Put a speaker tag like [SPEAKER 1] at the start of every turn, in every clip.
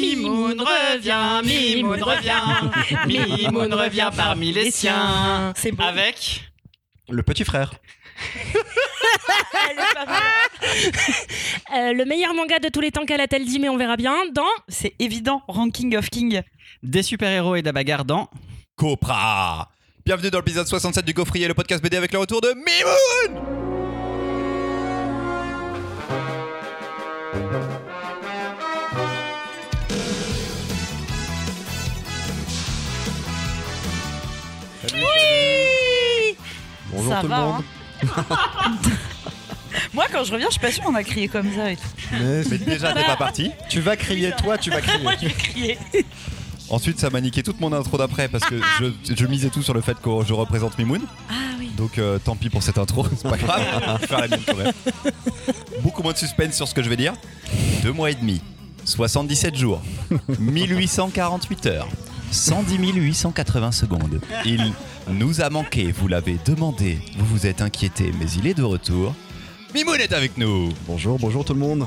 [SPEAKER 1] Mimoun revient, Mimoun revient, Mimoun revient parmi les siens.
[SPEAKER 2] C'est beau.
[SPEAKER 1] Avec
[SPEAKER 3] Le petit frère.
[SPEAKER 2] Elle est pas mal. Euh, le meilleur manga de tous les temps qu'elle a-t-elle dit, mais on verra bien. Dans
[SPEAKER 4] C'est évident, Ranking of King.
[SPEAKER 1] des super-héros et de la bagarre dans
[SPEAKER 3] Copra Bienvenue dans l'épisode 67 du Gaufrier, le podcast BD avec le retour de Mimo Bonjour
[SPEAKER 4] Ça
[SPEAKER 3] tout
[SPEAKER 4] va, hein.
[SPEAKER 3] le monde.
[SPEAKER 4] Moi, quand je reviens, je suis pas sûre qu'on a crié comme ça et tout.
[SPEAKER 3] Mais déjà t'es pas parti.
[SPEAKER 5] Tu vas crier, toi, tu vas crier.
[SPEAKER 4] Crier.
[SPEAKER 3] Ensuite ça m'a niqué toute mon intro d'après parce que je, je misais tout sur le fait que je représente Mimoun.
[SPEAKER 4] Ah oui.
[SPEAKER 3] Donc euh, tant pis pour cette intro, c'est pas grave, on va faire la mienne quand même. Beaucoup moins de suspense sur ce que je vais dire. Deux mois et demi, 77 jours, 1848 heures, 110 880 secondes. Il nous a manqué, vous l'avez demandé, vous vous êtes inquiété, mais il est de retour. Mimoun est avec nous
[SPEAKER 5] Bonjour, bonjour tout le monde.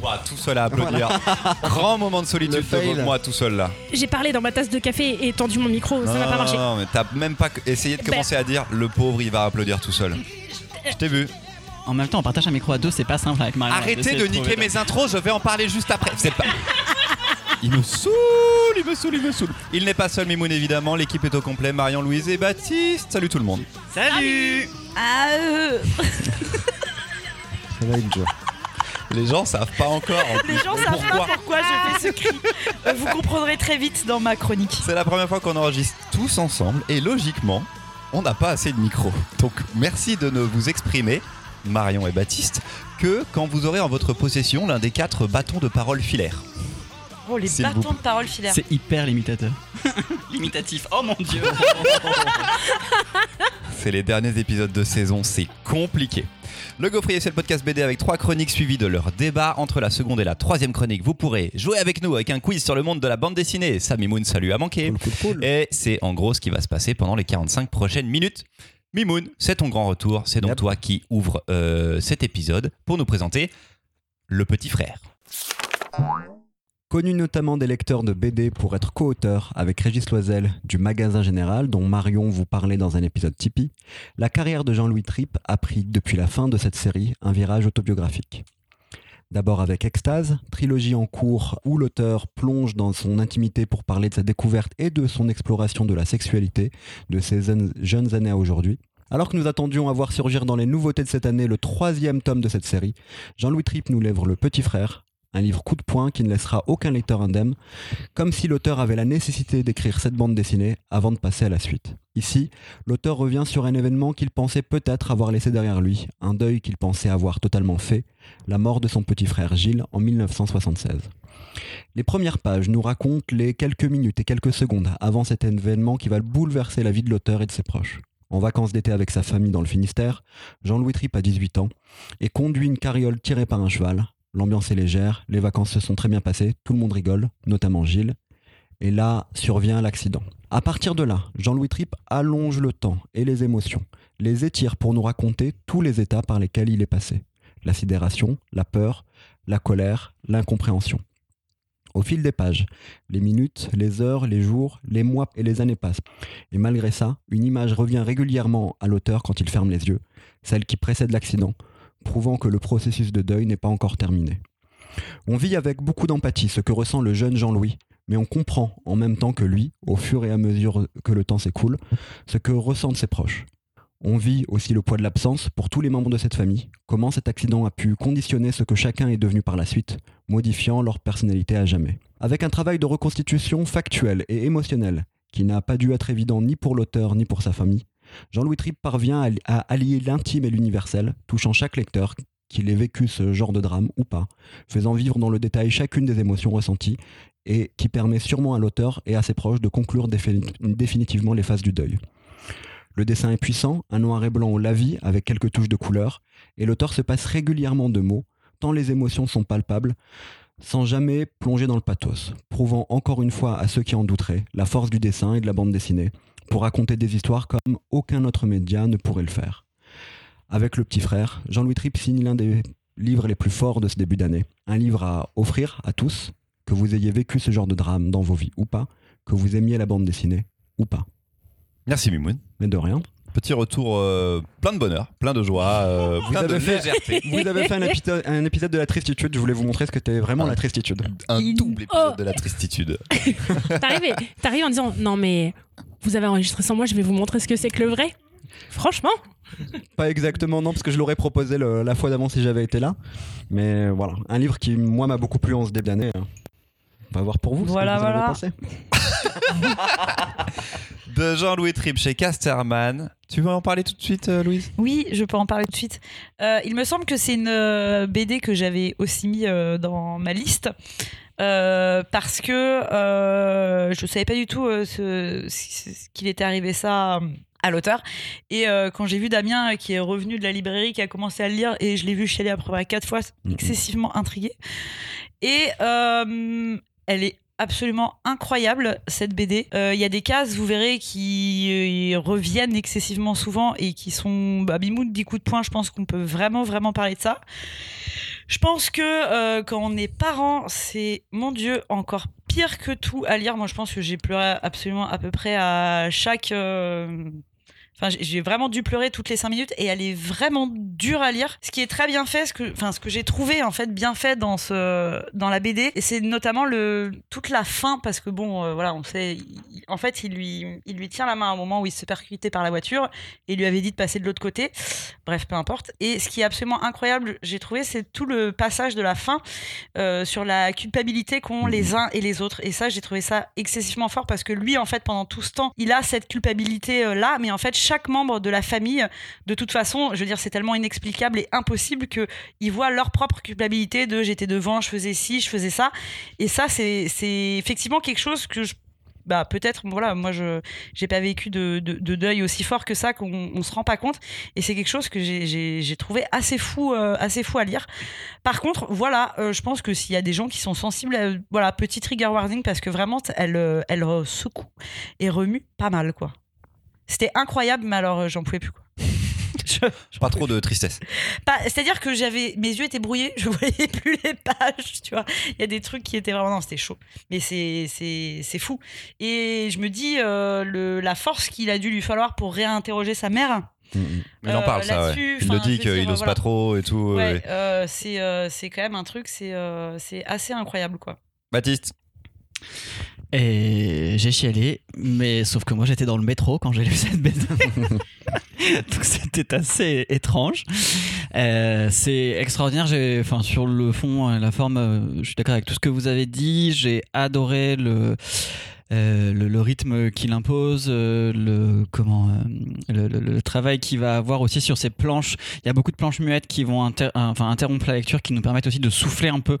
[SPEAKER 3] Ouah, Tout seul à applaudir. Grand moment de
[SPEAKER 5] Le
[SPEAKER 3] solitude
[SPEAKER 5] fail.
[SPEAKER 3] de moi tout seul là.
[SPEAKER 2] J'ai parlé dans ma tasse de café et tendu mon micro, ça n'a pas marché.
[SPEAKER 3] non, mais t'as même pas que- essayé de
[SPEAKER 2] Ben.
[SPEAKER 3] commencer à dire le pauvre il va applaudir tout seul. Je t'ai vu.
[SPEAKER 5] Ah
[SPEAKER 1] En même temps, on partage un micro à deux, c'est pas simple avec Marie.
[SPEAKER 3] Arrêtez de niquer mes intros, je vais en parler juste après. C'est pas. Il me saoule, il me saoule, il me saoule. Il n'est pas seul, Mimoun évidemment, l'équipe est au complet, Marion, Louise et Baptiste. Salut tout le monde.
[SPEAKER 1] Salut
[SPEAKER 4] Ah, euh,
[SPEAKER 5] Ça va, Injo
[SPEAKER 3] Les gens savent pas encore. en plus,
[SPEAKER 4] les gens savent
[SPEAKER 3] pourquoi.
[SPEAKER 4] pas pourquoi je fais ce cri. Euh, Vous comprendrez très vite dans ma chronique.
[SPEAKER 3] C'est la première fois qu'on enregistre tous ensemble et logiquement, on n'a pas assez de micros. Donc merci de ne vous exprimer, Marion et Baptiste, que quand vous aurez en votre possession l'un des quatre bâtons de parole filaire.
[SPEAKER 4] Oh, les
[SPEAKER 3] S'il
[SPEAKER 4] bâtons
[SPEAKER 3] vous
[SPEAKER 4] de parole filaire.
[SPEAKER 1] C'est hyper limitateur. Limitatif, oh mon dieu
[SPEAKER 3] C'est les derniers épisodes de saison, c'est compliqué. Le Gaufrier, c'est le podcast BD avec trois chroniques suivies de leur débat. Entre la seconde et la troisième chronique, vous pourrez jouer avec nous avec un quiz sur le monde de la bande dessinée. Samy Moon, salut à manquer.
[SPEAKER 5] Cool, cool, cool.
[SPEAKER 3] Et c'est en gros ce qui va se passer pendant les 45 prochaines minutes. Mimoun, c'est ton grand retour. C'est donc
[SPEAKER 5] Yep.
[SPEAKER 3] toi qui ouvre euh, cet épisode pour nous présenter le petit frère.
[SPEAKER 5] Connu notamment des lecteurs de BD pour être co-auteur avec Régis Loisel du Magasin Général, dont Marion vous parlait dans un épisode Tipeee, la carrière de Jean-Louis Tripp a pris, depuis la fin de cette série, un virage autobiographique. D'abord avec Extase, trilogie en cours où l'auteur plonge dans son intimité pour parler de sa découverte et de son exploration de la sexualité de ses zen- jeunes années à aujourd'hui. Alors que nous attendions à voir surgir dans les nouveautés de cette année le troisième tome de cette série, Jean-Louis Tripp nous lèvre Le Petit Frère, un livre coup de poing qui ne laissera aucun lecteur indemne, comme si l'auteur avait la nécessité d'écrire cette bande dessinée avant de passer à la suite. Ici, l'auteur revient sur un événement qu'il pensait peut-être avoir laissé derrière lui, un deuil qu'il pensait avoir totalement fait, la mort de son petit frère Gilles en 1976. Les premières pages nous racontent les quelques minutes et quelques secondes avant cet événement qui va bouleverser la vie de l'auteur et de ses proches. En vacances d'été avec sa famille dans le Finistère, Jean-Louis Tripp a 18 ans et conduit une carriole tirée par un cheval, L'ambiance est légère, les vacances se sont très bien passées, tout le monde rigole, notamment Gilles. Et là survient l'accident. À partir de là, Jean-Louis Tripp allonge le temps et les émotions, les étire pour nous raconter tous les états par lesquels il est passé. La sidération, la peur, la colère, l'incompréhension. Au fil des pages, les minutes, les heures, les jours, les mois et les années passent. Et malgré ça, une image revient régulièrement à l'auteur quand il ferme les yeux, celle qui précède l'accident, prouvant que le processus de deuil n'est pas encore terminé. On vit avec beaucoup d'empathie ce que ressent le jeune Jean-Louis, mais on comprend en même temps que lui, au fur et à mesure que le temps s'écoule, ce que ressentent ses proches. On vit aussi le poids de l'absence pour tous les membres de cette famille, comment cet accident a pu conditionner ce que chacun est devenu par la suite, modifiant leur personnalité à jamais. Avec un travail de reconstitution factuelle et émotionnelle, qui n'a pas dû être évident ni pour l'auteur ni pour sa famille, Jean-Louis Tripp parvient à, à allier l'intime et l'universel, touchant chaque lecteur qu'il ait vécu ce genre de drame ou pas, faisant vivre dans le détail chacune des émotions ressenties et qui permet sûrement à l'auteur et à ses proches de conclure défini- définitivement les phases du deuil. Le dessin est puissant, un noir et blanc au lavis avec quelques touches de couleur, et l'auteur se passe régulièrement de mots, tant les émotions sont palpables, sans jamais plonger dans le pathos, prouvant encore une fois à ceux qui en douteraient la force du dessin et de la bande dessinée, pour raconter des histoires comme aucun autre média ne pourrait le faire. Avec le petit frère, Jean-Louis Tripp signe l'un des livres les plus forts de ce début d'année. Un livre à offrir à tous, que vous ayez vécu ce genre de drame dans vos vies ou pas, que vous aimiez la bande dessinée ou pas.
[SPEAKER 3] Merci Mimoun.
[SPEAKER 5] Mais de rien.
[SPEAKER 3] Petit retour euh, plein de bonheur, plein de joie, euh, plein de
[SPEAKER 5] avez fait-
[SPEAKER 3] légèreté.
[SPEAKER 5] Vous avez fait un, épisode- un épisode de la tristitude, je voulais vous montrer ce que t'es vraiment la tristitude.
[SPEAKER 3] Un
[SPEAKER 2] Il-
[SPEAKER 3] double épisode
[SPEAKER 2] Oh.
[SPEAKER 3] de la tristitude.
[SPEAKER 5] Ah.
[SPEAKER 2] T'arrives et- t'arrives en disant non mais vous avez enregistré sans moi, je vais vous montrer ce que c'est que le vrai. Franchement,
[SPEAKER 5] Pas exactement, non, parce que je l'aurais proposé le- la fois d'avant si j'avais été là. Mais voilà, un livre qui, moi, m'a beaucoup plu en ce début d'année. hein. On va voir pour vous. ce que
[SPEAKER 4] Voilà,
[SPEAKER 5] vous en avez
[SPEAKER 4] voilà.
[SPEAKER 5] pensé.
[SPEAKER 3] De Jean-Louis Tripp chez Casterman. Tu veux en parler tout de suite, euh, Louise
[SPEAKER 4] Oui, je peux en parler tout de suite. Euh, il me semble que c'est une euh, BD que j'avais aussi mis euh, dans ma liste. euh, parce que euh, je ne savais pas du tout euh, ce, ce- ce qu'il était arrivé ça euh, à l'auteur. Et euh, quand j'ai vu Damien euh, qui est revenu de la librairie, qui a commencé à le lire, et je l'ai vu chez lui à peu près quatre fois,
[SPEAKER 5] Mhm.
[SPEAKER 4] excessivement intriguée. Et euh, elle est absolument incroyable cette BD. Euh, Il y a des cases, vous verrez, qui euh, reviennent excessivement souvent et qui sont bah, Bimoun, 10 coups de poing, je pense qu'on peut vraiment vraiment parler de ça. Je pense que euh, quand on est parent, c'est mon dieu encore pire que tout à lire. Moi, je pense que j'ai pleuré absolument à peu près à chaque euh, Enfin, j'ai- j'ai vraiment dû pleurer toutes les 5 minutes et elle est vraiment dure à lire. Ce qui est très bien fait, ce que, enfin, ce que j'ai trouvé en fait bien fait dans ce, dans la BD, et c'est notamment le toute la fin parce que bon, euh, voilà, on sait, il- en fait, il lui, il lui tient la main à un moment où il se percuté par la voiture et il lui avait dit de passer de l'autre côté. Bref, peu importe. Et ce qui est absolument incroyable, j'ai trouvé, c'est tout le passage de la fin euh, sur la culpabilité qu'ont les uns et les autres. Et ça, j'ai trouvé ça excessivement fort parce que lui, en fait, pendant tout ce temps, il a cette culpabilité euh, là, mais en fait, chaque membre de la famille, de toute façon, je veux dire, c'est tellement inexplicable et impossible que ils voient leur propre culpabilité de j'étais devant, je faisais ci, je faisais ça. Et ça, c'est c'est effectivement quelque chose que je bah peut-être voilà moi je j'ai pas vécu de, de- de deuil aussi fort que ça qu'on on se rend pas compte et c'est quelque chose que j'ai- j'ai j'ai trouvé assez fou euh, assez fou à lire par contre, voilà, euh, je pense que s'il y a des gens qui sont sensibles, à- voilà, petit trigger warning parce que vraiment, t- elle, euh, elle euh, secoue et remue pas mal, quoi. C'était incroyable, mais alors euh, j'en pouvais plus, quoi. Je-
[SPEAKER 3] Pas trop de tristesse.
[SPEAKER 4] pas- C'est-à-dire que j'avais mes yeux étaient brouillés, je voyais plus les pages, tu vois. Il y a des trucs qui étaient vraiment non, c'était chaud. Mais c'est c'est c'est fou. Et je me dis euh, le, la force qu'il a dû lui falloir pour réinterroger sa mère.
[SPEAKER 3] Mm,
[SPEAKER 5] Mhm.
[SPEAKER 3] Il en
[SPEAKER 4] Euh,
[SPEAKER 3] parle, ça,
[SPEAKER 4] là-dessus,
[SPEAKER 3] ouais. Il le
[SPEAKER 4] enfin,
[SPEAKER 3] dit
[SPEAKER 4] je veux
[SPEAKER 3] qu'il
[SPEAKER 4] dire,
[SPEAKER 3] n'ose
[SPEAKER 4] voilà.
[SPEAKER 3] pas trop et tout. ouais.
[SPEAKER 4] Ouais, euh, c'est euh, c'est quand même un truc, c'est euh, c'est assez incroyable quoi.
[SPEAKER 3] Baptiste,
[SPEAKER 6] Et j'ai chialé, mais sauf que moi j'étais dans le métro quand j'ai lu cette BD. Donc c'était assez étrange. Euh, c'est extraordinaire. j'ai- Enfin, sur le fond et la forme, euh, je suis d'accord avec tout ce que vous avez dit. J'ai adoré le. euh, le, le rythme qu'il impose, euh, le comment, euh, le, le- le travail qu'il va avoir aussi sur ses planches. Il y a beaucoup de planches muettes qui vont inter- euh, enfin, interrompre la lecture, qui nous permettent aussi de souffler un peu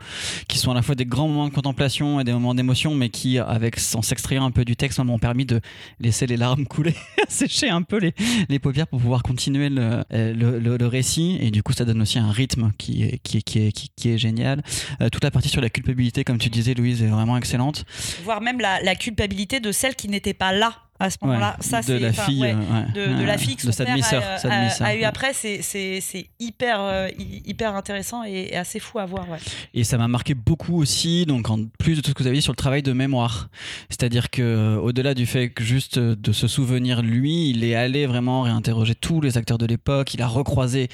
[SPEAKER 6] qui sont à la fois des grands moments de contemplation et des moments d'émotion, mais qui, avec, en s'extrayant un peu du texte, m'ont permis de laisser les larmes couler, sécher un peu les, les paupières pour pouvoir continuer le, euh, le, le- le récit. Et du coup, ça donne aussi un rythme qui est, qui est, qui est, qui- qui est génial. Euh, toute la partie sur la culpabilité, comme tu disais, Louise, est vraiment excellente.
[SPEAKER 4] voire même la, la culpabilité de celle qui n'était pas là à ce moment-là.
[SPEAKER 6] Ouais,
[SPEAKER 4] ça,
[SPEAKER 6] de
[SPEAKER 4] c'est
[SPEAKER 6] la
[SPEAKER 4] enfin,
[SPEAKER 6] fille,
[SPEAKER 4] ouais,
[SPEAKER 6] euh,
[SPEAKER 4] de,
[SPEAKER 6] ouais,
[SPEAKER 4] de
[SPEAKER 6] euh,
[SPEAKER 4] la fille que
[SPEAKER 6] de
[SPEAKER 4] son
[SPEAKER 6] sa
[SPEAKER 4] père euh,
[SPEAKER 6] demi-sœur,
[SPEAKER 4] a,
[SPEAKER 6] sa
[SPEAKER 4] a-
[SPEAKER 6] demi-sœur,
[SPEAKER 4] a eu
[SPEAKER 6] ouais.
[SPEAKER 4] après. C'est- C'est c'est hyper, euh, hy- hyper intéressant et, et assez fou à voir. ouais.
[SPEAKER 6] Et ça m'a marqué beaucoup aussi, donc en plus de tout ce que vous avez dit sur le travail de mémoire. C'est-à-dire que euh, au-delà du fait que juste euh, de se souvenir lui, il est allé vraiment réinterroger tous les acteurs de l'époque, il a recroisé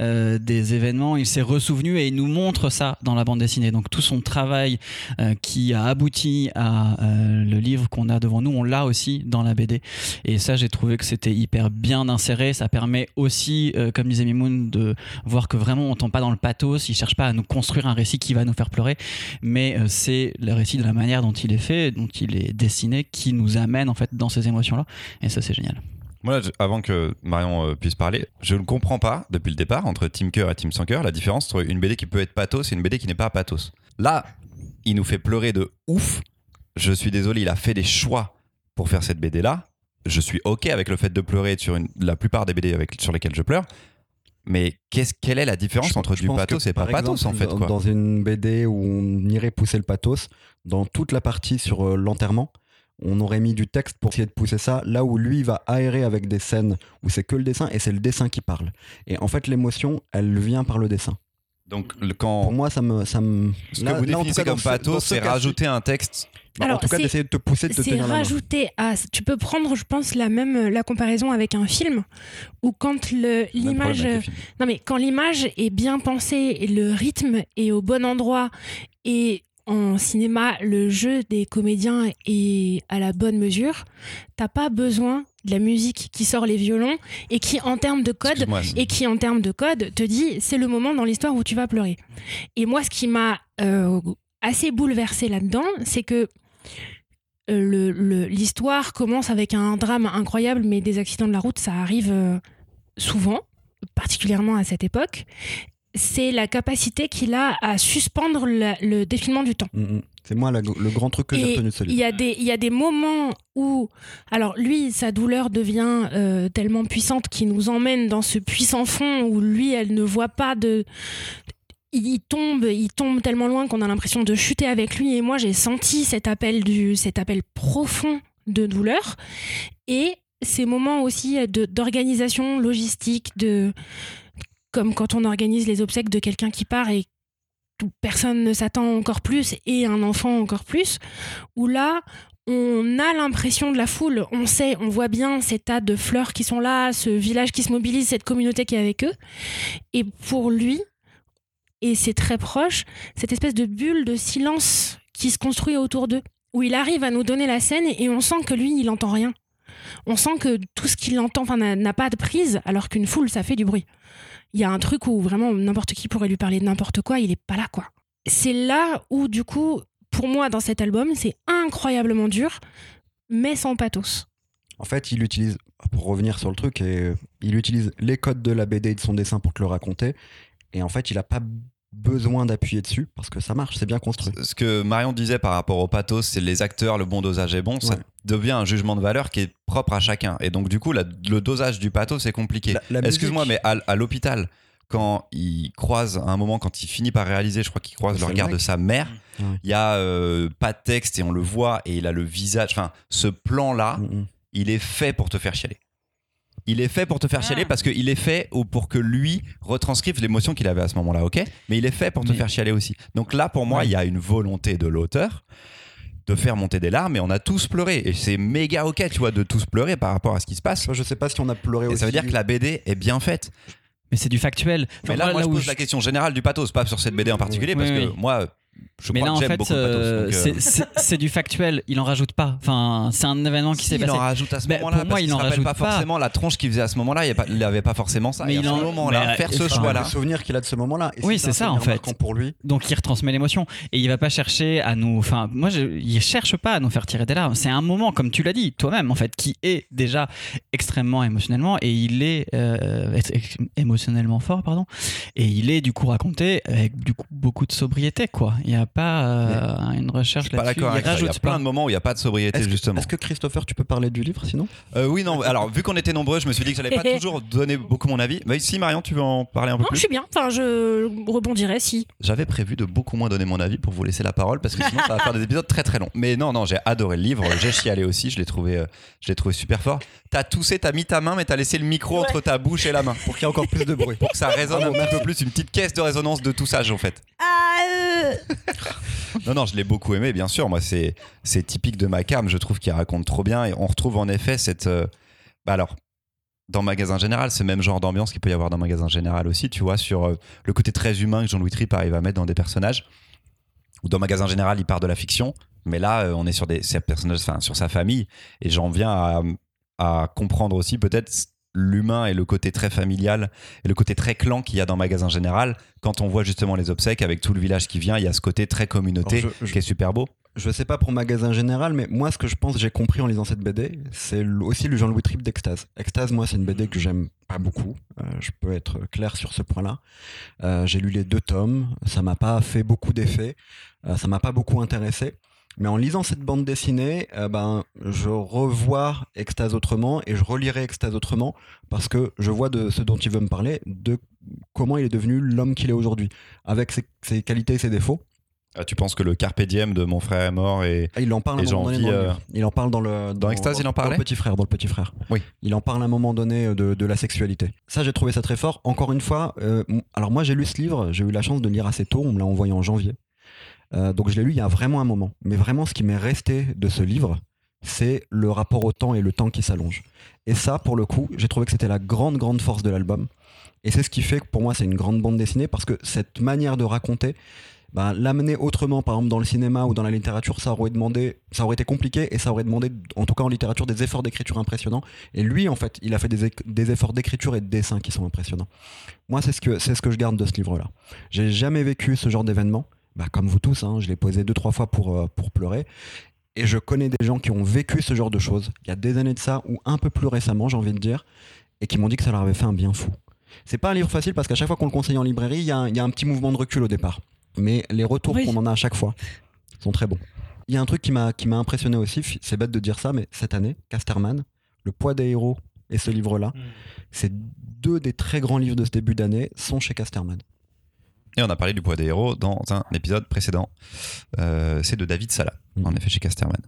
[SPEAKER 6] euh, des événements, il s'est ressouvenu et il nous montre ça dans la bande dessinée. Donc tout son travail euh, qui a abouti à euh, le livre qu'on a devant nous, on l'a aussi dans la BD. Et ça, j'ai trouvé que c'était hyper bien inséré. Ça permet aussi, euh, comme disait Mimoun, de voir que vraiment on tombe pas dans le pathos, il cherche pas à nous construire un récit qui va nous faire pleurer, mais euh, c'est le récit de la manière dont il est fait, dont il est dessiné, qui nous amène en fait dans ces émotions-là, et ça c'est génial.
[SPEAKER 3] Moi, je- avant que Marion euh, puisse parler, je ne comprends pas depuis le départ entre Team Cœur et Team Sans Cœur la différence entre une BD qui peut être pathos et une BD qui n'est pas pathos. Là, il nous fait pleurer de ouf. Je suis désolé, il a fait des choix pour faire cette BD là. Je suis ok avec le fait de pleurer sur une- la plupart des BD avec, sur lesquelles je pleure. Mais qu'est-ce quelle est la différence
[SPEAKER 5] Je-
[SPEAKER 3] entre
[SPEAKER 5] je
[SPEAKER 3] du
[SPEAKER 5] pense
[SPEAKER 3] pathos
[SPEAKER 5] que,
[SPEAKER 3] et pas
[SPEAKER 5] par
[SPEAKER 3] pathos en
[SPEAKER 5] exemple,
[SPEAKER 3] fait
[SPEAKER 5] dans-
[SPEAKER 3] quoi.
[SPEAKER 5] Dans une BD où on irait pousser le pathos, dans toute la partie sur euh, l'enterrement, on aurait mis du texte pour essayer de pousser ça, là où lui va aérer avec des scènes où c'est que le dessin et c'est le dessin qui parle. Et en fait, l'émotion, elle vient par le dessin.
[SPEAKER 3] Donc, le- quand.
[SPEAKER 5] Pour moi, ça me. Ça me...
[SPEAKER 3] Ce que
[SPEAKER 5] là-
[SPEAKER 3] vous
[SPEAKER 5] là, en tout
[SPEAKER 3] définissez
[SPEAKER 5] cas, dans
[SPEAKER 3] comme
[SPEAKER 5] ce- dans
[SPEAKER 3] pathos,
[SPEAKER 5] ce
[SPEAKER 3] c'est
[SPEAKER 5] cas-ci-
[SPEAKER 3] rajouter un texte.
[SPEAKER 5] Bah, en
[SPEAKER 2] Alors,
[SPEAKER 5] tout cas,
[SPEAKER 2] c'est-
[SPEAKER 5] d'essayer de te pousser, de te
[SPEAKER 2] C'est
[SPEAKER 5] tenir la main.
[SPEAKER 2] rajouter à. Tu peux prendre, je pense, la même la comparaison avec un film où quand le-
[SPEAKER 5] Même problème
[SPEAKER 2] l'image.
[SPEAKER 5] avec les films.
[SPEAKER 2] Non mais quand l'image est bien pensée, et le rythme est au bon endroit et en cinéma, le jeu des comédiens est à la bonne mesure, t'as pas besoin de la musique qui sort les violons et qui en termes de code
[SPEAKER 3] Excuse-moi, c'est-
[SPEAKER 2] et qui en termes de code te dit c'est le moment dans l'histoire où tu vas pleurer. Et moi ce qui m'a euh, assez bouleversé là-dedans, c'est que euh, le- le- l'histoire commence avec un drame incroyable, mais des accidents de la route, ça arrive euh, souvent, particulièrement à cette époque. C'est la capacité qu'il a à suspendre la- le défilement du temps.
[SPEAKER 5] Mm, mm. C'est moi la- le grand truc que
[SPEAKER 2] Et
[SPEAKER 5] j'ai retenu de ce
[SPEAKER 2] Il
[SPEAKER 5] livre.
[SPEAKER 2] y, a des, il y a des moments où, alors lui, sa douleur devient euh, tellement puissante qu'il nous emmène dans ce puissant fond où lui, elle ne voit pas de... Il il tombe, il tombe tellement loin qu'on a l'impression de chuter avec lui. Et moi, j'ai senti cet appel, du, cet appel profond de douleur. Et ces moments aussi de- d'organisation logistique, de, comme quand on organise les obsèques de quelqu'un qui part et où personne ne s'attend encore plus et un enfant encore plus où là, on a l'impression de la foule, on sait, on voit bien ces tas de fleurs qui sont là, ce village qui se mobilise, cette communauté qui est avec eux. Et pour lui, et c'est très proche, cette espèce de bulle de silence qui se construit autour d'eux, où il arrive à nous donner la scène et on sent que lui, il n'entend rien. On sent que tout ce qu'il entend enfin, n'a n'a pas de prise, alors qu'une foule, ça fait du bruit. Il y a un truc où vraiment n'importe qui pourrait lui parler de n'importe quoi, il est pas là, quoi. C'est là où, du coup, pour moi, dans cet album, c'est incroyablement dur, mais sans pathos.
[SPEAKER 5] En fait, il utilise, pour revenir sur le truc, et, euh, il utilise les codes de la BD et de son dessin pour te le raconter. Et en fait, il n'a pas besoin d'appuyer dessus parce que ça marche, c'est bien construit.
[SPEAKER 3] Ce que Marion disait par rapport au pathos, c'est les acteurs, le bon dosage est bon, ça
[SPEAKER 5] Ouais.
[SPEAKER 3] devient un jugement de valeur qui est propre à chacun. Et donc, du coup, la- le dosage du pathos est compliqué.
[SPEAKER 5] La- la
[SPEAKER 3] Excuse-moi, mais
[SPEAKER 5] musique-
[SPEAKER 3] à, à l'hôpital, quand il croise, à un moment, quand il finit par réaliser, je crois qu'il croise
[SPEAKER 5] C'est
[SPEAKER 3] le
[SPEAKER 5] le
[SPEAKER 3] regard
[SPEAKER 5] mec.
[SPEAKER 3] de sa mère,
[SPEAKER 5] Ouais.
[SPEAKER 3] il y a euh, pas de texte et on le voit et il a le visage. Enfin, ce plan-là,
[SPEAKER 5] Mm, mm.
[SPEAKER 3] il est fait pour te faire chialer. Il est fait pour te faire
[SPEAKER 4] Ah.
[SPEAKER 3] chialer parce qu'il est fait ou pour que lui retranscrive l'émotion qu'il avait à ce moment-là, ok Mais il est fait pour te
[SPEAKER 6] Mais-
[SPEAKER 3] faire chialer aussi. Donc là, pour moi,
[SPEAKER 6] Ouais.
[SPEAKER 3] il y a une volonté de l'auteur de faire monter des larmes et on a tous pleuré. Et c'est méga ok, tu vois, de tous pleurer par rapport à ce qui se passe.
[SPEAKER 5] Tu vois, je sais pas si on a pleuré
[SPEAKER 3] Et
[SPEAKER 5] aussi.
[SPEAKER 3] ça veut dire que la BD est bien faite.
[SPEAKER 6] Mais c'est du factuel.
[SPEAKER 3] Mais
[SPEAKER 6] Enfin,
[SPEAKER 3] là,
[SPEAKER 6] moi,
[SPEAKER 3] moi, je
[SPEAKER 6] où
[SPEAKER 3] pose la question générale du pathos, pas sur cette BD en particulier,
[SPEAKER 6] Oui,
[SPEAKER 3] parce
[SPEAKER 6] oui.
[SPEAKER 3] que moi, je
[SPEAKER 6] mais
[SPEAKER 3] crois
[SPEAKER 6] là, en
[SPEAKER 3] que j'aime
[SPEAKER 6] fait,
[SPEAKER 3] beaucoup le pathos.
[SPEAKER 6] euh,
[SPEAKER 3] donc,
[SPEAKER 6] c'est-
[SPEAKER 3] euh,
[SPEAKER 6] c'est c'est du factuel. Il en rajoute pas. Enfin, c'est un événement qui
[SPEAKER 3] si,
[SPEAKER 6] s'est
[SPEAKER 3] il
[SPEAKER 6] passé.
[SPEAKER 3] en rajoute à ce
[SPEAKER 6] Ben,
[SPEAKER 3] moment-là
[SPEAKER 6] pour moi,
[SPEAKER 3] parce
[SPEAKER 6] il
[SPEAKER 3] qu'il
[SPEAKER 6] en
[SPEAKER 3] se rappelle
[SPEAKER 6] rajoute
[SPEAKER 3] pas
[SPEAKER 6] pas.
[SPEAKER 3] forcément la tronche qu'il faisait à ce moment-là il y a pas- il avait pas forcément ça
[SPEAKER 6] Mais
[SPEAKER 3] et à
[SPEAKER 6] il
[SPEAKER 3] ce
[SPEAKER 6] en-
[SPEAKER 3] moment là
[SPEAKER 6] mais,
[SPEAKER 3] faire
[SPEAKER 6] euh,
[SPEAKER 3] ce
[SPEAKER 6] enfin,
[SPEAKER 3] choix
[SPEAKER 5] Voilà.
[SPEAKER 3] là
[SPEAKER 5] Le souvenir qu'il a de ce moment-là. Et
[SPEAKER 6] Oui,
[SPEAKER 5] un
[SPEAKER 6] c'est ça, en
[SPEAKER 5] souvenir
[SPEAKER 6] fait.
[SPEAKER 5] marquant pour lui.
[SPEAKER 6] Donc il retransmet l'émotion et il va pas chercher à nous. Enfin, moi, je, il cherche pas à nous faire tirer des larmes. C'est un moment, comme tu l'as dit toi-même, en fait, qui est déjà extrêmement émotionnellement et il est euh, ex- ex- émotionnellement fort, pardon. Et il est du coup raconté avec du coup beaucoup de sobriété, quoi. Il n'y a pas euh, une
[SPEAKER 3] je
[SPEAKER 6] recherche
[SPEAKER 3] suis pas
[SPEAKER 6] là-dessus.
[SPEAKER 3] d'accord avec
[SPEAKER 6] il
[SPEAKER 3] ça. Il y a
[SPEAKER 6] rajoute
[SPEAKER 3] plein
[SPEAKER 6] pas.
[SPEAKER 3] de moments où il n'y a pas de sobriété,
[SPEAKER 5] Est-ce que,
[SPEAKER 3] justement.
[SPEAKER 5] est-ce que Christopher, tu peux parler du livre sinon
[SPEAKER 3] Euh, oui, non, alors vu qu'on était nombreux, je me suis dit que j'allais pas toujours donner beaucoup mon avis. Bah, si, Marion, tu veux en parler un peu
[SPEAKER 2] Non, je
[SPEAKER 3] plus
[SPEAKER 2] suis bien. Enfin, je rebondirai si.
[SPEAKER 3] J'avais prévu de beaucoup moins donner mon avis pour vous laisser la parole parce que sinon ça va faire des épisodes très très longs. Mais non, non, j'ai adoré le livre, j'ai chialé aussi, je l'ai trouvé, euh, je l'ai trouvé super fort. T'as toussé, t'as mis ta main, mais t'as laissé le micro entre ta bouche et la main
[SPEAKER 5] Pour qu'il y ait encore plus de bruit.
[SPEAKER 3] pour que ça résonne un petit peu plus, une petite caisse de résonance de toussage en fait.
[SPEAKER 4] Ah, euh,
[SPEAKER 3] Non, non, je l'ai beaucoup aimé, bien sûr. Moi, c'est c'est typique de ma cam. Je trouve qu'il raconte trop bien. Et on retrouve en effet cette. euh, bah alors, dans Magasin Général, c'est le même genre d'ambiance qu'il peut y avoir dans Magasin Général aussi, tu vois, sur euh, le côté très humain que Jean-Louis Tripp arrive à mettre dans des personnages. Ou dans Magasin Général, il part de la fiction. Mais là, euh, on est sur, des, ses personnages, enfin, sur sa famille. Et j'en viens à, à comprendre aussi peut-être l'humain et le côté très familial et le côté très clan qu'il y a dans Magasin Général. Quand on voit justement les obsèques avec tout le village qui vient, il y a ce côté très communauté
[SPEAKER 5] Alors, je- je-
[SPEAKER 3] qui est super beau.
[SPEAKER 5] Je sais pas pour magasin général, mais moi, ce que je pense, j'ai compris en lisant cette BD, c'est le- aussi le Jean-Louis Tripp d'Extase. Extase, moi, c'est une BD que j'aime pas beaucoup. Euh, je peux être clair sur ce point-là. Euh, j'ai lu les deux tomes. Ça m'a pas fait beaucoup d'effet. Euh, ça m'a pas beaucoup intéressé. Mais en lisant cette bande dessinée, euh, ben, je revois Extase autrement et je relirai Extase autrement parce que je vois de ce dont il veut me parler, de comment il est devenu l'homme qu'il est aujourd'hui, avec ses, ses qualités et ses défauts.
[SPEAKER 3] Ah, tu penses que le carpe diem de mon frère est mort et
[SPEAKER 5] Ah, Il en parle à
[SPEAKER 3] Et
[SPEAKER 5] un moment
[SPEAKER 3] j'ai
[SPEAKER 5] donné.
[SPEAKER 3] envie,
[SPEAKER 5] dans
[SPEAKER 3] euh,
[SPEAKER 5] le livre. Il en parle dans le.
[SPEAKER 3] Extase, il en
[SPEAKER 5] dans
[SPEAKER 3] parlait
[SPEAKER 5] le petit frère, dans le petit frère.
[SPEAKER 3] Oui.
[SPEAKER 5] Il en parle à un moment donné euh, de, de la sexualité. Ça, j'ai trouvé ça très fort. Encore une fois, euh, m- alors moi, j'ai lu ce livre. J'ai eu la chance de le lire assez tôt. On me l'a envoyé en janvier. Euh, donc, je l'ai lu il y a vraiment un moment. Mais vraiment, ce qui m'est resté de ce livre, c'est le rapport au temps et le temps qui s'allonge. Et ça, pour le coup, j'ai trouvé que c'était la grande, grande force de l'album. Et c'est ce qui fait que pour moi, c'est une grande bande dessinée parce que cette manière de raconter, ben, l'amener autrement, par exemple dans le cinéma ou dans la littérature, ça aurait, demandé, ça aurait été compliqué et ça aurait demandé, en tout cas en littérature, des efforts d'écriture impressionnants. Et lui, en fait, il a fait des, éc- des efforts d'écriture et de dessin qui sont impressionnants. Moi, c'est ce que, c'est ce que je garde de ce livre-là. J'ai jamais vécu ce genre d'événement. Bah, comme vous tous, hein, je l'ai posé deux, trois fois pour, euh, pour pleurer. Et je connais des gens qui ont vécu ce genre de choses, il y a des années de ça, ou un peu plus récemment, j'ai envie de dire, et qui m'ont dit que ça leur avait fait un bien fou. C'est pas un livre facile parce qu'à chaque fois qu'on le conseille en librairie, il y, a un- il y a un petit mouvement de recul au départ. Mais les retours
[SPEAKER 4] Oui.
[SPEAKER 5] qu'on en a à chaque fois sont très bons. Il y a un truc qui m'a qui m'a impressionné aussi, fi- c'est bête de dire ça, mais cette année, Casterman, Le poids des héros et ce livre-là, c'est deux des très grands livres de ce début d'année sont chez Casterman.
[SPEAKER 3] Et on a parlé du poids des héros dans un épisode précédent. Euh, c'est de David Sala, en effet, chez Casterman.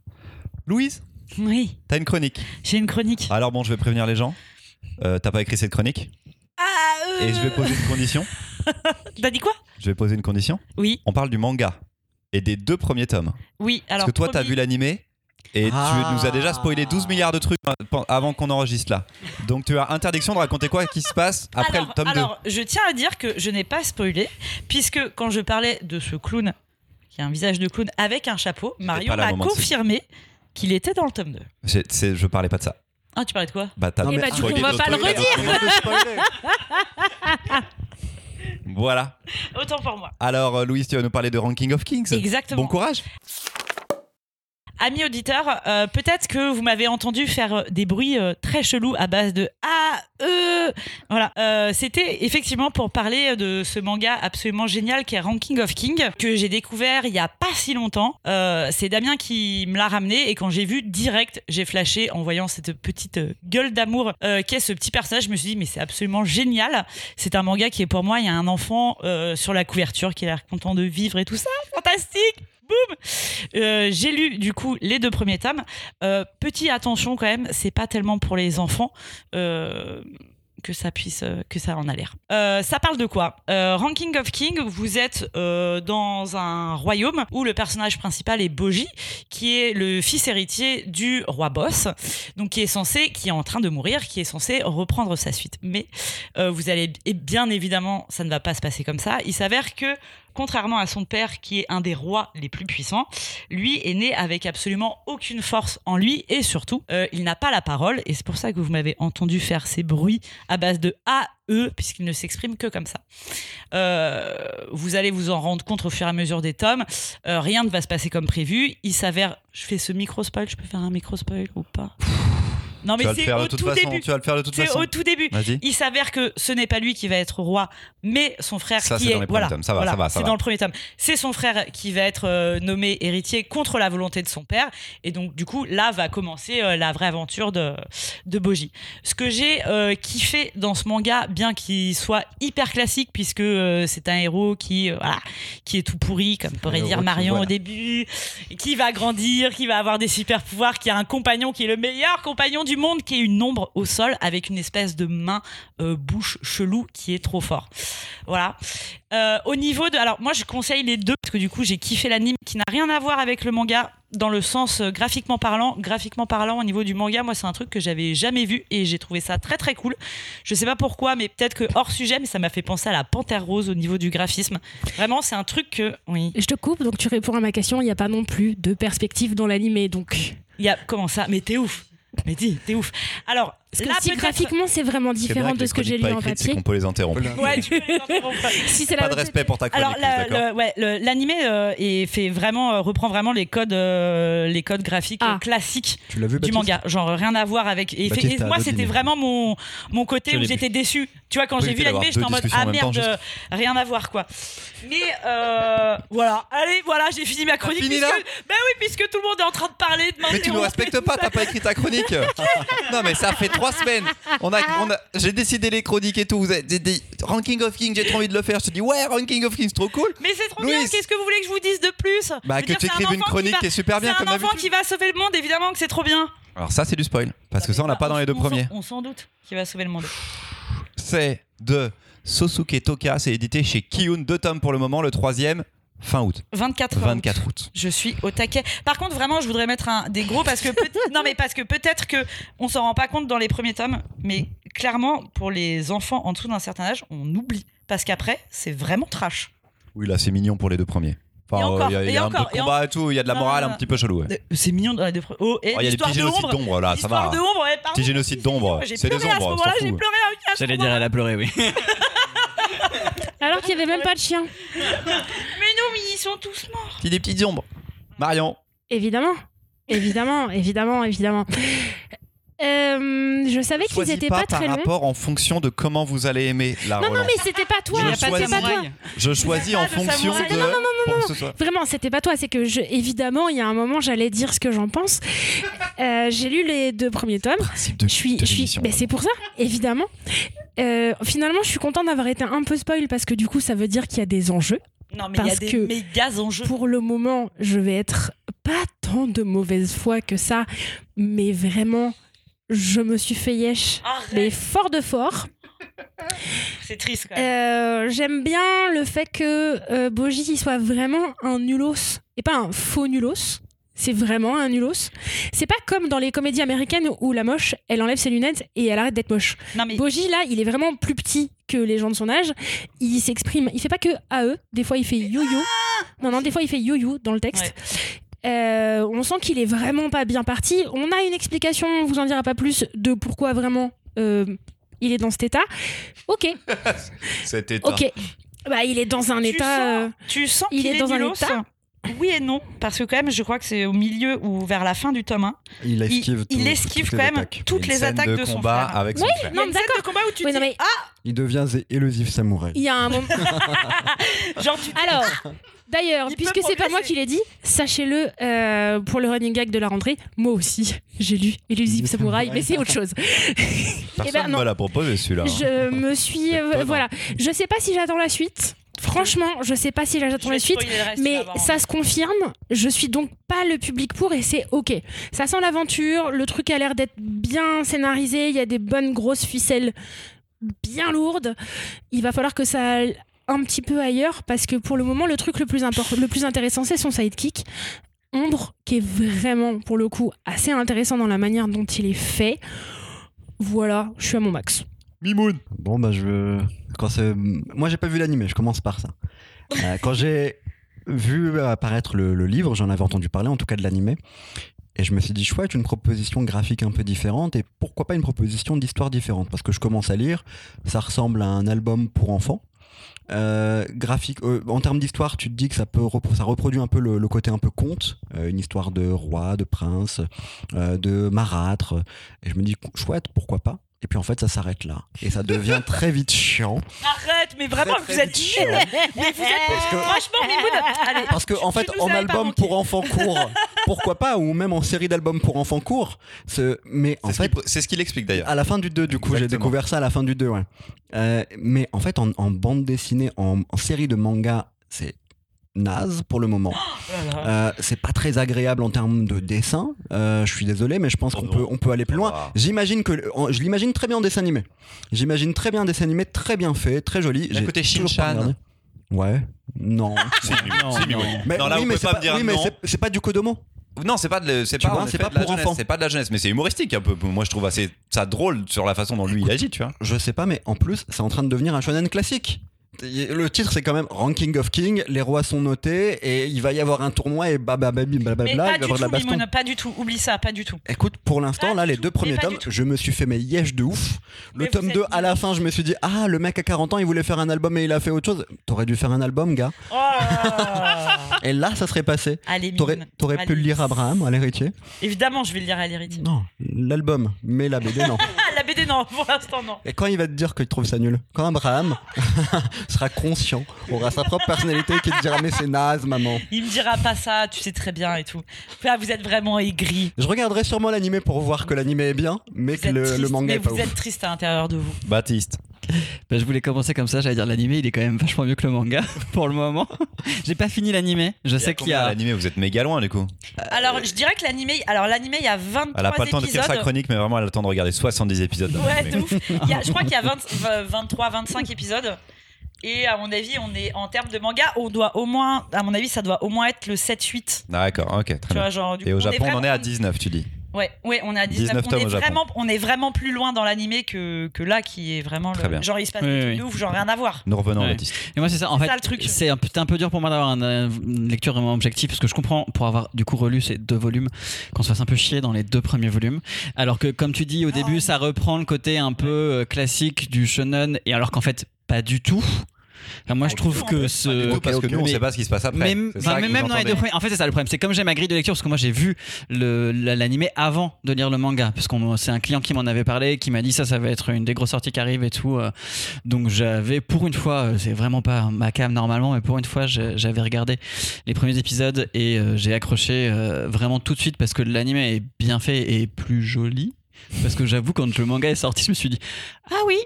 [SPEAKER 3] Louise,
[SPEAKER 4] Oui,
[SPEAKER 3] t'as une chronique.
[SPEAKER 4] j'ai une chronique.
[SPEAKER 3] Alors bon, je vais prévenir les gens. Euh, t'as pas écrit cette chronique
[SPEAKER 4] Ah, euh...
[SPEAKER 3] et je vais poser une condition.
[SPEAKER 4] T'as dit Bah, quoi
[SPEAKER 3] Je vais poser une condition.
[SPEAKER 4] Oui,
[SPEAKER 3] On parle du manga et des deux premiers tomes.
[SPEAKER 4] oui. Alors,
[SPEAKER 3] Parce que toi,
[SPEAKER 4] promis-
[SPEAKER 3] t'as vu l'animé et
[SPEAKER 5] Ah.
[SPEAKER 3] tu nous as déjà spoilé 12 milliards de trucs hein, avant qu'on enregistre là. Donc tu as interdiction de raconter quoi qui se passe après
[SPEAKER 4] alors,
[SPEAKER 3] le tome
[SPEAKER 4] alors, je tiens à dire que je n'ai pas spoilé, puisque quand je parlais de ce clown, qui a un visage de clown avec un chapeau, Marion
[SPEAKER 3] pas là au
[SPEAKER 4] m'a
[SPEAKER 3] moment de ce-
[SPEAKER 4] confirmé qu'il était dans le tome 2.
[SPEAKER 3] 2. C'est- c'est- je parlais pas de ça.
[SPEAKER 4] Ah, tu parlais de quoi
[SPEAKER 3] Bah, t'as
[SPEAKER 5] Non,
[SPEAKER 2] Et
[SPEAKER 5] mais-
[SPEAKER 2] bah, du coup,
[SPEAKER 3] spoilé
[SPEAKER 2] on va
[SPEAKER 3] d'autres
[SPEAKER 2] pas le
[SPEAKER 3] trucs.
[SPEAKER 2] redire.
[SPEAKER 3] Voilà.
[SPEAKER 4] Autant pour moi.
[SPEAKER 3] Alors euh, Louise, tu vas nous parler de Ranking of Kings.
[SPEAKER 4] Exactement.
[SPEAKER 3] Bon courage.
[SPEAKER 4] Amis auditeurs, euh, peut-être que vous m'avez entendu faire euh, des bruits euh, très chelous à base de ah euh voilà. Euh, C'était effectivement pour parler euh, de ce manga absolument génial qui est Ranking of King que j'ai découvert il y a pas si longtemps. Euh, C'est Damien qui me l'a ramené et quand j'ai vu direct, j'ai flashé en voyant cette petite euh, gueule d'amour euh, qu'est ce petit personnage. Je me suis dit mais c'est absolument génial. C'est un manga qui est pour moi il y a un enfant euh, sur la couverture qui a l'air content de vivre et tout ça. Fantastique. Boum euh, j'ai lu du coup les deux premiers tomes. Euh, petit attention quand même, c'est pas tellement pour les enfants. euh, que ça puisse euh, que ça en a l'air. Euh, ça parle de quoi Euh, Ranking of King, vous êtes euh, dans un royaume où le personnage principal est Boji, qui est le fils héritier du roi boss, donc qui est censé, qui est en train de mourir, qui est censé reprendre sa suite. Mais euh, vous allez et bien évidemment, ça ne va pas se passer comme ça. Il s'avère que contrairement à son père qui est un des rois les plus puissants, lui est né avec absolument aucune force en lui et surtout, euh, il n'a pas la parole et c'est pour ça que vous m'avez entendu faire ces bruits à base de A, E, puisqu'il ne s'exprime que comme ça. Euh, vous allez vous en rendre compte au fur et à mesure des tomes. Euh, rien ne va se passer comme prévu. Il s'avère, je fais ce micro spoil, je peux faire un micro spoil ou pas Non mais
[SPEAKER 3] tu vas le
[SPEAKER 4] c'est
[SPEAKER 3] faire
[SPEAKER 4] au
[SPEAKER 3] de toute
[SPEAKER 4] tout
[SPEAKER 3] façon.
[SPEAKER 4] début.
[SPEAKER 3] Tu vas le faire de toute
[SPEAKER 4] C'est
[SPEAKER 3] façon.
[SPEAKER 4] au tout début.
[SPEAKER 3] Vas-y.
[SPEAKER 4] Il s'avère que ce n'est pas lui qui va être roi, mais son frère
[SPEAKER 3] Ça,
[SPEAKER 4] qui
[SPEAKER 3] c'est
[SPEAKER 4] est
[SPEAKER 3] dans les premiers
[SPEAKER 4] voilà,
[SPEAKER 3] tomes. Ça va,
[SPEAKER 4] voilà,
[SPEAKER 3] ça va, ça
[SPEAKER 4] c'est
[SPEAKER 3] va.
[SPEAKER 4] dans le premier tome. C'est son frère qui va être euh, nommé héritier contre la volonté de son père, et donc du coup là va commencer euh, la vraie aventure de de Boji. Ce que j'ai euh, kiffé dans ce manga, bien qu'il soit hyper classique, puisque euh, c'est un héros qui euh, voilà, qui est tout pourri, comme pourrait
[SPEAKER 5] héros
[SPEAKER 4] dire
[SPEAKER 5] qui,
[SPEAKER 4] Marion au
[SPEAKER 5] voilà.
[SPEAKER 4] début, qui va grandir, qui va avoir des super pouvoirs, qui a un compagnon qui est le meilleur compagnon du monde, qui est une ombre au sol avec une espèce de main euh, bouche chelou qui est trop fort. Voilà. Euh, au niveau de. Alors, moi, je conseille les deux, parce que du coup, j'ai kiffé l'anime qui n'a rien à voir avec le manga dans le sens euh, graphiquement parlant. Graphiquement parlant, au niveau du manga, moi, c'est un truc que j'avais jamais vu et j'ai trouvé ça très très cool. Je sais pas pourquoi, mais peut-être que hors sujet, mais ça m'a fait penser à la Panthère Rose au niveau du graphisme. Vraiment, c'est un truc que. Oui.
[SPEAKER 2] Je te coupe, donc tu réponds à ma question. Il n'y a pas non plus de perspective dans l'animé. Donc,
[SPEAKER 4] Il y a. Comment ça Mais t'es ouf Mais dis, t'es ouf Alors,
[SPEAKER 2] Parce que
[SPEAKER 4] là,
[SPEAKER 2] si
[SPEAKER 4] peut-être-
[SPEAKER 2] graphiquement, c'est vraiment
[SPEAKER 3] Ce qui est bien
[SPEAKER 2] différent
[SPEAKER 3] avec
[SPEAKER 2] de
[SPEAKER 3] les
[SPEAKER 2] ce que j'ai
[SPEAKER 3] chroniques
[SPEAKER 2] lu
[SPEAKER 3] pas
[SPEAKER 2] en
[SPEAKER 3] écrites, C'est
[SPEAKER 2] papier.
[SPEAKER 3] qu'on peut les interrompre.
[SPEAKER 4] Ouais, tu peux les interrompre.
[SPEAKER 2] Si c'est
[SPEAKER 3] Pas
[SPEAKER 2] la
[SPEAKER 3] de respect pour ta chronique.
[SPEAKER 4] Alors, la-
[SPEAKER 3] Louise, d'accord
[SPEAKER 4] le, ouais, le- l'animé euh, est fait vraiment euh, reprend vraiment les codes euh, les codes graphiques euh,
[SPEAKER 2] Ah.
[SPEAKER 4] classiques
[SPEAKER 5] Tu l'as vu,
[SPEAKER 4] du
[SPEAKER 5] Baptiste
[SPEAKER 4] manga. Genre rien à voir avec. Et, fait-
[SPEAKER 5] Baptiste
[SPEAKER 4] et
[SPEAKER 5] a
[SPEAKER 4] moi,
[SPEAKER 5] deviné.
[SPEAKER 4] c'était vraiment mon mon côté
[SPEAKER 6] Je
[SPEAKER 4] où
[SPEAKER 6] l'ai
[SPEAKER 4] j'étais déçu. Tu vois, quand
[SPEAKER 3] peut
[SPEAKER 4] j'ai
[SPEAKER 3] éviter
[SPEAKER 4] vu l'animé,
[SPEAKER 3] d'avoir
[SPEAKER 4] j'étais
[SPEAKER 3] deux
[SPEAKER 4] en mode
[SPEAKER 3] discussions en
[SPEAKER 4] ah
[SPEAKER 3] même temps,
[SPEAKER 4] merde,
[SPEAKER 3] juste.
[SPEAKER 4] euh, rien à voir quoi. Mais euh, voilà, allez, voilà, j'ai fini ma chronique.
[SPEAKER 3] fini,
[SPEAKER 4] puisque,
[SPEAKER 3] là
[SPEAKER 4] ben oui, puisque tout le monde est en train de parler de
[SPEAKER 3] Mais tu nous
[SPEAKER 4] m'interrompre.
[SPEAKER 3] respectes pas, t'as pas écrit ta chronique. non mais ça fait trois semaines. On a, on a- j'ai décidé les chroniques et tout. Vous avez dit Ranking of Kings, j'ai trop envie de le faire. Je te dis ouais, Ranking of Kings, trop cool.
[SPEAKER 4] Mais c'est trop
[SPEAKER 3] Louise.
[SPEAKER 4] bien, qu'est-ce que vous voulez que je vous dise de plus Je
[SPEAKER 3] Bah
[SPEAKER 4] veux
[SPEAKER 3] que
[SPEAKER 4] dire,
[SPEAKER 3] tu
[SPEAKER 4] c'est un
[SPEAKER 3] écrives une
[SPEAKER 4] enfant qui
[SPEAKER 3] chronique
[SPEAKER 4] va-
[SPEAKER 3] qui est super bien
[SPEAKER 4] C'est
[SPEAKER 3] comme
[SPEAKER 4] un enfant
[SPEAKER 3] d'habitude.
[SPEAKER 4] qui va sauver le monde, évidemment que c'est trop bien.
[SPEAKER 3] Alors ça c'est du spoil parce que ça on l'a pas dans les deux
[SPEAKER 4] Ah, On s'en-
[SPEAKER 3] premiers.
[SPEAKER 4] On s'en doute qu'il va sauver le monde.
[SPEAKER 3] C'est de Sosuke Toka, c'est édité chez Kiyun, deux tomes pour le moment, le troisième fin août,
[SPEAKER 4] 24 heures.
[SPEAKER 3] 24 août.
[SPEAKER 4] Je suis au taquet. Par contre, vraiment, je voudrais mettre un, des gros parce que peut- non, mais parce que peut-être que on s'en rend pas compte dans les premiers tomes, mais clairement pour les enfants en dessous d'un certain âge, on oublie parce qu'après c'est vraiment trash.
[SPEAKER 3] Oui là c'est mignon pour les deux premiers.
[SPEAKER 4] Et
[SPEAKER 3] Enfin,
[SPEAKER 4] encore,
[SPEAKER 3] il y a, il y a
[SPEAKER 4] et
[SPEAKER 3] un
[SPEAKER 4] encore,
[SPEAKER 3] peu de
[SPEAKER 4] et
[SPEAKER 3] combat et tout, il y a de la
[SPEAKER 4] Non,
[SPEAKER 3] morale
[SPEAKER 4] non, non.
[SPEAKER 3] un petit peu chelou. ouais.
[SPEAKER 4] Euh, C'est mignon dans les deux. pre- Oh,
[SPEAKER 3] Bah.
[SPEAKER 4] et
[SPEAKER 3] Oh, il y a des
[SPEAKER 4] l'histoire
[SPEAKER 3] petits
[SPEAKER 4] de
[SPEAKER 3] génocides
[SPEAKER 4] ombre.
[SPEAKER 3] d'ombre là, ça va.
[SPEAKER 4] L'histoire de ombre, ouais, pardon.
[SPEAKER 3] Petit génocide d'ombre,
[SPEAKER 4] J'ai
[SPEAKER 3] c'est des
[SPEAKER 4] pleuré à ce
[SPEAKER 3] ombres,
[SPEAKER 4] moment-là,
[SPEAKER 3] s'en
[SPEAKER 4] j'ai
[SPEAKER 3] fout.
[SPEAKER 4] pleuré à ce
[SPEAKER 6] J'allais dire,
[SPEAKER 4] moment-là.
[SPEAKER 6] elle a pleuré, oui.
[SPEAKER 2] Alors qu'il n'y avait même pas de chien.
[SPEAKER 4] Mais non, mais ils sont tous morts.
[SPEAKER 3] Petit des petites ombres. Marion,
[SPEAKER 2] Évidemment. Évidemment, évidemment, évidemment. Euh, je savais qu'ils
[SPEAKER 3] choisis
[SPEAKER 2] étaient
[SPEAKER 3] pas,
[SPEAKER 2] pas,
[SPEAKER 3] par
[SPEAKER 2] très longs.
[SPEAKER 3] rapport en fonction de comment vous allez aimer la
[SPEAKER 2] Non, non,
[SPEAKER 3] relance.
[SPEAKER 2] mais c'était pas toi.
[SPEAKER 3] Je
[SPEAKER 2] c'était
[SPEAKER 3] choisis-
[SPEAKER 2] pas toi.
[SPEAKER 3] Je choisis en
[SPEAKER 4] pas de
[SPEAKER 3] fonction
[SPEAKER 4] samouraï.
[SPEAKER 3] de
[SPEAKER 4] Non, non,
[SPEAKER 3] pour que ce soit-
[SPEAKER 2] Vraiment, c'était pas toi. C'est que, je, évidemment, il y a un moment, j'allais dire ce que j'en pense. Euh, J'ai lu les deux premiers tomes.
[SPEAKER 3] Principe de-
[SPEAKER 2] Je suis,
[SPEAKER 3] de
[SPEAKER 2] je suis,
[SPEAKER 3] l'émission,
[SPEAKER 2] ben,
[SPEAKER 3] vraiment.
[SPEAKER 2] c'est pour ça, évidemment. Euh, finalement, je suis contente d'avoir été un peu spoil parce que du coup, ça veut dire qu'il y a des enjeux.
[SPEAKER 4] Non, mais il y a
[SPEAKER 2] Parce
[SPEAKER 4] des
[SPEAKER 2] que-
[SPEAKER 4] méga enjeux.
[SPEAKER 2] Pour le moment, je vais être pas tant de mauvaise foi que ça, mais vraiment, je me suis fait yesh, mais
[SPEAKER 4] Arrête,
[SPEAKER 2] fort de fort.
[SPEAKER 4] c'est triste quand même.
[SPEAKER 2] Euh, J'aime bien le fait que euh, Boji il soit vraiment un nulos et pas un faux nulos. C'est vraiment un nulos. C'est pas comme dans les comédies américaines où la moche, elle enlève ses lunettes et elle arrête d'être moche.
[SPEAKER 4] Non, mais
[SPEAKER 2] Boji, là, il est vraiment plus petit que les gens de son âge. Il s'exprime. Il fait pas que à eux. Des fois, il fait yo-yo. Non, non, des fois, il fait yo-yo dans le texte. Euh, on sent qu'il est vraiment pas bien parti. On a une explication, on vous en dira pas plus, de pourquoi vraiment euh, il est dans cet état. Ok,
[SPEAKER 3] Cet état.
[SPEAKER 2] ok. Bah, il est dans un
[SPEAKER 4] Tu
[SPEAKER 2] état.
[SPEAKER 4] sens-
[SPEAKER 2] euh,
[SPEAKER 4] Tu sens
[SPEAKER 2] Il
[SPEAKER 4] qu'il
[SPEAKER 2] est
[SPEAKER 4] est,
[SPEAKER 2] dans un
[SPEAKER 4] nulos
[SPEAKER 2] état
[SPEAKER 4] Oui et non, parce que quand même, je crois que c'est au milieu ou vers la fin du tome 1.
[SPEAKER 5] Il
[SPEAKER 4] Il,
[SPEAKER 5] esquive, tout-
[SPEAKER 4] il
[SPEAKER 5] toutes
[SPEAKER 4] esquive quand
[SPEAKER 5] les
[SPEAKER 4] même
[SPEAKER 5] attaques.
[SPEAKER 4] toutes
[SPEAKER 3] Une
[SPEAKER 4] les
[SPEAKER 3] scène
[SPEAKER 4] attaques de,
[SPEAKER 3] de,
[SPEAKER 4] son
[SPEAKER 3] combat
[SPEAKER 4] frère.
[SPEAKER 3] avec son frère.
[SPEAKER 4] Il y a
[SPEAKER 2] Non,
[SPEAKER 4] une scène
[SPEAKER 2] d'accord.
[SPEAKER 4] de combat où tu
[SPEAKER 2] Oui,
[SPEAKER 4] dis
[SPEAKER 2] non, mais-
[SPEAKER 4] ah
[SPEAKER 5] Il devient zé- élusif samouraï.
[SPEAKER 2] Il y a un moment. ah,
[SPEAKER 4] genre tu
[SPEAKER 2] Alors, d'ailleurs,
[SPEAKER 4] Il peut
[SPEAKER 2] puisque c'est pas moi
[SPEAKER 4] progresser.
[SPEAKER 2] qui l'ai dit, sachez-le, euh, pour le running gag de la rentrée, moi aussi, j'ai lu Elusive
[SPEAKER 5] Elusive
[SPEAKER 2] Samouraï,
[SPEAKER 5] Samurai.
[SPEAKER 2] mais c'est autre chose. Eh ben,
[SPEAKER 3] Personne ne
[SPEAKER 2] non.
[SPEAKER 3] me l'a proposé celui-là. hein.
[SPEAKER 2] Je me suis.
[SPEAKER 3] C'est
[SPEAKER 2] euh,
[SPEAKER 3] étonnant.
[SPEAKER 2] voilà. Je sais pas si j'attends la suite. Franchement, je sais pas si
[SPEAKER 4] Je
[SPEAKER 2] j'attends
[SPEAKER 4] vais
[SPEAKER 2] la suite.
[SPEAKER 4] spoiler le reste, tu
[SPEAKER 2] Mais
[SPEAKER 4] vas voir.
[SPEAKER 2] ça se confirme, je suis donc pas le public pour et c'est ok. Ça sent l'aventure, le truc a l'air d'être bien scénarisé, il y a des bonnes grosses ficelles bien lourdes. Il va falloir que ça aille un petit peu ailleurs parce que pour le moment, le truc le plus, impor- le plus intéressant, c'est son sidekick. Ombre, qui est vraiment, pour le coup, assez intéressant dans la manière dont il est fait. Voilà, je suis à mon max.
[SPEAKER 3] Mimoun.
[SPEAKER 5] Bon, bah, je veux. Quand c'est- Moi, j'ai pas vu l'animé, je commence par ça. Euh, quand j'ai vu apparaître le, le livre, j'en avais entendu parler, en tout cas de l'animé. Et je me suis dit, chouette, une proposition graphique un peu différente, et pourquoi pas une proposition d'histoire différente Parce que je commence à lire, ça ressemble à un album pour enfants. Euh, graphique, euh, en termes d'histoire, tu te dis que ça, peut repro- ça reproduit un peu le, le côté un peu conte, euh, une histoire de roi, de prince, euh, de marâtre, et je me dis, chouette, pourquoi pas Et puis en fait, ça s'arrête là. Et ça devient très vite chiant.
[SPEAKER 4] arrête mais vraiment
[SPEAKER 5] Très,
[SPEAKER 4] vous
[SPEAKER 5] très
[SPEAKER 4] êtes
[SPEAKER 5] chiant.
[SPEAKER 4] nuls. mais vous êtes
[SPEAKER 5] Parce que-
[SPEAKER 4] franchement mais vous allez
[SPEAKER 5] Parce que, en
[SPEAKER 4] Tu
[SPEAKER 5] fait,
[SPEAKER 4] nous
[SPEAKER 5] en
[SPEAKER 4] avais pas
[SPEAKER 5] album
[SPEAKER 4] manqué.
[SPEAKER 5] pour enfants courts, pourquoi pas, ou même en série d'albums pour enfants courts, ce... mais en
[SPEAKER 3] C'est ce
[SPEAKER 5] fait, Ah,
[SPEAKER 3] qu'il pr- c'est ce qu'il explique d'ailleurs.
[SPEAKER 5] à la fin du 2, du coup, j'ai
[SPEAKER 3] Exactement.
[SPEAKER 5] découvert ça à la fin du 2, ouais. Euh, mais en fait, en, en bande dessinée, en, en série de manga, c'est naze pour le moment. Euh, c'est pas très agréable en termes de dessin. Euh, je suis désolé, mais je pense
[SPEAKER 3] Oh
[SPEAKER 5] qu'on
[SPEAKER 3] non.
[SPEAKER 5] peut, on peut aller plus
[SPEAKER 3] Ça
[SPEAKER 5] loin.
[SPEAKER 3] va.
[SPEAKER 5] J'imagine que en- je l'imagine très bien en dessin animé. J'imagine très bien en dessin animé, très bien fait, très joli.
[SPEAKER 3] Il y a
[SPEAKER 5] J'ai
[SPEAKER 3] le côté
[SPEAKER 5] toujours pas
[SPEAKER 3] Shin-Chan.
[SPEAKER 5] regardé. Ouais, non.
[SPEAKER 3] C'est Mimoun, c'est Mimoun. Non, là,
[SPEAKER 5] oui,
[SPEAKER 3] vous
[SPEAKER 5] mais
[SPEAKER 3] pouvez
[SPEAKER 5] c'est
[SPEAKER 3] pas me dire
[SPEAKER 5] oui, mais
[SPEAKER 3] non.
[SPEAKER 5] c'est- c'est pas du Kodomo.
[SPEAKER 3] Non, c'est pas de, c'est
[SPEAKER 5] Tu
[SPEAKER 3] pas,
[SPEAKER 5] vois,
[SPEAKER 3] en
[SPEAKER 5] c'est
[SPEAKER 3] effet
[SPEAKER 5] pas
[SPEAKER 3] de la
[SPEAKER 5] pour
[SPEAKER 3] jeunesse,
[SPEAKER 5] enfants.
[SPEAKER 3] C'est pas de la jeunesse, mais c'est humoristique un peu. Moi, je trouve assez ça drôle sur la façon dont lui il agit, tu vois.
[SPEAKER 5] Je sais pas, mais en plus, c'est en train de devenir un shonen classique. Le titre, c'est quand même Ranking of King. Les rois sont notés et il va y avoir un tournoi et babababi,
[SPEAKER 4] mais
[SPEAKER 5] blablabla.
[SPEAKER 4] pas
[SPEAKER 5] Il va y
[SPEAKER 4] du
[SPEAKER 5] avoir de la
[SPEAKER 4] tout
[SPEAKER 5] baston.
[SPEAKER 4] Mimoun, pas du tout oublie ça pas du tout
[SPEAKER 5] Écoute, pour l'instant,
[SPEAKER 4] Pas
[SPEAKER 5] là,
[SPEAKER 4] du
[SPEAKER 5] les
[SPEAKER 4] tout,
[SPEAKER 5] deux premiers
[SPEAKER 4] mais pas
[SPEAKER 5] tomes,
[SPEAKER 4] du tout.
[SPEAKER 5] je me suis fait mes yesh de ouf. Le
[SPEAKER 4] Mais
[SPEAKER 5] tome
[SPEAKER 4] vous êtes
[SPEAKER 5] 2, à la fin, je me suis dit, ah, le mec à 40 ans, il voulait faire un album et il a fait autre chose. T'aurais dû faire un album, gars.
[SPEAKER 4] Oh là là.
[SPEAKER 5] Et là, ça serait passé.
[SPEAKER 4] allez
[SPEAKER 5] T'aurais
[SPEAKER 4] Mimoun,
[SPEAKER 5] t'aurais pu
[SPEAKER 4] allez.
[SPEAKER 5] le lire à Abraham, à l'héritier
[SPEAKER 4] évidemment je vais le lire à l'héritier
[SPEAKER 5] Non, l'album, mais la BD, non.
[SPEAKER 4] ah la BD, non, pour l'instant, non.
[SPEAKER 5] Et quand il va te dire qu'il trouve ça nul, quand Abraham sera conscient, aura sa propre personnalité qui te dira mais c'est naze maman.
[SPEAKER 4] Il me dira pas ça, tu sais très bien et tout. Là, vous êtes vraiment aigri.
[SPEAKER 5] Je regarderai sûrement l'animé pour voir que l'animé est bien, mais
[SPEAKER 4] Vous
[SPEAKER 5] que
[SPEAKER 4] êtes
[SPEAKER 5] le,
[SPEAKER 4] triste,
[SPEAKER 5] le manga
[SPEAKER 4] mais
[SPEAKER 5] est pas
[SPEAKER 4] vous
[SPEAKER 5] ouf.
[SPEAKER 4] êtes triste à l'intérieur de vous.
[SPEAKER 3] Baptiste.
[SPEAKER 6] Bah, je voulais commencer comme ça, j'allais dire l'animé, il est quand même vachement mieux que le manga pour le moment. J'ai pas fini l'animé, je sais qu'il y a.
[SPEAKER 3] L'animé, vous êtes méga loin du coup.
[SPEAKER 4] Alors, je dirais que l'animé, alors l'animé, il y a 23
[SPEAKER 3] Elle a pas le temps de
[SPEAKER 4] épisodes.
[SPEAKER 3] faire sa chronique, mais vraiment, elle a le temps de regarder 70 épisodes. d'un
[SPEAKER 4] Ouais,
[SPEAKER 3] animé.
[SPEAKER 4] de ouf. Il y a- je crois qu'il y a 20 euh, 23, 25 épisodes. Et à mon avis, on est en termes de manga, on doit au moins, à mon avis, ça doit au moins être le 7-8.
[SPEAKER 3] D'accord, ok, très
[SPEAKER 4] Tu
[SPEAKER 3] bien.
[SPEAKER 4] vois, genre, du
[SPEAKER 3] Et au
[SPEAKER 4] coup,
[SPEAKER 3] Japon, on,
[SPEAKER 4] est
[SPEAKER 3] en est
[SPEAKER 4] vraiment-
[SPEAKER 3] à 19, tu dis.
[SPEAKER 4] Ouais, ouais, on est à 19.
[SPEAKER 3] 19
[SPEAKER 4] on, est
[SPEAKER 3] tomes au Japon.
[SPEAKER 4] vraiment, on est vraiment plus loin dans l'animé que, que là, qui est vraiment.
[SPEAKER 3] Très
[SPEAKER 4] Le,
[SPEAKER 3] bien.
[SPEAKER 4] genre, il se passe
[SPEAKER 6] Oui,
[SPEAKER 4] des trucs
[SPEAKER 6] oui.
[SPEAKER 4] de ouf, genre rien à voir.
[SPEAKER 3] Nous revenons à
[SPEAKER 6] Ouais.
[SPEAKER 3] Baptiste.
[SPEAKER 6] Et moi, c'est ça, en
[SPEAKER 4] C'est
[SPEAKER 6] fait.
[SPEAKER 4] ça, le truc.
[SPEAKER 6] C'est un, c'était un peu dur pour moi d'avoir un- un- une lecture vraiment objective parce que je comprends pour avoir du coup relu ces deux volumes qu'on se fasse un peu chier dans les deux premiers volumes. Alors que comme tu
[SPEAKER 4] Ah.
[SPEAKER 6] dis au début ça reprend le côté un peu euh, classique du shonen et alors qu'en fait pas du tout. Enfin, moi je trouve
[SPEAKER 4] tout, en
[SPEAKER 6] que
[SPEAKER 4] fait.
[SPEAKER 3] Du
[SPEAKER 6] ce
[SPEAKER 3] coup, parce
[SPEAKER 5] Euh, ok,
[SPEAKER 3] que nous, on
[SPEAKER 5] mais-
[SPEAKER 3] sait pas ce qui se passe après.
[SPEAKER 6] mais,
[SPEAKER 3] C'est
[SPEAKER 6] enfin,
[SPEAKER 3] ça
[SPEAKER 6] mais
[SPEAKER 3] que
[SPEAKER 6] même
[SPEAKER 3] vous
[SPEAKER 6] dans les deux
[SPEAKER 3] entendez.
[SPEAKER 6] premiers. En fait, c'est ça le problème. C'est comme j'ai ma grille de lecture, parce que moi j'ai vu le- la- l'animé avant de lire le manga, parce qu'on c'est un client qui m'en avait parlé, qui m'a dit ça, ça va être une des grosses sorties qui arrive et tout. euh. Donc j'avais pour une fois, euh, c'est vraiment pas ma cam normalement, mais pour une fois j'ai- j'avais regardé les premiers épisodes et euh, j'ai accroché euh, vraiment tout de suite parce que l'animé est bien fait et plus joli. Parce que j'avoue, quand le manga est sorti, je me suis dit Ah oui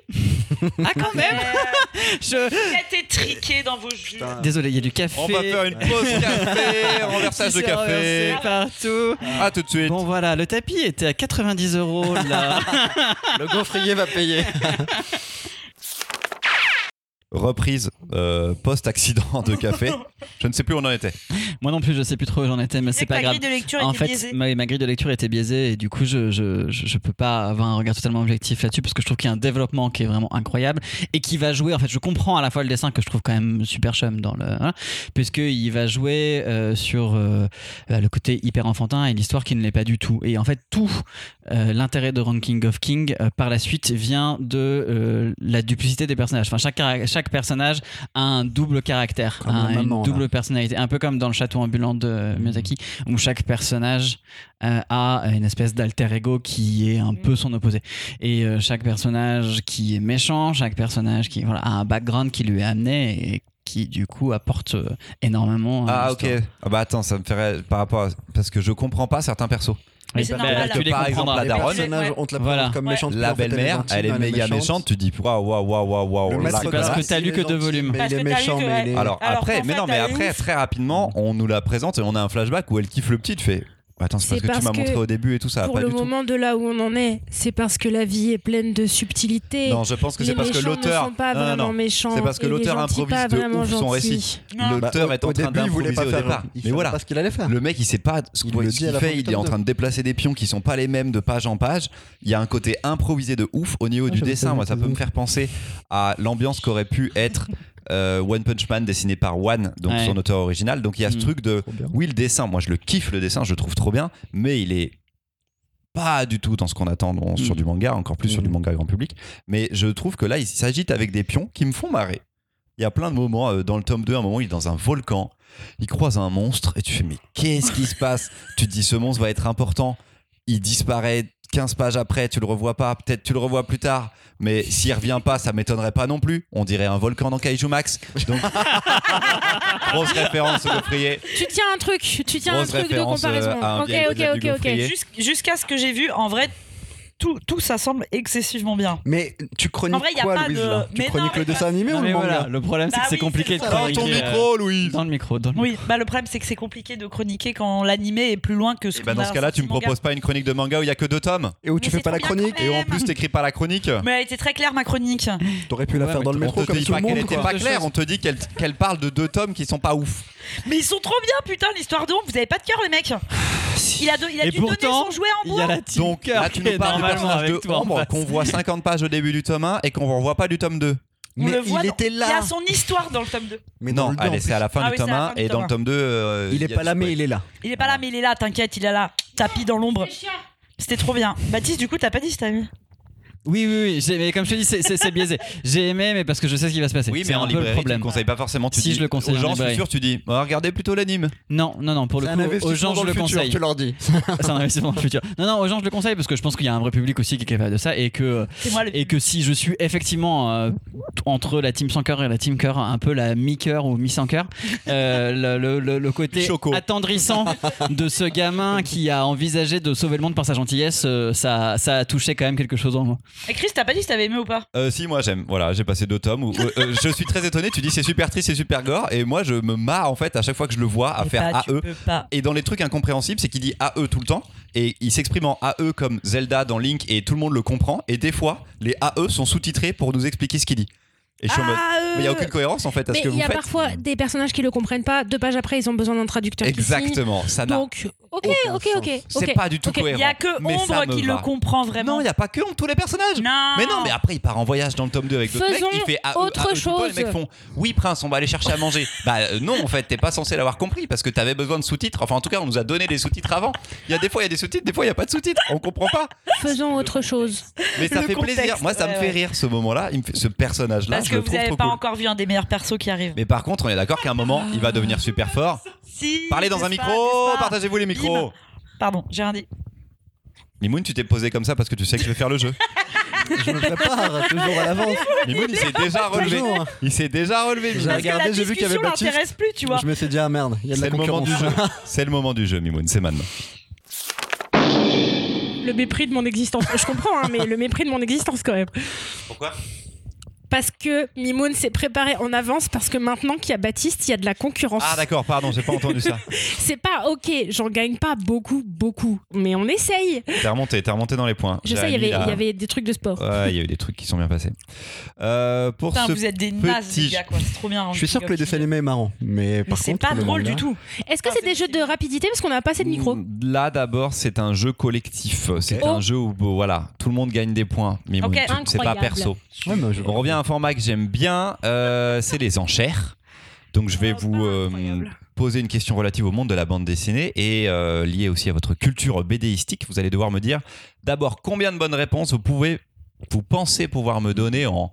[SPEAKER 6] Ah quand même
[SPEAKER 4] Euh,
[SPEAKER 6] Je-
[SPEAKER 4] Vous êtes étriqués dans vos jeux.
[SPEAKER 6] Désolé, il y a du café.
[SPEAKER 3] On va faire une pause café, renversage
[SPEAKER 6] Qui
[SPEAKER 3] de
[SPEAKER 6] s'est
[SPEAKER 3] café.
[SPEAKER 6] renversé partout.
[SPEAKER 3] À Ah, tout de suite.
[SPEAKER 6] Bon voilà, le tapis était à 90 euros là.
[SPEAKER 5] Le gaufrier va payer.
[SPEAKER 3] Reprise euh, post-accident de café. Je ne sais plus où on en était.
[SPEAKER 6] Moi non plus, je sais plus trop où j'en étais, mais c'est pas
[SPEAKER 4] Ta
[SPEAKER 6] grave.
[SPEAKER 4] grille de lecture
[SPEAKER 6] En
[SPEAKER 4] était
[SPEAKER 6] fait,
[SPEAKER 4] biaisée.
[SPEAKER 6] ma, ma grille de lecture était biaisée et du coup, je, je, je, je peux pas avoir un regard totalement objectif là-dessus parce que je trouve qu'il y a un développement qui est vraiment incroyable et qui va jouer. En fait, je comprends à la fois le dessin que je trouve quand même super chum dans le. Hein, Puisqu'il va jouer euh, sur euh, euh, le côté hyper enfantin et l'histoire qui ne l'est pas du tout. Et en fait, tout euh, l'intérêt de Ranking of King euh, par la suite vient de euh, la duplicité des personnages. Enfin, chaque, carac- chaque personnage a un double caractère,
[SPEAKER 5] Comme
[SPEAKER 6] un-
[SPEAKER 5] la maman,
[SPEAKER 6] une
[SPEAKER 5] là.
[SPEAKER 6] double personnalité. Un peu comme dans le château ambulant de euh, Miyazaki, où chaque personnage euh, a une espèce d'alter ego qui est un peu son opposé. Et euh, chaque personnage qui est méchant, chaque personnage qui voilà, a un background qui lui est amené et qui du coup apporte euh, énormément. à
[SPEAKER 3] Ah ok.
[SPEAKER 6] l'histoire.
[SPEAKER 3] Ah, bah attends, ça me ferait par rapport à... parce que je comprends pas certains persos.
[SPEAKER 4] Mais c'est
[SPEAKER 6] bah,
[SPEAKER 4] normal.
[SPEAKER 6] tu les
[SPEAKER 3] Par
[SPEAKER 6] comprendras.
[SPEAKER 3] exemple, la
[SPEAKER 5] Les
[SPEAKER 3] daronne.
[SPEAKER 5] personnages, on te la présente
[SPEAKER 6] Voilà.
[SPEAKER 5] comme
[SPEAKER 4] Ouais.
[SPEAKER 5] méchante. puis
[SPEAKER 3] La
[SPEAKER 5] en fait, elle est
[SPEAKER 3] belle-mère,
[SPEAKER 5] gentille,
[SPEAKER 3] elle est
[SPEAKER 5] mais
[SPEAKER 3] méga méchante. Tu dis waouh waouh waouh waouh waouh.
[SPEAKER 5] Le
[SPEAKER 3] on
[SPEAKER 5] maître
[SPEAKER 6] parce
[SPEAKER 3] la
[SPEAKER 5] de la
[SPEAKER 6] que
[SPEAKER 3] connasse.
[SPEAKER 5] race,
[SPEAKER 6] t'as lu
[SPEAKER 5] il
[SPEAKER 6] que
[SPEAKER 5] est
[SPEAKER 6] deux
[SPEAKER 5] gentil,
[SPEAKER 6] volumes.
[SPEAKER 5] Mais
[SPEAKER 4] Parce
[SPEAKER 5] il est
[SPEAKER 4] que t'as lu
[SPEAKER 5] méchant,
[SPEAKER 4] que-
[SPEAKER 5] mais il est.
[SPEAKER 3] Alors,
[SPEAKER 4] Alors,
[SPEAKER 3] après,
[SPEAKER 4] qu'en
[SPEAKER 3] mais
[SPEAKER 4] fait,
[SPEAKER 3] non, mais
[SPEAKER 4] t'as
[SPEAKER 3] après
[SPEAKER 4] eu-
[SPEAKER 3] très rapidement, on nous la présente et on a un flashback où elle kiffe le petit. Tu fais. Attends, c'est parce
[SPEAKER 2] C'est
[SPEAKER 3] que tu
[SPEAKER 2] parce
[SPEAKER 3] m'as
[SPEAKER 2] que
[SPEAKER 3] montré au début et tout ça.
[SPEAKER 2] Pour
[SPEAKER 3] Ah, pas
[SPEAKER 2] le
[SPEAKER 3] du tout.
[SPEAKER 2] moment de là où on en est, c'est parce que la vie est pleine de subtilité.
[SPEAKER 3] Non, je pense que
[SPEAKER 2] les
[SPEAKER 3] c'est parce que
[SPEAKER 2] méchants ne
[SPEAKER 3] l'auteur.
[SPEAKER 2] sont pas
[SPEAKER 3] Non, non,
[SPEAKER 2] vraiment
[SPEAKER 3] non.
[SPEAKER 2] méchants.
[SPEAKER 3] C'est parce que
[SPEAKER 2] et les
[SPEAKER 3] l'auteur
[SPEAKER 2] gentils
[SPEAKER 3] improvise
[SPEAKER 2] pas
[SPEAKER 3] de ouf
[SPEAKER 2] vraiment
[SPEAKER 3] son
[SPEAKER 2] gentils.
[SPEAKER 3] récit.
[SPEAKER 4] Non.
[SPEAKER 3] L'auteur est en
[SPEAKER 5] au
[SPEAKER 3] train
[SPEAKER 5] début, il voulait pas
[SPEAKER 3] d'improviser au
[SPEAKER 5] faire.
[SPEAKER 3] départ.
[SPEAKER 5] Il
[SPEAKER 3] Mais
[SPEAKER 5] savait
[SPEAKER 3] voilà.
[SPEAKER 5] pas ce qu'il allait faire.
[SPEAKER 3] Le mec, il sait pas ce
[SPEAKER 5] Il
[SPEAKER 3] qu'il
[SPEAKER 5] le dit à la fin
[SPEAKER 3] fait, il
[SPEAKER 5] du
[SPEAKER 3] est
[SPEAKER 5] tome
[SPEAKER 3] en
[SPEAKER 5] deux.
[SPEAKER 3] train de déplacer des pions qui sont pas les mêmes de page en page. Il y a un côté improvisé de ouf au niveau
[SPEAKER 5] Ah,
[SPEAKER 3] du
[SPEAKER 5] j'avais
[SPEAKER 3] dessin.
[SPEAKER 5] pas
[SPEAKER 3] Moi, ça
[SPEAKER 5] vu
[SPEAKER 3] peut
[SPEAKER 5] ça.
[SPEAKER 3] me faire penser à l'ambiance qu'aurait pu être euh, One Punch Man dessiné par One, donc
[SPEAKER 6] Ouais.
[SPEAKER 3] son auteur original. Donc il y a ce
[SPEAKER 6] Mm.
[SPEAKER 3] truc de
[SPEAKER 5] Hmm. Trop bien.
[SPEAKER 3] oui, le dessin, moi je le kiffe le dessin, je le trouve trop bien, mais il est pas du tout dans ce qu'on attend dans- sur
[SPEAKER 6] Mm.
[SPEAKER 3] du manga, encore plus sur
[SPEAKER 5] Mm.
[SPEAKER 3] du manga grand public. Mais je trouve que là, il s'agite avec des pions qui me font marrer. Il y a plein de moments, euh, dans le tome 2, un moment, il est dans un volcan, il croise un monstre et tu fais, mais qu'est-ce qui se passe Tu te dis, ce monstre va être important, il disparaît 15 pages après, tu le revois pas, peut-être tu le revois plus tard, mais s'il revient pas, ça m'étonnerait pas non plus. On dirait un volcan dans Kaiju Max. Donc, grosse référence au gaufrier.
[SPEAKER 2] Tu tiens un truc, tu tiens un
[SPEAKER 3] Grosse
[SPEAKER 2] truc de
[SPEAKER 3] référence,
[SPEAKER 2] comparaison.
[SPEAKER 3] euh, à un
[SPEAKER 2] ok,
[SPEAKER 3] vieil
[SPEAKER 2] ok,
[SPEAKER 3] épisode du
[SPEAKER 2] ok, ok.
[SPEAKER 3] gaufrier.
[SPEAKER 4] Jusqu- Jusqu'à ce que j'ai vu, en vrai, tout, tout ça semble excessivement bien.
[SPEAKER 5] Mais tu
[SPEAKER 4] En vrai, y
[SPEAKER 5] chroniques
[SPEAKER 4] a
[SPEAKER 5] quoi,
[SPEAKER 4] pas
[SPEAKER 5] Louise
[SPEAKER 4] de-
[SPEAKER 5] là Tu
[SPEAKER 4] Mais non,
[SPEAKER 5] chroniques
[SPEAKER 4] mais
[SPEAKER 5] le dessin animé
[SPEAKER 6] Non,
[SPEAKER 5] ou le
[SPEAKER 6] mais voilà,
[SPEAKER 5] manga
[SPEAKER 6] le problème c'est
[SPEAKER 4] Bah
[SPEAKER 6] que c'est
[SPEAKER 4] oui,
[SPEAKER 6] compliqué
[SPEAKER 4] c'est
[SPEAKER 6] de
[SPEAKER 4] ça.
[SPEAKER 3] Dans
[SPEAKER 6] chroniquer.
[SPEAKER 3] ton
[SPEAKER 6] euh,
[SPEAKER 3] micro, Louise.
[SPEAKER 6] Dans le micro, dans le
[SPEAKER 4] Oui, bah le problème c'est que c'est compliqué de chroniquer quand l'animé est plus loin que ce
[SPEAKER 3] Et
[SPEAKER 4] qu'on
[SPEAKER 3] bah
[SPEAKER 4] a
[SPEAKER 3] dans ce cas-là, tu me
[SPEAKER 4] ressenti manga.
[SPEAKER 3] proposes pas une chronique de manga où il y a que deux tomes
[SPEAKER 5] Et où tu
[SPEAKER 4] Mais
[SPEAKER 5] fais
[SPEAKER 4] c'est
[SPEAKER 5] pas la
[SPEAKER 4] trop bien
[SPEAKER 5] chronique
[SPEAKER 4] quand
[SPEAKER 3] et où en
[SPEAKER 4] même.
[SPEAKER 3] plus t'écris pas la chronique.
[SPEAKER 4] Mais elle était très claire ma chronique.
[SPEAKER 5] T'aurais pu la
[SPEAKER 6] Ouais,
[SPEAKER 5] faire dans le
[SPEAKER 6] mais
[SPEAKER 5] métro
[SPEAKER 3] on te
[SPEAKER 5] comme
[SPEAKER 3] dit
[SPEAKER 5] tout
[SPEAKER 3] pas
[SPEAKER 5] le
[SPEAKER 3] qu'elle
[SPEAKER 5] monde.
[SPEAKER 3] était
[SPEAKER 5] quoi.
[SPEAKER 3] pas
[SPEAKER 6] Deux
[SPEAKER 3] claire,
[SPEAKER 6] choses.
[SPEAKER 3] on te dit qu'elle qu'elle parle de deux tomes qui sont pas ouf.
[SPEAKER 4] Mais ils sont trop bien, putain, l'histoire de honte. Vous avez pas de cœur, les mecs. Il a, do- il a
[SPEAKER 6] Et
[SPEAKER 4] dû
[SPEAKER 6] pourtant,
[SPEAKER 4] donner son jouet en
[SPEAKER 6] Il y a
[SPEAKER 4] bois.
[SPEAKER 6] la team
[SPEAKER 3] Donc
[SPEAKER 6] Kirk
[SPEAKER 3] là tu
[SPEAKER 6] qui est
[SPEAKER 3] nous parles du
[SPEAKER 6] normalement
[SPEAKER 3] personnage de
[SPEAKER 6] avec toi en
[SPEAKER 3] Ombre
[SPEAKER 6] face.
[SPEAKER 3] qu'on voit 50 pages au début du tome 1 et qu'on revoit pas du tome 2.
[SPEAKER 4] On
[SPEAKER 5] Mais
[SPEAKER 4] le voit
[SPEAKER 5] il
[SPEAKER 4] dans-
[SPEAKER 5] était
[SPEAKER 4] Il y
[SPEAKER 5] là.
[SPEAKER 4] a son histoire dans le tome 2.
[SPEAKER 5] Mais
[SPEAKER 3] non,
[SPEAKER 5] dans le dos, en
[SPEAKER 3] allez,
[SPEAKER 5] plus.
[SPEAKER 3] c'est à la fin
[SPEAKER 4] Ah
[SPEAKER 3] du
[SPEAKER 4] oui,
[SPEAKER 3] tome
[SPEAKER 4] c'est à la
[SPEAKER 3] 1
[SPEAKER 4] fin du
[SPEAKER 3] et dans
[SPEAKER 4] tome
[SPEAKER 3] le tome 2 euh,
[SPEAKER 5] Il
[SPEAKER 3] y
[SPEAKER 5] est
[SPEAKER 3] a
[SPEAKER 5] pas
[SPEAKER 3] du
[SPEAKER 5] là, mais
[SPEAKER 3] spoil.
[SPEAKER 5] il est là.
[SPEAKER 4] Il est pas là, mais il est là, t'inquiète, il est là. Tapis dans l'ombre.
[SPEAKER 2] C'est chiant.
[SPEAKER 4] C'était trop bien. Baptiste, du coup, t'as pas dit si t'as mis.
[SPEAKER 6] Oui, oui, oui. j'ai- Mais comme je te dis, c'est- c'est c'est biaisé. J'ai aimé, mais parce que je sais ce qui va se passer.
[SPEAKER 3] Oui,
[SPEAKER 6] c'est
[SPEAKER 3] mais en
[SPEAKER 6] un peu le
[SPEAKER 3] librairie, tu
[SPEAKER 6] problème.
[SPEAKER 3] ne conseilles pas forcément. Tu
[SPEAKER 6] Si,
[SPEAKER 3] dis,
[SPEAKER 6] je le conseille
[SPEAKER 3] Aux
[SPEAKER 6] en
[SPEAKER 3] gens, je suis
[SPEAKER 6] librairie.
[SPEAKER 3] sûr, tu dis bah, regardez plutôt l'anime.
[SPEAKER 6] Non, non, non. Pour le
[SPEAKER 5] C'est un
[SPEAKER 6] coup, aux
[SPEAKER 5] investissement
[SPEAKER 6] gens,
[SPEAKER 5] dans
[SPEAKER 6] je le
[SPEAKER 5] futur,
[SPEAKER 6] conseille.
[SPEAKER 5] Tu leur dis.
[SPEAKER 6] C'est un investissement dans le futur. Non, non, aux gens, je le conseille parce que je pense qu'il y a un vrai public aussi qui est capable de ça et que euh,
[SPEAKER 4] C'est moi le.
[SPEAKER 6] et que si je suis effectivement euh, entre la team sans cœur et la team cœur, un peu la mi-cœur ou mi-sans cœur, euh, le, le- le- le côté
[SPEAKER 3] Choco.
[SPEAKER 6] attendrissant de ce gamin qui a envisagé de sauver le monde par sa gentillesse, euh, ça, ça a touché quand même quelque chose en moi.
[SPEAKER 4] Et Chris, t'as pas dit si t'avais aimé ou pas
[SPEAKER 3] Euh, si, moi j'aime. Voilà, j'ai passé deux tomes. Où, euh, euh, je suis très étonné. Tu dis c'est super triste, c'est super gore. Et moi, je me marre en fait à chaque fois que je le vois à
[SPEAKER 4] Et
[SPEAKER 3] faire E.
[SPEAKER 4] pas,
[SPEAKER 3] à
[SPEAKER 4] Eh bah, tu
[SPEAKER 3] eux.
[SPEAKER 4] peux pas.
[SPEAKER 3] Et dans les trucs incompréhensibles, c'est qu'il dit AE tout le temps. Et il s'exprime en AE comme Zelda dans Link et tout le monde le comprend. Et des fois, les AE sont sous-titrés pour nous expliquer ce qu'il dit. Et je suis en mode.
[SPEAKER 4] Ah,
[SPEAKER 3] Mais il n'y a
[SPEAKER 4] euh,
[SPEAKER 3] aucune cohérence en fait à ce
[SPEAKER 2] Mais
[SPEAKER 3] que
[SPEAKER 2] il
[SPEAKER 3] vous
[SPEAKER 2] y a
[SPEAKER 3] faites.
[SPEAKER 2] parfois des personnages qui le comprennent pas. Deux pages après, ils ont besoin d'un traducteur. qui signe.
[SPEAKER 3] Exactement. Ça n'a.
[SPEAKER 2] Donc, ok,
[SPEAKER 3] aucun
[SPEAKER 2] ok,
[SPEAKER 3] sens.
[SPEAKER 2] ok.
[SPEAKER 3] C'est
[SPEAKER 2] ok.
[SPEAKER 3] pas du tout
[SPEAKER 2] Ok.
[SPEAKER 3] cohérent.
[SPEAKER 4] Il y a que
[SPEAKER 3] Mais ça
[SPEAKER 4] Ombre
[SPEAKER 3] me
[SPEAKER 4] qui
[SPEAKER 3] va.
[SPEAKER 4] le comprend
[SPEAKER 3] Non,
[SPEAKER 4] vraiment.
[SPEAKER 3] il n'y a pas que on, tous les personnages.
[SPEAKER 4] Non.
[SPEAKER 3] Mais non, mais après il part en voyage dans le tome 2 avec d'autres mecs,
[SPEAKER 2] Faisons
[SPEAKER 3] il fait ah,
[SPEAKER 2] autre
[SPEAKER 3] les
[SPEAKER 2] chose.
[SPEAKER 3] mecs font "Oui prince, on va aller chercher à manger." bah euh, non, en fait, t'es pas censé l'avoir compris parce que t'avais besoin de sous-titres. Enfin en tout cas, on nous a donné des sous-titres avant. Il y a des fois il y a des sous-titres, des fois il y a pas de sous-titres, on comprend pas.
[SPEAKER 2] Faisons autre chose.
[SPEAKER 3] Mais ça
[SPEAKER 4] Le
[SPEAKER 3] fait
[SPEAKER 4] contexte,
[SPEAKER 3] plaisir. Moi ça me
[SPEAKER 4] ouais,
[SPEAKER 3] fait
[SPEAKER 4] ouais.
[SPEAKER 3] rire ce moment-là, il me fait- ce personnage là,
[SPEAKER 4] Parce
[SPEAKER 3] je
[SPEAKER 4] que
[SPEAKER 3] le
[SPEAKER 4] vous
[SPEAKER 3] trouve
[SPEAKER 4] n'avez
[SPEAKER 3] trop
[SPEAKER 4] pas
[SPEAKER 3] cool.
[SPEAKER 4] encore vu un des meilleurs persos qui arrive.
[SPEAKER 3] Mais par contre, on est d'accord qu'à un moment, il va devenir super fort.
[SPEAKER 4] Si.
[SPEAKER 3] Parlez dans
[SPEAKER 4] n'est-ce
[SPEAKER 3] un
[SPEAKER 4] pas,
[SPEAKER 3] micro,
[SPEAKER 4] n'est-ce pas
[SPEAKER 3] partagez-vous les micros.
[SPEAKER 4] Pardon, j'ai rien dit.
[SPEAKER 3] Mimoun, tu t'es posé comme ça parce que tu sais que je vais faire le jeu.
[SPEAKER 5] Je me prépare toujours à l'avance.
[SPEAKER 3] Mimoun, il s'est déjà relevé.
[SPEAKER 5] Toujours.
[SPEAKER 3] Il s'est déjà relevé.
[SPEAKER 5] J'ai
[SPEAKER 3] Mimoun.
[SPEAKER 4] Parce
[SPEAKER 5] regardé,
[SPEAKER 4] que la
[SPEAKER 5] j'ai vu qu'il y avait
[SPEAKER 4] discussion
[SPEAKER 5] Baptiste.
[SPEAKER 4] l'intéresse plus, tu vois.
[SPEAKER 5] Je me suis dit, ah merde, il y a de la
[SPEAKER 3] C'est le moment
[SPEAKER 5] concurrence.
[SPEAKER 3] du jeu. C'est le moment du jeu, Mimoun, c'est maintenant.
[SPEAKER 2] Le mépris de mon existence. Je comprends, hein, mais le mépris de mon existence quand même.
[SPEAKER 3] Pourquoi
[SPEAKER 2] Parce que Mimoun s'est préparé en avance parce que maintenant qu'il y a Baptiste, il y a de la concurrence.
[SPEAKER 3] Ah d'accord, pardon, j'ai pas entendu ça.
[SPEAKER 2] C'est pas ok, j'en gagne pas beaucoup, beaucoup, mais on essaye.
[SPEAKER 3] T'es remonté, t'es remonté dans les points.
[SPEAKER 2] Je
[SPEAKER 3] J'ai
[SPEAKER 2] sais, il y
[SPEAKER 3] mis
[SPEAKER 2] avait-
[SPEAKER 3] la-
[SPEAKER 2] il y avait des trucs de sport.
[SPEAKER 3] Ouais, il y a eu des trucs qui sont bien passés. Euh, pour
[SPEAKER 4] Putain,
[SPEAKER 3] ce...
[SPEAKER 4] vous êtes des nazes,
[SPEAKER 3] petit-
[SPEAKER 4] les gars, quoi. C'est trop bien. hein,
[SPEAKER 5] Je suis sûr que le dessin animé est marrant, mais
[SPEAKER 4] Mais
[SPEAKER 5] par
[SPEAKER 4] c'est
[SPEAKER 5] contre.
[SPEAKER 4] pas
[SPEAKER 5] le
[SPEAKER 4] drôle
[SPEAKER 5] manga-
[SPEAKER 4] du tout.
[SPEAKER 2] Est-ce que
[SPEAKER 4] Putain,
[SPEAKER 2] c'est des
[SPEAKER 4] c'est
[SPEAKER 2] jeux de rapidité parce qu'on n'a pas assez de
[SPEAKER 3] Hmm.
[SPEAKER 2] micro
[SPEAKER 3] Là d'abord, c'est un jeu collectif. C'est
[SPEAKER 2] Oh.
[SPEAKER 3] un jeu où bon, voilà, tout le monde gagne des points. Mais
[SPEAKER 4] Ok,
[SPEAKER 3] c'est pas
[SPEAKER 2] incroyable.
[SPEAKER 3] perso.
[SPEAKER 5] Ouais, mais je-
[SPEAKER 3] On revient à un format que j'aime bien, euh, c'est les enchères. Donc je vais
[SPEAKER 2] Oh,
[SPEAKER 3] vous euh, poser une question relative au monde de la bande dessinée et euh, liée aussi à votre culture BDistique. Vous allez devoir me dire d'abord combien de bonnes réponses vous pouvez, vous pensez pouvoir me donner en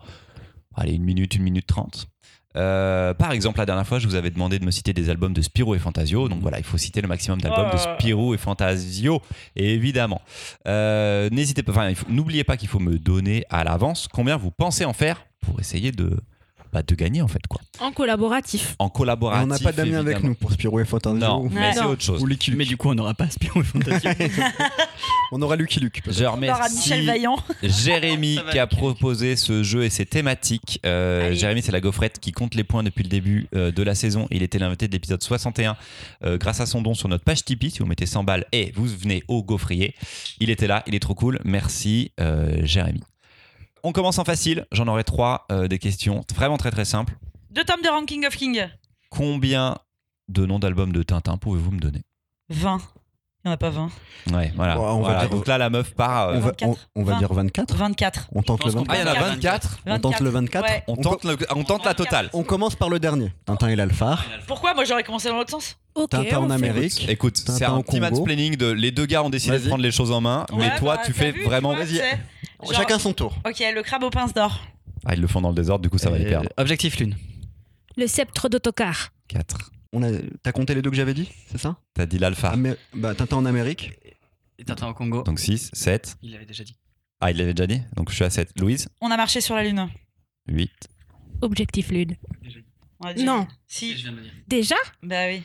[SPEAKER 3] allez une minute, une minute trente. Euh, par exemple, la dernière fois, je vous avais demandé de me citer des albums de Spirou et Fantasio. Donc voilà, il faut citer le maximum d'albums de
[SPEAKER 4] Oh.
[SPEAKER 3] Spirou et Fantasio, évidemment. Euh, N'hésitez pas, enfin, il faut- n'oubliez pas qu'il faut me donner à l'avance combien vous pensez en faire pour essayer de, bah, de gagner en fait quoi.
[SPEAKER 2] En collaboratif.
[SPEAKER 3] En
[SPEAKER 5] Et
[SPEAKER 3] collaboratif.
[SPEAKER 5] on n'a pas Damien avec
[SPEAKER 3] évidemment.
[SPEAKER 5] nous pour Spirou et Fantasio.
[SPEAKER 3] Non, mais
[SPEAKER 4] Ouais.
[SPEAKER 3] c'est
[SPEAKER 4] Non.
[SPEAKER 3] autre chose.
[SPEAKER 5] Ou Lucky Luke.
[SPEAKER 6] Mais du coup, on n'aura pas Spirou et Fantasio.
[SPEAKER 5] On aura Lucky Luke. peut-être.
[SPEAKER 3] Je
[SPEAKER 4] Par à Michel
[SPEAKER 3] remercie
[SPEAKER 4] Vaillant.
[SPEAKER 3] Jérémy
[SPEAKER 6] Ça va,
[SPEAKER 3] qui a
[SPEAKER 6] Michael.
[SPEAKER 3] proposé ce jeu et ses thématiques. Euh,
[SPEAKER 4] Allez.
[SPEAKER 3] Jérémy, c'est la gaufrette qui compte les points depuis le début euh, de la saison. Il était l'invité de l'épisode 61 euh, grâce à son don sur notre page Tipeee. Si vous mettez 100 balles et vous venez au gaufrier, il était là, il est trop cool. Merci euh, Jérémy. On commence en facile. J'en aurai trois euh, des questions vraiment très très simples.
[SPEAKER 4] Deux tomes de Ranking of King.
[SPEAKER 3] Combien de noms d'albums de Tintin pouvez-vous me donner
[SPEAKER 4] 20. Il n'y en a pas 20.
[SPEAKER 3] Ouais, voilà.
[SPEAKER 5] Bon, on va
[SPEAKER 3] Voilà.
[SPEAKER 5] dire-
[SPEAKER 3] Donc là, la meuf part. euh,
[SPEAKER 5] On va, on,
[SPEAKER 4] 24.
[SPEAKER 5] on va dire 24.
[SPEAKER 4] 24.
[SPEAKER 5] On tente
[SPEAKER 6] Je
[SPEAKER 5] le
[SPEAKER 6] pense qu'on
[SPEAKER 5] 24.
[SPEAKER 3] Ah, il y en a 24.
[SPEAKER 4] 24.
[SPEAKER 5] On tente le 24.
[SPEAKER 4] Ouais.
[SPEAKER 3] On tente, le- on tente la totale.
[SPEAKER 5] On commence par le dernier. Tintin et l'Alphar.
[SPEAKER 4] Pourquoi Moi, j'aurais commencé dans l'autre sens.
[SPEAKER 2] Ok.
[SPEAKER 5] Tintin
[SPEAKER 2] on
[SPEAKER 5] en
[SPEAKER 2] fait.
[SPEAKER 5] Amérique.
[SPEAKER 3] Écoute,
[SPEAKER 5] Tintin
[SPEAKER 3] c'est un
[SPEAKER 5] au
[SPEAKER 3] petit
[SPEAKER 5] Congo.
[SPEAKER 3] planning de les deux gars ont décidé de
[SPEAKER 5] Vas-y.
[SPEAKER 3] prendre les choses en main, mais
[SPEAKER 4] Ouais,
[SPEAKER 3] toi
[SPEAKER 4] bah,
[SPEAKER 3] tu
[SPEAKER 4] t'as
[SPEAKER 3] fais
[SPEAKER 4] vu, tu
[SPEAKER 3] vraiment.
[SPEAKER 4] vois,
[SPEAKER 5] Vas-y.
[SPEAKER 4] c'est- Genre-
[SPEAKER 5] Chacun son tour.
[SPEAKER 4] Ok, le crabe aux pinces d'or.
[SPEAKER 3] Ah, ils le font dans le désordre, du coup ça va les
[SPEAKER 6] Euh,
[SPEAKER 3] perdre.
[SPEAKER 6] Objectif lune.
[SPEAKER 2] Le sceptre d'autocar.
[SPEAKER 3] 4.
[SPEAKER 5] On a- T'as compté les deux que j'avais dit, c'est ça
[SPEAKER 3] T'as dit l'alpha.
[SPEAKER 5] Amé- bah, Tintin en Amérique.
[SPEAKER 6] Tintin au Congo.
[SPEAKER 3] Donc 6, 7.
[SPEAKER 6] Il l'avait déjà dit.
[SPEAKER 3] Ah, il l'avait déjà dit, donc je suis à 7. Louise
[SPEAKER 4] On a marché sur la lune.
[SPEAKER 3] 8.
[SPEAKER 2] Objectif lune.
[SPEAKER 4] On a dit-
[SPEAKER 2] Non.
[SPEAKER 4] Si.
[SPEAKER 2] Déjà
[SPEAKER 4] Bah oui.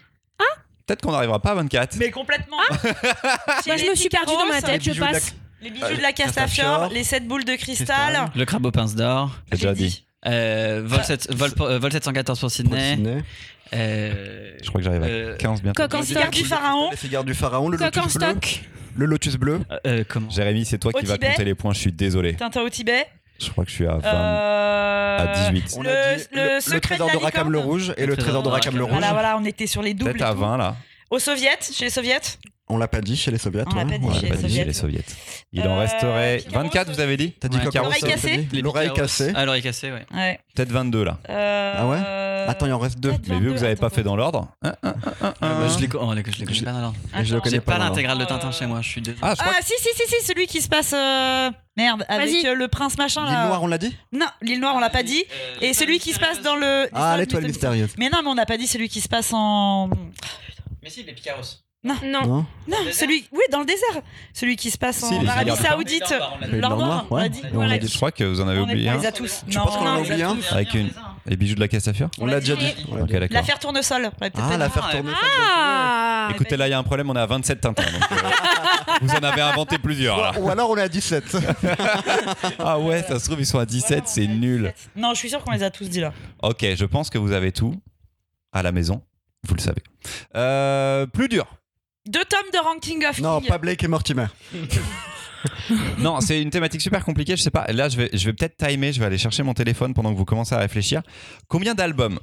[SPEAKER 3] Peut-être qu'on n'arrivera pas à 24.
[SPEAKER 4] Mais complètement. Chez
[SPEAKER 2] Moi, je
[SPEAKER 4] les
[SPEAKER 2] me suis perdue dans ma
[SPEAKER 4] Picaros,
[SPEAKER 2] tête,
[SPEAKER 5] les
[SPEAKER 2] je
[SPEAKER 5] bijoux de la-
[SPEAKER 2] passe.
[SPEAKER 4] Les bijoux
[SPEAKER 5] Euh,
[SPEAKER 4] de la Castafiore, les sept boules de cristal.
[SPEAKER 6] Le crabe aux pinces d'or.
[SPEAKER 3] J'ai déjà
[SPEAKER 4] J'ai
[SPEAKER 3] dit.
[SPEAKER 6] Euh, vol,
[SPEAKER 4] Ah.
[SPEAKER 6] sept- vol, pour- euh, vol 714 pour
[SPEAKER 5] Pour le
[SPEAKER 6] Sydney.
[SPEAKER 5] Sydney.
[SPEAKER 6] Euh,
[SPEAKER 3] Je crois que j'arrive à
[SPEAKER 6] euh,
[SPEAKER 3] 15 bientôt.
[SPEAKER 2] Coq en
[SPEAKER 4] Les gardes
[SPEAKER 2] stock.
[SPEAKER 4] du pharaon.
[SPEAKER 5] Les cigares du pharaon, le
[SPEAKER 2] Coq en
[SPEAKER 5] lotus bleu.
[SPEAKER 2] stock.
[SPEAKER 5] Le lotus bleu.
[SPEAKER 6] euh, comment
[SPEAKER 3] Jérémy, c'est toi
[SPEAKER 4] Au
[SPEAKER 3] qui vas
[SPEAKER 4] Tibet
[SPEAKER 3] compter les points, je suis désolé.
[SPEAKER 4] Tintin au Tibet.
[SPEAKER 3] Je crois que je suis à 20.
[SPEAKER 4] Euh,
[SPEAKER 3] à 18.
[SPEAKER 5] On
[SPEAKER 4] le,
[SPEAKER 5] a dit
[SPEAKER 4] le secret de
[SPEAKER 5] trésor
[SPEAKER 4] la
[SPEAKER 5] de Rakam
[SPEAKER 4] licorne.
[SPEAKER 5] le rouge et le trésor de Rakam le rouge.
[SPEAKER 4] Voilà, voilà, on était sur les doubles.
[SPEAKER 3] Peut-être
[SPEAKER 4] et
[SPEAKER 3] à
[SPEAKER 4] tout.
[SPEAKER 3] 20 là.
[SPEAKER 4] Au soviet, chez les soviets.
[SPEAKER 5] On l'a pas dit chez les soviets.
[SPEAKER 4] On l'a
[SPEAKER 5] ouais.
[SPEAKER 4] pas dit
[SPEAKER 5] On
[SPEAKER 4] chez les
[SPEAKER 5] pas dit.
[SPEAKER 4] Soviets.
[SPEAKER 3] les soviets. Il en
[SPEAKER 4] Euh,
[SPEAKER 3] resterait
[SPEAKER 4] Picaros,
[SPEAKER 3] 24, vous avez dit
[SPEAKER 5] T'as dit
[SPEAKER 6] Ouais.
[SPEAKER 5] quoi Caro,
[SPEAKER 4] L'oreille
[SPEAKER 5] ça, t'as
[SPEAKER 4] cassée
[SPEAKER 5] dit L'oreille cassée.
[SPEAKER 6] Ah, l'oreille cassée, ouais.
[SPEAKER 4] Ouais.
[SPEAKER 3] Peut-être 22 là.
[SPEAKER 4] Euh,
[SPEAKER 5] Ah ouais Attends, il en reste deux.
[SPEAKER 4] peut-être
[SPEAKER 3] Mais vu que vous n'avez pas
[SPEAKER 4] 22,
[SPEAKER 3] fait dans l'ordre. hein, hein, hein, hein,
[SPEAKER 5] Ah.
[SPEAKER 3] hein.
[SPEAKER 6] je les co- oh, les- je les connais
[SPEAKER 5] Je-
[SPEAKER 6] pas dans l'ordre.
[SPEAKER 4] attends.
[SPEAKER 5] je le connais
[SPEAKER 6] J'ai pas
[SPEAKER 5] dans l'ordre.
[SPEAKER 6] l'intégrale de Tintin chez moi, je suis désolé.
[SPEAKER 3] Ah, je crois
[SPEAKER 4] Ah si si si si celui qui se passe euh, merde avec
[SPEAKER 2] Vas-y.
[SPEAKER 4] euh, le prince machin là.
[SPEAKER 5] L'île Noire, on l'a dit
[SPEAKER 4] Non, l'île noire Ah, on l'a pas dit. Et celui qui se passe dans le
[SPEAKER 5] Ah,
[SPEAKER 4] dans
[SPEAKER 5] l'étoile
[SPEAKER 4] le-
[SPEAKER 5] mystérieuse.
[SPEAKER 4] Mais non, mais on n'a pas dit celui qui se passe en
[SPEAKER 6] Mais si, les Picaros.
[SPEAKER 2] Non.
[SPEAKER 5] Non
[SPEAKER 4] Non,
[SPEAKER 6] désert
[SPEAKER 4] celui oui, dans le désert. Celui qui se passe
[SPEAKER 3] Si,
[SPEAKER 4] en
[SPEAKER 3] les
[SPEAKER 4] Arabie
[SPEAKER 3] Arabes.
[SPEAKER 4] Saoudite.
[SPEAKER 5] L'Or
[SPEAKER 4] L'or noir,
[SPEAKER 5] Noir,
[SPEAKER 4] on
[SPEAKER 5] ouais.
[SPEAKER 4] l'a dit.
[SPEAKER 5] Et on
[SPEAKER 4] Voilà.
[SPEAKER 5] l'a
[SPEAKER 3] que-
[SPEAKER 5] dit.
[SPEAKER 3] je crois que vous en avez
[SPEAKER 4] On est-
[SPEAKER 3] oublié
[SPEAKER 4] on
[SPEAKER 3] un.
[SPEAKER 4] les a tous.
[SPEAKER 5] Tu
[SPEAKER 4] Non,
[SPEAKER 5] penses qu'on
[SPEAKER 4] on
[SPEAKER 5] en a
[SPEAKER 4] les
[SPEAKER 5] oublié
[SPEAKER 4] tous.
[SPEAKER 5] un
[SPEAKER 3] Avec une- Les bijoux de la caisse à fiore
[SPEAKER 5] On l'a déjà dit. On l'a
[SPEAKER 3] Ok,
[SPEAKER 5] dit.
[SPEAKER 3] d'accord.
[SPEAKER 4] L'affaire tournesol.
[SPEAKER 5] Ah, l'affaire
[SPEAKER 6] Ah,
[SPEAKER 5] tournée.
[SPEAKER 4] hein.
[SPEAKER 2] Ah
[SPEAKER 3] Écoutez, là, il y a un problème, on est à 27 Tintins. donc, euh, vous en avez inventé plusieurs là.
[SPEAKER 5] Ou alors on est à 17.
[SPEAKER 3] Ah ouais, ça se trouve, ils sont à 17, c'est nul.
[SPEAKER 4] Non, je suis sûr qu'on les a tous dit là.
[SPEAKER 3] Ok, je pense que vous avez tout à la maison, vous le savez. Euh, plus dur.
[SPEAKER 4] Deux tomes de Ranking of
[SPEAKER 5] non,
[SPEAKER 4] Kings.
[SPEAKER 5] pas Blake et Mortimer.
[SPEAKER 3] Non, c'est une thématique super compliquée, je sais pas. Là, je vais, je vais peut-être timer, je vais aller chercher mon téléphone pendant que vous commencez à réfléchir. Combien d'albums,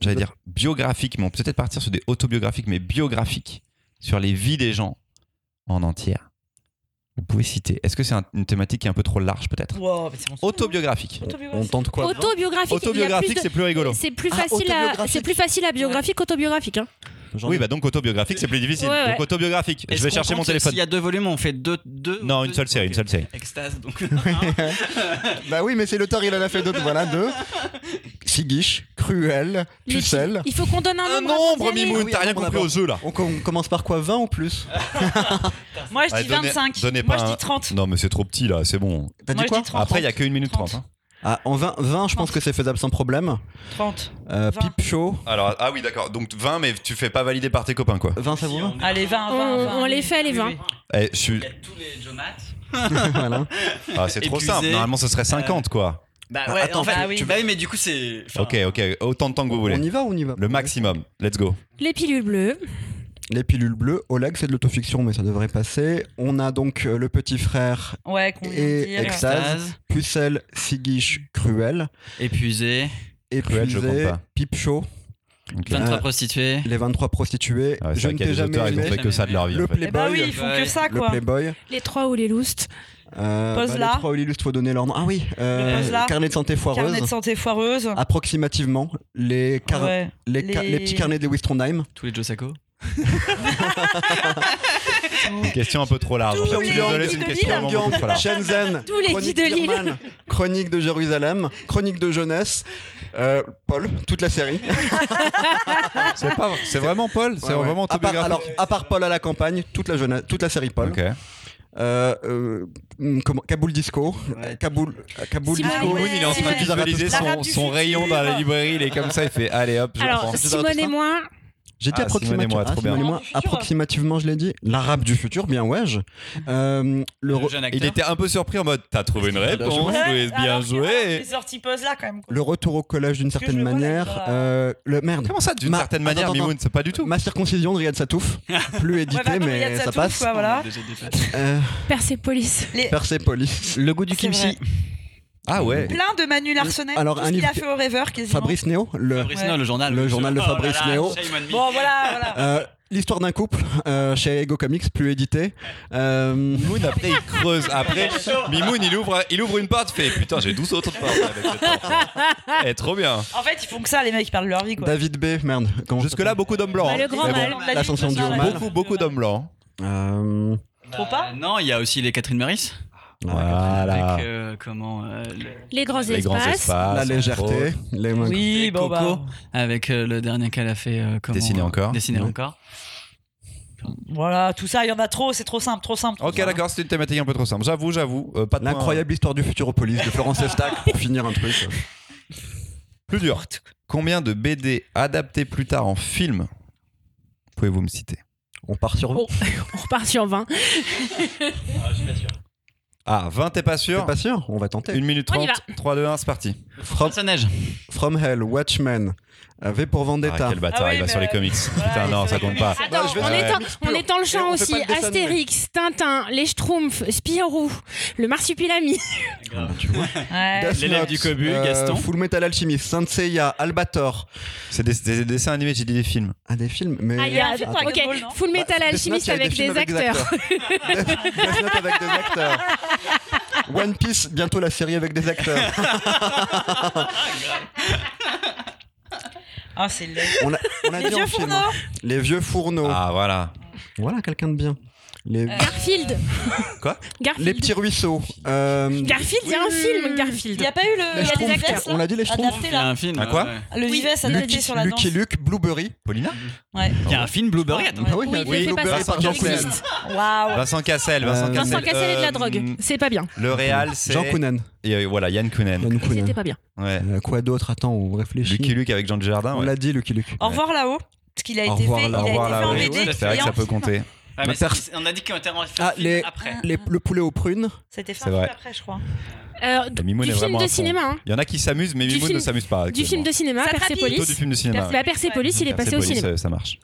[SPEAKER 3] j'allais dire biographiques, mais on peut peut-être partir sur des autobiographiques, mais biographiques, sur les vies des gens en entière, vous pouvez citer. Est-ce que c'est un- une thématique qui est un peu trop large, peut-être
[SPEAKER 4] Wow, mais c'est mon souvenir.
[SPEAKER 3] Autobiographique.
[SPEAKER 5] On
[SPEAKER 4] Autobiographique.
[SPEAKER 5] tente quoi
[SPEAKER 2] Autobiographique. il y a plus
[SPEAKER 3] Autobiographique,
[SPEAKER 2] de-
[SPEAKER 3] c'est plus rigolo.
[SPEAKER 2] c'est plus
[SPEAKER 5] Ah,
[SPEAKER 2] facile à
[SPEAKER 5] autobiographique.
[SPEAKER 2] c'est plus facile à biographique qu'autobiographique. hein.
[SPEAKER 5] J'en ai-
[SPEAKER 3] Oui, bah donc autobiographique, c'est plus difficile.
[SPEAKER 2] Ouais, ouais.
[SPEAKER 3] Donc autobiographique, je
[SPEAKER 6] Est-ce
[SPEAKER 3] vais
[SPEAKER 6] qu'on
[SPEAKER 3] chercher mon
[SPEAKER 6] compte
[SPEAKER 3] téléphone.
[SPEAKER 6] S'il y a deux volumes, on fait deux. deux
[SPEAKER 3] Non,
[SPEAKER 6] deux-
[SPEAKER 3] une seule série,
[SPEAKER 6] ok.
[SPEAKER 3] une seule série.
[SPEAKER 6] Extase, donc.
[SPEAKER 5] Bah oui, mais c'est l'auteur, il en a fait d'autres. Voilà, deux. Siguiche, Cruel,
[SPEAKER 2] Les
[SPEAKER 5] Pucelle.
[SPEAKER 2] filles, Il faut qu'on
[SPEAKER 5] Ah
[SPEAKER 2] donne un
[SPEAKER 3] Un
[SPEAKER 2] nombre. avant d'y
[SPEAKER 3] nombre,
[SPEAKER 2] aller.
[SPEAKER 3] Mimoun,
[SPEAKER 5] Oui,
[SPEAKER 3] t'as
[SPEAKER 5] un
[SPEAKER 3] rien
[SPEAKER 5] nombre
[SPEAKER 3] compris
[SPEAKER 5] d'abord.
[SPEAKER 3] au jeu là.
[SPEAKER 5] On, com- commence par quoi 20 en plus
[SPEAKER 4] Moi, je dis
[SPEAKER 3] Allez, donnez-
[SPEAKER 4] 25.
[SPEAKER 3] donnez
[SPEAKER 4] Moi,
[SPEAKER 3] pas
[SPEAKER 4] je
[SPEAKER 3] un-
[SPEAKER 4] dis 30.
[SPEAKER 3] Non, mais c'est trop petit là, c'est bon.
[SPEAKER 5] T'as
[SPEAKER 4] Moi,
[SPEAKER 5] dit
[SPEAKER 4] je
[SPEAKER 5] quoi
[SPEAKER 4] dis 30.
[SPEAKER 3] Après, il y a que 1 minute 30.
[SPEAKER 4] Trente.
[SPEAKER 3] hein.
[SPEAKER 5] Ah, En 20, 20 je pense que c'est faisable sans problème.
[SPEAKER 4] 30.
[SPEAKER 5] Euh,
[SPEAKER 4] Vingt.
[SPEAKER 5] Pipe Show.
[SPEAKER 3] Alors, ah oui, d'accord. Donc 20, mais tu fais pas valider par tes copains, quoi.
[SPEAKER 5] 20, ça vous va
[SPEAKER 4] Allez, 20,
[SPEAKER 2] On-
[SPEAKER 4] 20, 20.
[SPEAKER 2] on les fait, les
[SPEAKER 4] Oui,
[SPEAKER 2] 20.
[SPEAKER 4] oui.
[SPEAKER 3] Eh, je suis...
[SPEAKER 6] Il y a tous les Jomat.
[SPEAKER 5] Voilà.
[SPEAKER 3] Ah, c'est trop
[SPEAKER 6] Épuisé.
[SPEAKER 3] simple. Normalement, ce serait 50, quoi.
[SPEAKER 6] Bah
[SPEAKER 5] Ah,
[SPEAKER 6] ouais,
[SPEAKER 5] attends,
[SPEAKER 6] en fait,
[SPEAKER 4] tu- tu-
[SPEAKER 6] bah oui, mais du coup, c'est. enfin,
[SPEAKER 3] Ok, ok. Autant de temps que vous
[SPEAKER 5] On
[SPEAKER 3] voulez.
[SPEAKER 5] y va ou on y va
[SPEAKER 3] Le maximum. Let's go.
[SPEAKER 2] Les pilules bleues.
[SPEAKER 5] Les pilules bleues. Oleg, c'est de l'autofiction, mais ça devrait passer. On a donc euh, le petit frère
[SPEAKER 4] Ouais, qu'on vient de
[SPEAKER 5] et
[SPEAKER 4] dire.
[SPEAKER 5] Extase, Pucelle, Siguiche, Cruel,
[SPEAKER 6] épuisé,
[SPEAKER 3] Cruel, je
[SPEAKER 5] Épuisé,
[SPEAKER 3] compte pas.
[SPEAKER 5] Pipe Show,
[SPEAKER 6] 23
[SPEAKER 5] Euh,
[SPEAKER 6] prostituées.
[SPEAKER 5] les 23 prostituées,
[SPEAKER 3] Ah Ouais, c'est
[SPEAKER 5] Je
[SPEAKER 3] vrai
[SPEAKER 5] ne
[SPEAKER 3] qu'il y a
[SPEAKER 5] t'ai
[SPEAKER 3] des
[SPEAKER 5] jamais
[SPEAKER 3] auteurs, ils ont
[SPEAKER 5] aimé,
[SPEAKER 3] fait que ça de leur vie.
[SPEAKER 5] le
[SPEAKER 3] en fait.
[SPEAKER 4] Eh bah
[SPEAKER 5] Playboy,
[SPEAKER 4] oui, ils font que ça,
[SPEAKER 5] le
[SPEAKER 4] quoi.
[SPEAKER 5] Playboy,
[SPEAKER 2] Les trois ou les loustes.
[SPEAKER 5] euh,
[SPEAKER 4] Pose
[SPEAKER 5] bah,
[SPEAKER 4] là.
[SPEAKER 5] les trois Olilustres, faut donner leur nom. Ah oui, euh,
[SPEAKER 4] Le pose là.
[SPEAKER 5] carnet de santé foireuse.
[SPEAKER 4] Carnet de santé foireuse.
[SPEAKER 5] Approximativement, les, car-
[SPEAKER 4] Ouais.
[SPEAKER 5] les, ca-
[SPEAKER 4] Les-
[SPEAKER 5] les petits carnets des Wistrondheim.
[SPEAKER 6] Tous les Josako.
[SPEAKER 3] Une question un peu trop large. En fait.
[SPEAKER 5] Tous
[SPEAKER 3] Je suis
[SPEAKER 5] les
[SPEAKER 3] désolé, c'est une
[SPEAKER 5] Andy
[SPEAKER 3] question
[SPEAKER 5] de
[SPEAKER 3] vraiment
[SPEAKER 5] Lille.
[SPEAKER 3] beaucoup trop large.
[SPEAKER 5] Shenzhen,
[SPEAKER 2] Tous les
[SPEAKER 5] Chronique
[SPEAKER 2] guides de Lille.
[SPEAKER 5] birmane, Chronique de Jérusalem, Chronique de jeunesse, euh, Paul, toute la série.
[SPEAKER 3] C'est pas- c'est vraiment Paul C'est
[SPEAKER 5] Ouais, ouais.
[SPEAKER 3] vraiment
[SPEAKER 5] à part, alors,
[SPEAKER 3] autobiographique
[SPEAKER 5] à part Paul à la campagne, toute la, jeunesse, toute la série Paul.
[SPEAKER 3] Ok.
[SPEAKER 5] Euh, euh, hum, comment- Kaboul Disco.
[SPEAKER 6] Ouais.
[SPEAKER 5] Kaboul, Kaboul
[SPEAKER 2] Simone
[SPEAKER 5] Disco.
[SPEAKER 2] Moon,
[SPEAKER 3] il est en train de
[SPEAKER 5] Simone
[SPEAKER 3] visualiser
[SPEAKER 5] Zarathustra.
[SPEAKER 4] L'arabe
[SPEAKER 3] son,
[SPEAKER 4] du
[SPEAKER 3] son
[SPEAKER 4] futur.
[SPEAKER 3] rayon dans la librairie. Il est comme ça, il fait Allez hop, je
[SPEAKER 2] Alors
[SPEAKER 3] prends. hein.
[SPEAKER 2] Simone et moi.
[SPEAKER 5] J'ai dit
[SPEAKER 3] Ah, Simone et
[SPEAKER 5] approximativement.
[SPEAKER 3] moi, trop
[SPEAKER 5] Simone
[SPEAKER 4] bien.
[SPEAKER 5] et
[SPEAKER 4] L'arabe du futur.
[SPEAKER 5] approximativement, je l'ai dit. L'arabe du futur, bien ouais. je- Euh, le, re-
[SPEAKER 6] jeune
[SPEAKER 3] Il était un peu surpris en mode T'as trouvé une
[SPEAKER 2] Ah,
[SPEAKER 3] réponse, Louis, bien
[SPEAKER 4] Alors que, ouais,
[SPEAKER 3] joué.
[SPEAKER 4] C'est sorti pose là, quand même. quoi.
[SPEAKER 5] le retour au collège d'une
[SPEAKER 4] Parce que
[SPEAKER 5] certaine
[SPEAKER 4] je le vois, là, il
[SPEAKER 5] manière.
[SPEAKER 4] va-
[SPEAKER 5] euh, le merde.
[SPEAKER 3] Comment ça, d'une
[SPEAKER 5] Ma-
[SPEAKER 3] certaine manière,
[SPEAKER 5] Attends, attends,
[SPEAKER 3] Mimoun C'est pas du tout.
[SPEAKER 5] Ma circoncision de Riyad Satouf, plus
[SPEAKER 4] Ouais, bah,
[SPEAKER 5] édité
[SPEAKER 4] attends, il y a de
[SPEAKER 5] mais ça,
[SPEAKER 4] touche,
[SPEAKER 5] passe.
[SPEAKER 4] quoi, voilà.
[SPEAKER 5] Euh,
[SPEAKER 2] Persépolis.
[SPEAKER 5] Persepolis.
[SPEAKER 6] Le goût du
[SPEAKER 4] C'est
[SPEAKER 6] kimchi.
[SPEAKER 4] vrai.
[SPEAKER 3] Ah ouais.
[SPEAKER 4] Plein de Manu Larsonnet.
[SPEAKER 5] Alors,
[SPEAKER 4] tout
[SPEAKER 5] un
[SPEAKER 4] ce qu'il
[SPEAKER 5] livre
[SPEAKER 4] a fait au rêveur, quasiment.
[SPEAKER 5] Fabrice Néo, le,
[SPEAKER 6] Fabrice
[SPEAKER 4] Ouais.
[SPEAKER 6] Neo, le journal.
[SPEAKER 5] Le journal de Fabrice Neo.
[SPEAKER 4] Bon, voilà, voilà.
[SPEAKER 5] euh, l'histoire d'un couple euh, chez Ego Comics, plus édité. Euh,
[SPEAKER 3] Mimoun, après, il creuse. Après, Mimoun, il ouvre, il ouvre une porte, fait Putain, j'ai 12 autres portes avec cette porte. Eh, trop bien.
[SPEAKER 4] En fait, ils font que ça, les mecs, ils parlent de leur vie, quoi.
[SPEAKER 5] David B, merde. comment ça
[SPEAKER 3] Jusque-là, beaucoup d'hommes blancs.
[SPEAKER 2] Bah, le grand
[SPEAKER 3] Mais
[SPEAKER 2] mal.
[SPEAKER 4] On l'a dit,
[SPEAKER 5] l'ascension
[SPEAKER 4] tout
[SPEAKER 5] du
[SPEAKER 4] ça,
[SPEAKER 5] haut
[SPEAKER 4] là.
[SPEAKER 5] mal.
[SPEAKER 3] Beaucoup, beaucoup d'hommes blancs.
[SPEAKER 5] Euh,
[SPEAKER 4] Trop pas
[SPEAKER 6] Bah, Non, il y a aussi les Catherine Meurice.
[SPEAKER 3] Voilà.
[SPEAKER 6] Avec, euh, comment. euh, le-
[SPEAKER 2] Les grands
[SPEAKER 3] Les grands
[SPEAKER 2] espaces.
[SPEAKER 3] espaces.
[SPEAKER 5] la légèreté, les mains-
[SPEAKER 4] Oui,
[SPEAKER 6] Et
[SPEAKER 4] bon, bah.
[SPEAKER 6] Coco. Avec euh, le dernier qu'elle a fait. euh, comment,
[SPEAKER 3] Dessiner
[SPEAKER 6] euh,
[SPEAKER 3] encore.
[SPEAKER 6] Dessiner
[SPEAKER 5] Ouais.
[SPEAKER 6] encore.
[SPEAKER 4] Voilà, tout ça, il y en a trop, c'est trop simple, trop simple.
[SPEAKER 3] Ok, d'accord, c'est une thématique un peu trop simple. J'avoue, j'avoue. euh, pas de
[SPEAKER 5] L'incroyable histoire du Futuropolis de Florence Estac pour finir un truc.
[SPEAKER 3] point. Plus dur. Combien de BD adaptés plus tard en film pouvez-vous me citer
[SPEAKER 5] On part sur.
[SPEAKER 2] Oh, on repart sur 20.
[SPEAKER 3] Ah, 20, t'es pas sûr
[SPEAKER 5] T'es pas sûr On va tenter.
[SPEAKER 3] 1 minute
[SPEAKER 2] On y
[SPEAKER 3] 30, 3, 2, 1, c'est parti.
[SPEAKER 5] From,
[SPEAKER 6] Personnage.
[SPEAKER 5] From Hell, Watchmen, Euh, V pour
[SPEAKER 3] Ah,
[SPEAKER 5] Vendetta.
[SPEAKER 3] quel bâtard,
[SPEAKER 4] Ah oui,
[SPEAKER 3] il va
[SPEAKER 4] mais-
[SPEAKER 3] sur les comics.
[SPEAKER 4] Voilà,
[SPEAKER 3] Putain, non,
[SPEAKER 4] c'est-
[SPEAKER 3] ça compte pas.
[SPEAKER 2] Attends,
[SPEAKER 5] je vais-
[SPEAKER 2] on,
[SPEAKER 3] ouais.
[SPEAKER 2] étend, on étend le champ
[SPEAKER 5] on fait
[SPEAKER 2] aussi.
[SPEAKER 5] pas le dessin animé.
[SPEAKER 2] Astérix, Tintin, les Schtroumpfs, Spirou, le Marsupilami.
[SPEAKER 4] Ouais.
[SPEAKER 5] Death
[SPEAKER 1] L'élève
[SPEAKER 5] Note, euh,
[SPEAKER 1] du Cobu, Gaston.
[SPEAKER 5] Full Metal Alchimiste, Saint Seiya, Albator.
[SPEAKER 3] C'est des, des- des dessins animés, j'ai dit des films.
[SPEAKER 5] Ah, des films, mais.
[SPEAKER 2] Ah, il y a un film
[SPEAKER 4] Dragon
[SPEAKER 2] ok,
[SPEAKER 4] Ball, non
[SPEAKER 2] Full
[SPEAKER 5] Bah,
[SPEAKER 2] Metal
[SPEAKER 5] Death
[SPEAKER 2] Alchimiste
[SPEAKER 5] Note, il y a
[SPEAKER 2] avec des,
[SPEAKER 5] films
[SPEAKER 2] acteurs.
[SPEAKER 5] Death Death Note avec des acteurs. One Piece, bientôt la série avec des acteurs.
[SPEAKER 4] Ah, c'est laid.
[SPEAKER 5] On a, on a
[SPEAKER 4] Les
[SPEAKER 5] dit
[SPEAKER 4] vieux
[SPEAKER 5] en film. hein.
[SPEAKER 4] fourneaux
[SPEAKER 5] Les vieux fourneaux.
[SPEAKER 3] Ah, voilà.
[SPEAKER 5] Voilà, quelqu'un de bien. Les,
[SPEAKER 2] Euh, Garfield.
[SPEAKER 3] Quoi
[SPEAKER 2] Garfield.
[SPEAKER 5] les petits ruisseaux. Euh,
[SPEAKER 2] Garfield, il y a un
[SPEAKER 4] Oui.
[SPEAKER 2] film,
[SPEAKER 4] Il
[SPEAKER 2] Garfield.
[SPEAKER 4] n'y a pas eu
[SPEAKER 5] les
[SPEAKER 4] le. il y a des
[SPEAKER 5] Schtroumpfs.
[SPEAKER 4] acteurs,
[SPEAKER 5] on a
[SPEAKER 2] Ah,
[SPEAKER 5] dit les Schtroumpfs.
[SPEAKER 4] Adapté
[SPEAKER 6] Il y a
[SPEAKER 4] là.
[SPEAKER 6] un film.
[SPEAKER 3] Un quoi
[SPEAKER 6] ouais.
[SPEAKER 4] Le vivace adapté
[SPEAKER 5] Lucky,
[SPEAKER 4] sur la danse.
[SPEAKER 5] Lucky Luke, Blueberry.
[SPEAKER 3] Paulina
[SPEAKER 4] Ouais.
[SPEAKER 6] Il y a un film Blueberry. attends.
[SPEAKER 5] Ah oui,
[SPEAKER 2] Oui,
[SPEAKER 5] il y a
[SPEAKER 2] mais fais pas
[SPEAKER 5] Blueberry
[SPEAKER 2] ça,
[SPEAKER 5] par
[SPEAKER 2] ça
[SPEAKER 5] Jean
[SPEAKER 2] existe.
[SPEAKER 5] Kounen.
[SPEAKER 4] Waouh.
[SPEAKER 3] Vincent Cassel, Vincent
[SPEAKER 5] Euh,
[SPEAKER 3] Cassel.
[SPEAKER 2] Vincent Cassel et de la
[SPEAKER 3] Euh,
[SPEAKER 2] drogue. C'est pas bien.
[SPEAKER 3] Le Real, c'est.
[SPEAKER 5] Jean Kounen.
[SPEAKER 3] Et, euh, voilà, Yann Kounen.
[SPEAKER 5] Yann
[SPEAKER 2] C'était
[SPEAKER 5] Kounen.
[SPEAKER 2] pas bien.
[SPEAKER 3] Ouais.
[SPEAKER 5] Euh, Quoi d'autre Attends, on réfléchit.
[SPEAKER 3] Lucky Luke avec Jean Dujardin.
[SPEAKER 5] On
[SPEAKER 3] ah Ouais.
[SPEAKER 5] l'a dit, Lucky Luke.
[SPEAKER 4] Au revoir là-haut. Parce qu'il a
[SPEAKER 5] Au
[SPEAKER 4] été
[SPEAKER 5] revoir
[SPEAKER 4] fait, il a
[SPEAKER 5] là-haut.
[SPEAKER 4] été
[SPEAKER 5] Au revoir
[SPEAKER 4] fait en
[SPEAKER 5] là-haut.
[SPEAKER 4] BD.
[SPEAKER 3] C'est vrai
[SPEAKER 4] et
[SPEAKER 3] que ça
[SPEAKER 4] en
[SPEAKER 3] peut
[SPEAKER 4] film.
[SPEAKER 3] compter.
[SPEAKER 1] Ah,
[SPEAKER 5] Ma
[SPEAKER 1] mais
[SPEAKER 5] perf-
[SPEAKER 1] c'est- on a dit qu'on était en fait
[SPEAKER 5] Ah,
[SPEAKER 1] film
[SPEAKER 5] les-
[SPEAKER 1] après.
[SPEAKER 5] Les- le poulet aux prunes.
[SPEAKER 4] C'était
[SPEAKER 3] C'est
[SPEAKER 4] fin
[SPEAKER 3] vrai.
[SPEAKER 4] juste après, je crois.
[SPEAKER 2] Euh,
[SPEAKER 3] La
[SPEAKER 2] d-
[SPEAKER 3] Mimoune
[SPEAKER 2] du
[SPEAKER 3] est
[SPEAKER 2] film
[SPEAKER 3] vraiment à
[SPEAKER 2] de
[SPEAKER 3] fond.
[SPEAKER 2] cinéma. hein.
[SPEAKER 3] Il y en a qui s'amusent, mais
[SPEAKER 2] Du
[SPEAKER 3] Mimoun
[SPEAKER 2] film-
[SPEAKER 3] ne s'amuse pas.
[SPEAKER 2] Du film de cinéma,
[SPEAKER 4] Ça trappe
[SPEAKER 3] Plutôt du
[SPEAKER 2] Persepolis.
[SPEAKER 3] film de cinéma.
[SPEAKER 2] Perse- Bah, Persepolis, il est passé au
[SPEAKER 3] Persepolis,
[SPEAKER 2] cinéma.
[SPEAKER 3] ça- Ça marche.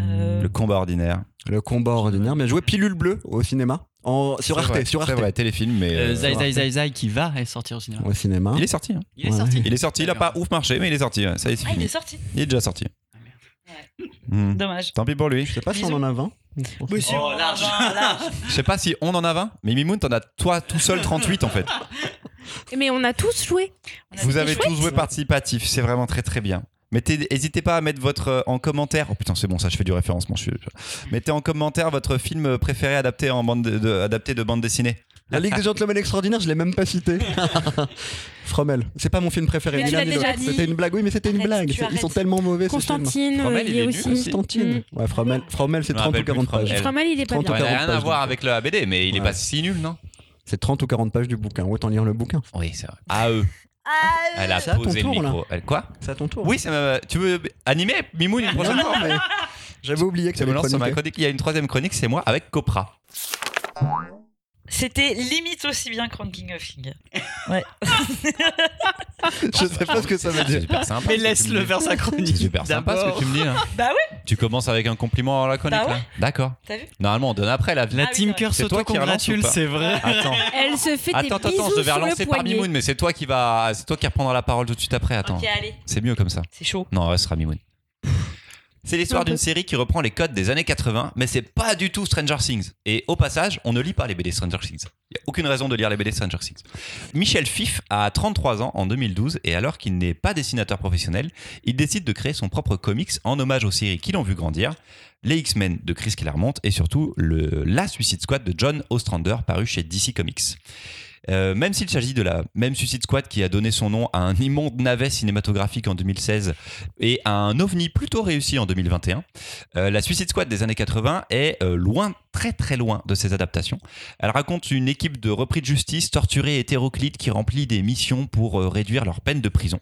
[SPEAKER 4] Euh,
[SPEAKER 3] Le combat ordinaire.
[SPEAKER 5] Le combat ordinaire. Bien joué. Pilule bleue au cinéma. En, sur
[SPEAKER 3] C'est
[SPEAKER 5] Arte.
[SPEAKER 3] vrai,
[SPEAKER 5] sur Arte.
[SPEAKER 3] C'est vrai, téléfilm, mais.
[SPEAKER 6] Euh,
[SPEAKER 3] euh,
[SPEAKER 6] Zai Zai Zai Zai qui va sortir au cinéma.
[SPEAKER 5] Au cinéma.
[SPEAKER 3] Il est sorti. hein.
[SPEAKER 6] Il est
[SPEAKER 5] Ouais.
[SPEAKER 6] sorti.
[SPEAKER 3] Il est sorti, il a pas ouf marché, mais il est sorti. ouais. Ça y est, c'est
[SPEAKER 4] Ah, il est
[SPEAKER 3] fini.
[SPEAKER 4] sorti.
[SPEAKER 3] Il est déjà sorti. Hmm.
[SPEAKER 4] Dommage.
[SPEAKER 3] Tant pis pour lui.
[SPEAKER 5] Je sais pas si on en a 20.
[SPEAKER 6] Oh, large.
[SPEAKER 3] Je sais pas si on en a 20, mais Mimoun, t'en as toi tout seul 38 en fait.
[SPEAKER 2] Mais on a tous joué.
[SPEAKER 4] On a
[SPEAKER 3] Vous
[SPEAKER 4] fait
[SPEAKER 3] avez
[SPEAKER 4] des
[SPEAKER 3] tous joué participatif, c'est vraiment très très bien. Mettez, n'hésitez pas à mettre votre euh, en commentaire. Oh putain, c'est bon, ça, je fais du référencement. Je suis- je- Mettez en commentaire votre film préféré adapté en bande de, de- adapté de bande dessinée.
[SPEAKER 5] La Ligue des Gentlemen Extraordinaires, je l'ai même pas cité. Fromel. C'est pas mon film préféré.
[SPEAKER 4] Mais
[SPEAKER 5] ni
[SPEAKER 4] tu
[SPEAKER 5] l'un
[SPEAKER 4] l'as
[SPEAKER 5] ni
[SPEAKER 4] déjà
[SPEAKER 5] l'autre.
[SPEAKER 4] dit.
[SPEAKER 5] C'était une blague, oui, mais c'était une
[SPEAKER 4] Arrête,
[SPEAKER 5] blague.
[SPEAKER 4] tu
[SPEAKER 5] C'est- Ils
[SPEAKER 4] arrêtes.
[SPEAKER 5] sont tellement mauvais. ce film.
[SPEAKER 2] Constantine, euh,
[SPEAKER 3] Fromel,
[SPEAKER 2] il
[SPEAKER 3] il
[SPEAKER 2] y
[SPEAKER 3] est
[SPEAKER 2] a
[SPEAKER 3] nul
[SPEAKER 2] aussi.
[SPEAKER 3] aussi.
[SPEAKER 5] Constantine.
[SPEAKER 4] Mm.
[SPEAKER 5] Ouais, Fromel, Fromel
[SPEAKER 3] Je
[SPEAKER 5] c'est
[SPEAKER 3] me
[SPEAKER 5] 30 ou
[SPEAKER 3] rappelle plus
[SPEAKER 5] 40
[SPEAKER 3] de
[SPEAKER 5] pages.
[SPEAKER 3] Fromel.
[SPEAKER 2] Fromel, il est pas
[SPEAKER 5] 30
[SPEAKER 2] bien.
[SPEAKER 5] Ouais, rien à voir
[SPEAKER 3] avec le ABD, mais
[SPEAKER 5] il est pas
[SPEAKER 3] si nul, non
[SPEAKER 5] C'est 30 ou 40 pages du bouquin. Autant lire le bouquin.
[SPEAKER 3] Oui, c'est vrai. À eux. Elle a
[SPEAKER 5] C'est à ton
[SPEAKER 3] posé le
[SPEAKER 5] tour, là.
[SPEAKER 3] micro. Elle, quoi
[SPEAKER 5] C'est à ton tour.
[SPEAKER 3] Oui, c'est ma- tu veux animer Mimoun une
[SPEAKER 5] Ah, Non,
[SPEAKER 3] prochaine
[SPEAKER 5] non,
[SPEAKER 3] fois
[SPEAKER 5] mais j'avais oublié que
[SPEAKER 3] Ça
[SPEAKER 5] ça
[SPEAKER 3] me lance sur ma
[SPEAKER 5] chroniqué.
[SPEAKER 3] chronique. Il y a une troisième chronique, c'est moi avec Copra.
[SPEAKER 4] C'était limite aussi bien que Ranking of King.
[SPEAKER 5] Je sais pas ce que ça veut
[SPEAKER 3] C'est
[SPEAKER 5] dire.
[SPEAKER 3] super sympa.
[SPEAKER 6] Mais
[SPEAKER 3] ce que tu me
[SPEAKER 6] laisse-le
[SPEAKER 3] dis.
[SPEAKER 6] faire sa chronique.
[SPEAKER 3] C'est super sympa ce que
[SPEAKER 6] D'abord.
[SPEAKER 3] tu me dis. là.
[SPEAKER 4] Bah
[SPEAKER 3] Tu commences avec un compliment avant la chronique,
[SPEAKER 4] Bah ouais.
[SPEAKER 3] là D'accord.
[SPEAKER 4] T'as vu
[SPEAKER 3] Normalement, on donne après la
[SPEAKER 6] La
[SPEAKER 4] Ah oui,
[SPEAKER 6] Team
[SPEAKER 4] c'est
[SPEAKER 6] Cœur
[SPEAKER 3] C'est toi qui
[SPEAKER 6] s'auto-congratule,
[SPEAKER 3] relance ou pas Ah,
[SPEAKER 6] c'est vrai.
[SPEAKER 3] Attends.
[SPEAKER 2] Elle se fait
[SPEAKER 3] Attends,
[SPEAKER 2] des
[SPEAKER 3] attends,
[SPEAKER 2] bisous
[SPEAKER 3] attends, je vais
[SPEAKER 2] sur le
[SPEAKER 3] relancer par
[SPEAKER 2] poignet.
[SPEAKER 3] Mimoun, mais c'est toi qui va, c'est toi qui reprendras la parole tout de suite après. Attends,
[SPEAKER 4] Ok, allez,
[SPEAKER 3] c'est mieux comme ça.
[SPEAKER 4] c'est chaud.
[SPEAKER 3] Non, ouais, ce sera Mimoun. C'est l'histoire d'une série qui reprend les codes des années 80, mais c'est pas du tout Stranger Things. Et au passage, on ne lit pas les BD Stranger Things. Il n'y a aucune raison de lire les BD Stranger Things. Michel Fif a 33 ans en 2012, et alors qu'il n'est pas dessinateur professionnel, il décide de créer son propre comics en hommage aux séries qui l'ont vu grandir, les X-Men de Chris Claremont et surtout le, la Suicide Squad de John Ostrander paru chez DC Comics. Euh, même s'il s'agit de la même Suicide Squad qui a donné son nom à un immonde navet cinématographique en 2016 et à un ovni plutôt réussi en 2021, euh, la Suicide Squad des années 80 est euh, loin, très très loin de ses adaptations. Elle raconte une équipe de repris de justice torturés et hétéroclites qui remplit des missions pour euh, réduire leur peine de prison.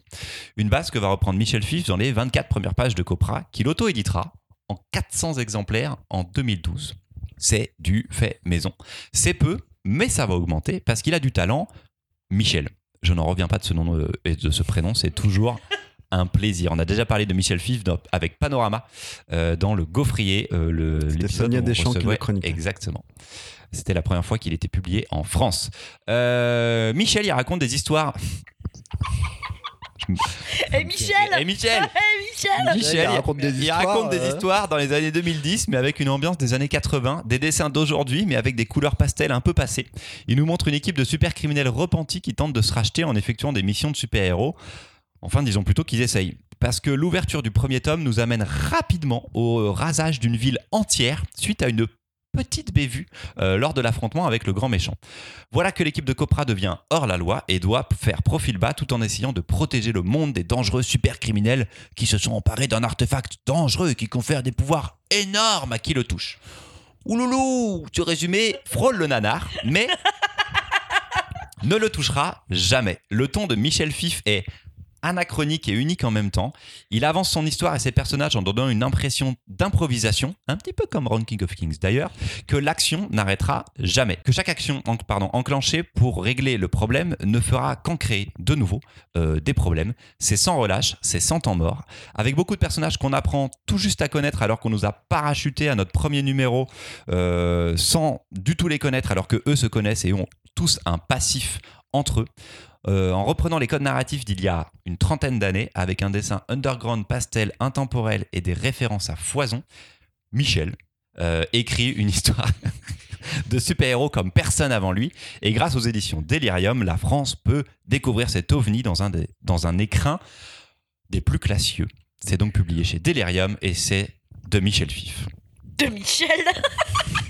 [SPEAKER 3] Une base que va reprendre Michel Fif dans les 24 premières pages de Copra, qu'il auto-éditera en 400 exemplaires en 2012. C'est du fait maison. C'est peu, mais ça va augmenter parce qu'il a du talent. Michel, je n'en reviens pas de ce nom euh, et de ce prénom, c'est toujours un plaisir. On a déjà parlé de Michel Fif dans- avec Panorama euh, dans le Gaufrier, euh, le-
[SPEAKER 5] C'était
[SPEAKER 3] l'épisode
[SPEAKER 5] Sonia
[SPEAKER 3] où on
[SPEAKER 5] Deschamps qui le
[SPEAKER 3] recevait-
[SPEAKER 5] chroniquait.
[SPEAKER 3] Exactement. C'était la première fois qu'il était publié en France. Euh, Michel, il raconte des histoires.
[SPEAKER 4] Et Eh, Michel
[SPEAKER 3] Et Michel
[SPEAKER 4] Et Michel
[SPEAKER 3] Michel,
[SPEAKER 5] il raconte des
[SPEAKER 3] il
[SPEAKER 5] histoires,
[SPEAKER 3] raconte des
[SPEAKER 5] euh.
[SPEAKER 3] histoires dans les années 2010, mais avec une ambiance des années 80, des dessins d'aujourd'hui, mais avec des couleurs pastel un peu passées. Il nous montre une équipe de super criminels repentis qui tentent de se racheter en effectuant des missions de super-héros. Enfin, disons plutôt qu'ils essayent. Parce que l'ouverture du premier tome nous amène rapidement au rasage d'une ville entière suite à une petite bévue euh, lors de l'affrontement avec le grand méchant. Voilà que l'équipe de Copra devient hors la loi et doit faire profil bas tout en essayant de protéger le monde des dangereux super criminels qui se sont emparés d'un artefact dangereux qui confère des pouvoirs énormes à qui le touche. Ouloulou, tu résumé, frôle le nanar, mais ne le touchera jamais. Le ton de Michel Fif est anachronique et unique en même temps. Il avance son histoire et ses personnages en donnant une impression d'improvisation, un petit peu comme Ranking of Kings d'ailleurs, que l'action n'arrêtera jamais. Que chaque action en- pardon, enclenchée pour régler le problème ne fera qu'en créer de nouveau euh, des problèmes. C'est sans relâche, c'est sans temps mort. Avec beaucoup de personnages qu'on apprend tout juste à connaître alors qu'on nous a parachuté à notre premier numéro euh, sans du tout les connaître alors que eux se connaissent et ont tous un passif entre eux. Euh, en reprenant les codes narratifs d'il y a une trentaine d'années, avec un dessin underground, pastel, intemporel et des références à foison, Michel euh, écrit une histoire de super-héros comme personne avant lui. Et grâce aux éditions Delirium, la France peut découvrir cet ovni dans un, des- dans un écrin des plus classieux. C'est donc publié chez Delirium et c'est de Michel Fif.
[SPEAKER 4] De Michel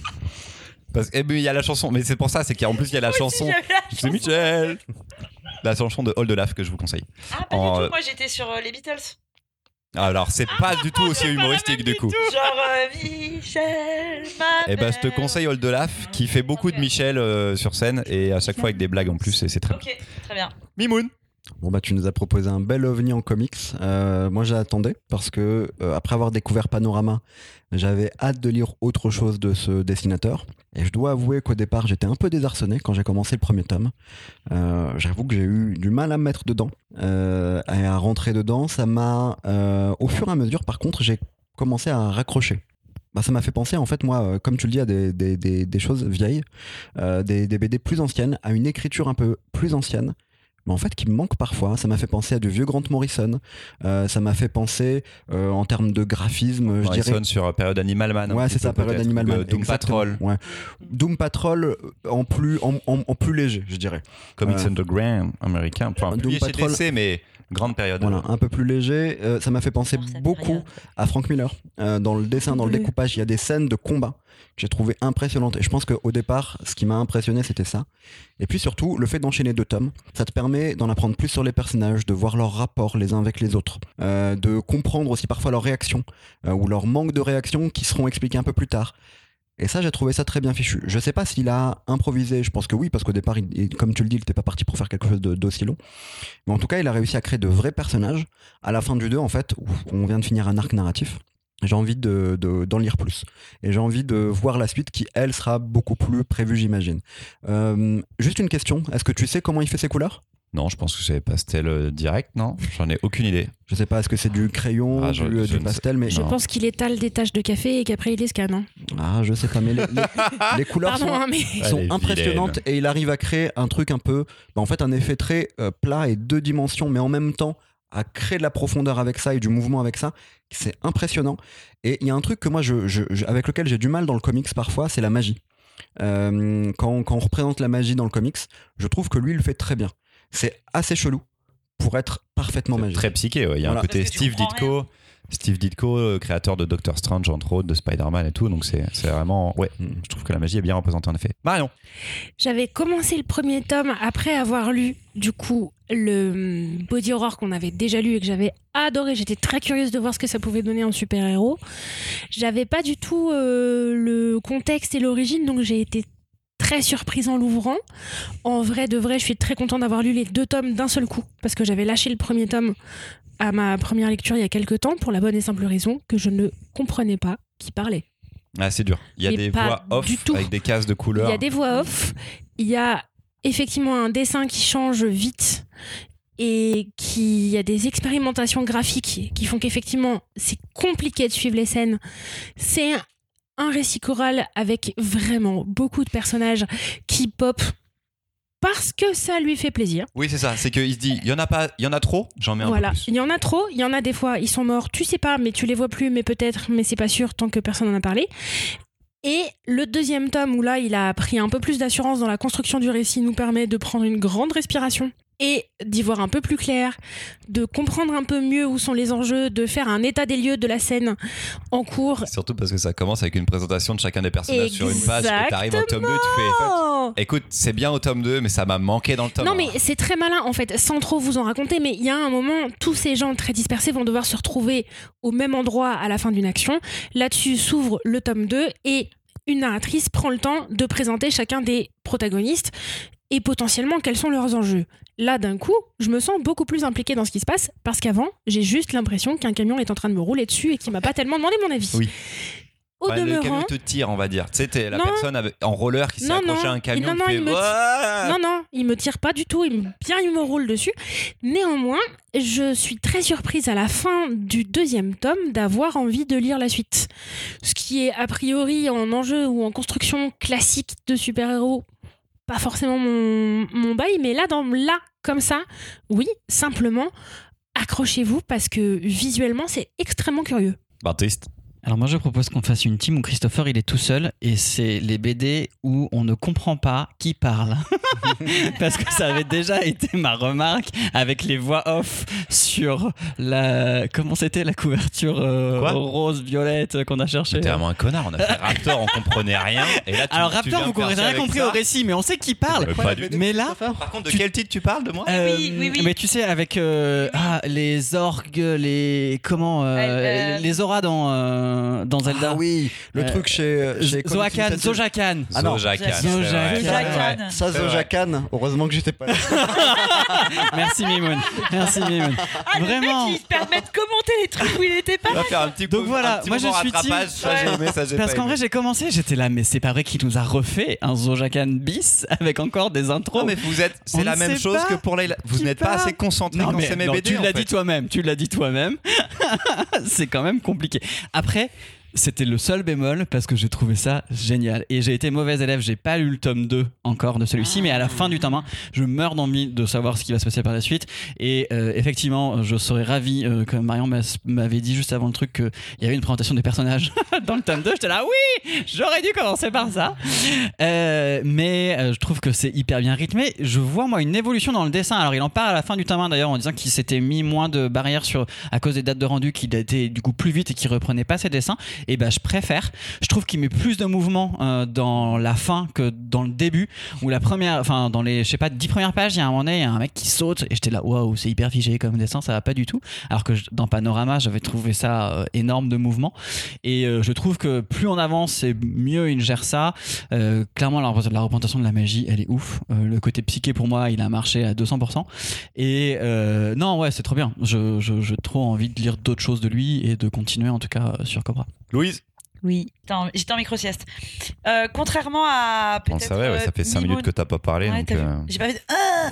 [SPEAKER 3] Parce, eh ben, il y a la chanson, mais c'est pour ça, c'est qu'en plus il y a la chanson.
[SPEAKER 4] J'avais la
[SPEAKER 3] C'est
[SPEAKER 4] chanson.
[SPEAKER 3] Michel La chanson de Hold the Laugh que je vous conseille.
[SPEAKER 4] Ah, pas
[SPEAKER 3] En,
[SPEAKER 4] du
[SPEAKER 3] euh,
[SPEAKER 4] tout, moi j'étais sur euh, les Beatles.
[SPEAKER 3] Alors, c'est Ah, pas du tout aussi humoristique du coup.
[SPEAKER 4] Genre euh, Michel, ma
[SPEAKER 3] Eh ben, je te
[SPEAKER 4] mère.
[SPEAKER 3] conseille Old Olaf, qui fait beaucoup de Michel euh, sur scène et à chaque fois avec des blagues en plus, et c'est très bien.
[SPEAKER 4] Ok, très bien.
[SPEAKER 3] Mimoun
[SPEAKER 5] Bon bah tu nous as proposé un bel ovni en comics. Euh, moi j'attendais parce que euh, après avoir découvert Panorama, j'avais hâte de lire autre chose de ce dessinateur. Et je dois avouer qu'au départ j'étais un peu désarçonné quand j'ai commencé le premier tome. Euh, J'avoue que j'ai eu du mal à me mettre dedans euh, et à rentrer dedans. Ça m'a, euh, au fur et à mesure, par contre, j'ai commencé à raccrocher. Bah, ça m'a fait penser, en fait, moi, euh, comme tu le dis, à des, des- des- des choses vieilles, euh, des, des BD plus anciennes, à une écriture un peu plus ancienne, mais en fait qui me manque parfois. Ça m'a fait penser à du vieux Grant Morrison. Euh, ça m'a fait penser, euh, en termes de graphisme, je
[SPEAKER 3] Morrison
[SPEAKER 5] dirais.
[SPEAKER 3] sur euh, Période Animal Man. un
[SPEAKER 5] Ouais,
[SPEAKER 3] petit
[SPEAKER 5] c'est ça,
[SPEAKER 3] peu,
[SPEAKER 5] période
[SPEAKER 3] peut-être,
[SPEAKER 5] Animal
[SPEAKER 3] ou de
[SPEAKER 5] Man.
[SPEAKER 3] Doom
[SPEAKER 5] exactement.
[SPEAKER 3] Patrol,
[SPEAKER 5] Ouais. Doom Patrol euh, en plus, en, en- en plus léger, je dirais.
[SPEAKER 3] Comics
[SPEAKER 5] Euh,
[SPEAKER 3] Underground américain. Enfin,
[SPEAKER 5] Doom
[SPEAKER 3] publié chez
[SPEAKER 5] Patrol.
[SPEAKER 3] DC, mais grande période.
[SPEAKER 5] Voilà, un peu plus léger. Euh, ça m'a fait penser
[SPEAKER 4] Alors, ça me
[SPEAKER 5] beaucoup
[SPEAKER 4] regarde.
[SPEAKER 5] à Frank Miller. Euh, dans le dessin, dans le
[SPEAKER 2] Oui.
[SPEAKER 5] découpage, il y a des scènes de combat que j'ai trouvé impressionnantes. Et je pense qu'au départ, ce qui m'a impressionné, c'était ça. Et puis surtout, le fait d'enchaîner deux tomes, ça te permet d'en apprendre plus sur les personnages, de voir leurs rapports les uns avec les autres, euh, de comprendre aussi parfois leurs réactions euh, ou leur manque de réaction qui seront expliqués un peu plus tard. Et ça, j'ai trouvé ça très bien fichu. Je sais pas s'il a improvisé, je pense que oui, parce qu'au départ, il- il- comme tu le dis, il n'était pas parti pour faire quelque chose de- d'aussi long. Mais en tout cas, il a réussi à créer de vrais personnages. À la fin du 2, en fait, où on vient de finir un arc narratif. J'ai envie de, de- d'en lire plus. Et j'ai envie de voir la suite qui, elle, sera beaucoup plus prévue, j'imagine. Euh, juste une question. Est-ce que tu sais comment il fait ses couleurs
[SPEAKER 3] Non, je pense que c'est Pastel euh, direct, non J'en ai aucune idée.
[SPEAKER 5] Je sais pas, est-ce que c'est du crayon,
[SPEAKER 3] Ah,
[SPEAKER 5] du,
[SPEAKER 3] je-
[SPEAKER 5] euh,
[SPEAKER 3] je
[SPEAKER 5] du
[SPEAKER 3] ne
[SPEAKER 5] pastel, mais.
[SPEAKER 2] Je
[SPEAKER 3] Non.
[SPEAKER 2] pense qu'il étale des taches de café et qu'après il les scanne. hein.
[SPEAKER 5] Ah, je sais pas, mais les, les- les couleurs
[SPEAKER 2] Pardon,
[SPEAKER 5] sont
[SPEAKER 2] hein, mais
[SPEAKER 3] Elle est
[SPEAKER 5] sont
[SPEAKER 3] vilaine.
[SPEAKER 5] impressionnantes et il arrive à créer un truc un peu, bah, en fait, un effet très euh, plat et deux dimensions, mais en même temps à créer de la profondeur avec ça et du mouvement avec ça. C'est impressionnant. Et il y a un truc que moi, je, je- je- avec lequel j'ai du mal dans le comics parfois, c'est la magie. Euh, quand, quand on représente la magie dans le comics, je trouve que lui il le fait très bien. C'est assez chelou pour être parfaitement
[SPEAKER 3] C'est
[SPEAKER 5] magique.
[SPEAKER 3] Très psyché, ouais. il y a un
[SPEAKER 5] Voilà.
[SPEAKER 3] côté
[SPEAKER 4] Parce que tu
[SPEAKER 3] Steve
[SPEAKER 4] comprends
[SPEAKER 3] Ditko. Steve Ditko, euh, créateur de Doctor Strange, entre autres, de Spider-Man et tout. Donc, c'est c'est vraiment. Ouais,
[SPEAKER 5] Mm.
[SPEAKER 3] je trouve que la magie est bien représentée en effet. Marion
[SPEAKER 2] J'avais commencé le premier tome après avoir lu, du coup, le hum, Body Horror qu'on avait déjà lu et que j'avais adoré. J'étais très curieuse de voir ce que ça pouvait donner en super-héros. J'avais pas du tout euh, le contexte et l'origine, donc j'ai été très surprise en l'ouvrant. En vrai, de vrai, je suis très contente d'avoir lu les deux tomes d'un seul coup, parce que j'avais lâché le premier tome à ma première lecture il y a quelques temps, pour la bonne et simple raison que je ne comprenais pas qui parlait.
[SPEAKER 3] Ah, c'est dur. Il y a
[SPEAKER 2] Mais
[SPEAKER 3] des
[SPEAKER 2] pas
[SPEAKER 3] voix off
[SPEAKER 2] du tout.
[SPEAKER 3] avec des cases de couleurs.
[SPEAKER 2] Il y a des voix off, il y a effectivement un dessin qui change vite et qui il y a des expérimentations graphiques qui font qu'effectivement c'est compliqué de suivre les scènes. C'est un- un récit choral avec vraiment beaucoup de personnages qui pop parce que ça lui fait plaisir.
[SPEAKER 3] Oui, c'est ça. C'est qu'il se dit, il y en a pas, il y en a trop. J'en mets un
[SPEAKER 2] Voilà,
[SPEAKER 3] peu plus.
[SPEAKER 2] il y en a trop, il y en a des fois, ils sont morts, tu sais pas, mais tu les vois plus, mais peut-être, mais c'est pas sûr tant que personne n'en a parlé. Et le deuxième tome, où là, il a pris un peu plus d'assurance dans la construction du récit, nous permet de prendre une grande respiration et d'y voir un peu plus clair, de comprendre un peu mieux où sont les enjeux, de faire un état des lieux de la scène en cours.
[SPEAKER 3] Surtout parce que ça commence avec une présentation de chacun des personnages sur une page. Et t'arrives au tome 2, tu
[SPEAKER 2] Oh
[SPEAKER 3] fais. Écoute, c'est bien au tome 2, mais ça m'a manqué dans le tome.
[SPEAKER 2] Non
[SPEAKER 3] un.
[SPEAKER 2] mais c'est très malin en fait, sans trop vous en raconter, mais il y a un moment, tous ces gens très dispersés vont devoir se retrouver au même endroit à la fin d'une action. Là-dessus s'ouvre le tome 2 et une narratrice prend le temps de présenter chacun des protagonistes et potentiellement quels sont leurs enjeux. Là, d'un coup, je me sens beaucoup plus impliquée dans ce qui se passe parce qu'avant, j'ai juste l'impression qu'un camion est en train de me rouler dessus et qu'il m'a pas tellement demandé mon avis.
[SPEAKER 3] Oui.
[SPEAKER 2] Au
[SPEAKER 3] Enfin, le
[SPEAKER 2] demeurant,
[SPEAKER 3] camion te tire, on va dire. Tu sais, t'es la
[SPEAKER 2] Non.
[SPEAKER 3] personne avec- en roller qui s'est
[SPEAKER 2] Non,
[SPEAKER 3] accrochée
[SPEAKER 2] non.
[SPEAKER 3] à un
[SPEAKER 2] Il-
[SPEAKER 3] camion
[SPEAKER 2] non, non,
[SPEAKER 3] qui fait
[SPEAKER 2] il me-
[SPEAKER 3] Ouah
[SPEAKER 2] Non, non, il me tire pas du tout, il me, bien il me roule dessus. Néanmoins, je suis très surprise à la fin du deuxième tome d'avoir envie de lire la suite. Ce qui est a priori en enjeu ou en construction classique de super-héros, pas forcément mon, mon bail, mais là, dans, là, comme ça, oui, simplement, accrochez-vous parce que visuellement, c'est extrêmement curieux.
[SPEAKER 3] Baptiste.
[SPEAKER 6] Alors moi je propose qu'on fasse une team où Christopher il est tout seul et c'est les BD où on ne comprend pas qui parle. Parce que ça avait déjà été ma remarque avec les voix off sur la... Comment c'était la couverture euh,
[SPEAKER 3] Quoi
[SPEAKER 6] rose-violette qu'on a cherché
[SPEAKER 3] T'es vraiment un connard. On a fait Raptor, on comprenait rien. Et là, tu,
[SPEAKER 6] Alors
[SPEAKER 3] tu
[SPEAKER 6] Raptor
[SPEAKER 3] viens
[SPEAKER 6] vous n'aurez
[SPEAKER 3] percer
[SPEAKER 6] rien
[SPEAKER 3] avec
[SPEAKER 6] compris
[SPEAKER 3] ça.
[SPEAKER 6] au récit mais on sait qui parle.
[SPEAKER 3] Euh, pas du tout.
[SPEAKER 6] Mais là...
[SPEAKER 3] Par contre, de quel titre tu parles de moi
[SPEAKER 6] euh,
[SPEAKER 4] Oui, oui, oui.
[SPEAKER 6] Mais tu sais, avec euh, ah, les orgues, les. Comment euh,
[SPEAKER 4] Euh, euh,
[SPEAKER 6] Les auras dans, euh, dans Zelda.
[SPEAKER 5] Ah oui, le
[SPEAKER 6] Euh,
[SPEAKER 5] truc chez. chez Comics
[SPEAKER 6] Zoakan,
[SPEAKER 5] Initiative.
[SPEAKER 6] Zojakan.
[SPEAKER 5] Ah non.
[SPEAKER 3] Zojakan, c'est
[SPEAKER 6] Zojakan.
[SPEAKER 3] vrai.
[SPEAKER 4] Zojakan.
[SPEAKER 3] Ouais.
[SPEAKER 5] Ça,
[SPEAKER 3] C'est vrai.
[SPEAKER 5] Zojakan, heureusement que j'étais pas là.
[SPEAKER 6] Merci Mimoun. Merci Mimoun.
[SPEAKER 4] Ah, le
[SPEAKER 6] Vraiment.
[SPEAKER 4] mec, il se permet de commenter les trucs où il était pas.
[SPEAKER 3] On va faire un petit
[SPEAKER 6] Donc
[SPEAKER 3] coup-
[SPEAKER 6] voilà,
[SPEAKER 3] un petit
[SPEAKER 6] moi, je
[SPEAKER 3] moment
[SPEAKER 6] suis
[SPEAKER 3] rattrapage.
[SPEAKER 6] team.
[SPEAKER 3] Ça, j'ai aimé, ça, j'ai
[SPEAKER 6] Parce
[SPEAKER 3] pas
[SPEAKER 6] qu'en
[SPEAKER 3] aimé.
[SPEAKER 6] vrai, j'ai commencé, j'étais là, mais c'est pas vrai qu'il nous a refait un Zojakan bis avec encore des intros.
[SPEAKER 3] Non, Ah, mais vous êtes,
[SPEAKER 6] On
[SPEAKER 3] c'est la
[SPEAKER 6] ne
[SPEAKER 3] même
[SPEAKER 6] sait
[SPEAKER 3] chose
[SPEAKER 6] pas
[SPEAKER 3] que pour les. Vous
[SPEAKER 6] qui
[SPEAKER 3] n'êtes pas
[SPEAKER 6] parle.
[SPEAKER 3] assez concentré
[SPEAKER 6] Non,
[SPEAKER 3] quand
[SPEAKER 6] mais
[SPEAKER 3] c'est mes
[SPEAKER 6] non,
[SPEAKER 3] BD.
[SPEAKER 6] tu
[SPEAKER 3] en
[SPEAKER 6] l'as
[SPEAKER 3] fait.
[SPEAKER 6] dit toi-même, tu l'as dit toi-même. c'est quand même compliqué. Après, c'était le seul bémol parce que j'ai trouvé ça génial. Et j'ai été mauvais élève, j'ai pas lu le tome 2 encore de celui-ci, mais à la fin du tome 1, je meurs d'envie de savoir ce qui va se passer par la suite. Et euh, effectivement, je serais ravi, euh, comme Marion m'a- m'avait dit juste avant le truc, qu'il y avait une présentation des personnages dans le tome 2. J'étais là, oui, j'aurais dû commencer par ça. Euh, mais euh, je trouve que c'est hyper bien rythmé. Je vois moi une évolution dans le dessin. Alors il en parle à la fin du tome 1 d'ailleurs en disant qu'il s'était mis moins de barrières sur à cause des dates de rendu qu'il était du coup plus vite et qu'il reprenait pas ses dessins. Et ben je préfère. Je trouve qu'il met plus de mouvement euh, dans la fin que dans le début où la première, enfin dans les je sais pas dix premières pages, il y a un moment donné, il y a un mec qui saute et j'étais là waouh c'est hyper figé comme dessin, ça va pas du tout. Alors que je- dans Panorama j'avais trouvé ça euh, énorme de mouvement. Et euh, je trouve que plus on avance et mieux il gère ça. Euh, clairement, la, repré- la représentation de la magie, elle est ouf. Euh, le côté psyché, pour moi, il a marché à 200%. Et euh, non, ouais, c'est trop bien. Je- je- J'ai trop envie de lire d'autres choses de lui et de continuer, en tout cas, euh, sur Cobra.
[SPEAKER 3] Louise,
[SPEAKER 4] Oui. J'étais en micro-sieste. Euh, contrairement à.
[SPEAKER 3] on
[SPEAKER 4] peut-être,
[SPEAKER 3] savait, ouais, ça
[SPEAKER 4] euh,
[SPEAKER 3] fait 5
[SPEAKER 4] Mimoun-
[SPEAKER 3] minutes que t'as pas parlé.
[SPEAKER 4] Ouais,
[SPEAKER 3] donc,
[SPEAKER 4] t'as vu.
[SPEAKER 3] euh,
[SPEAKER 4] J'ai pas fait de- Ah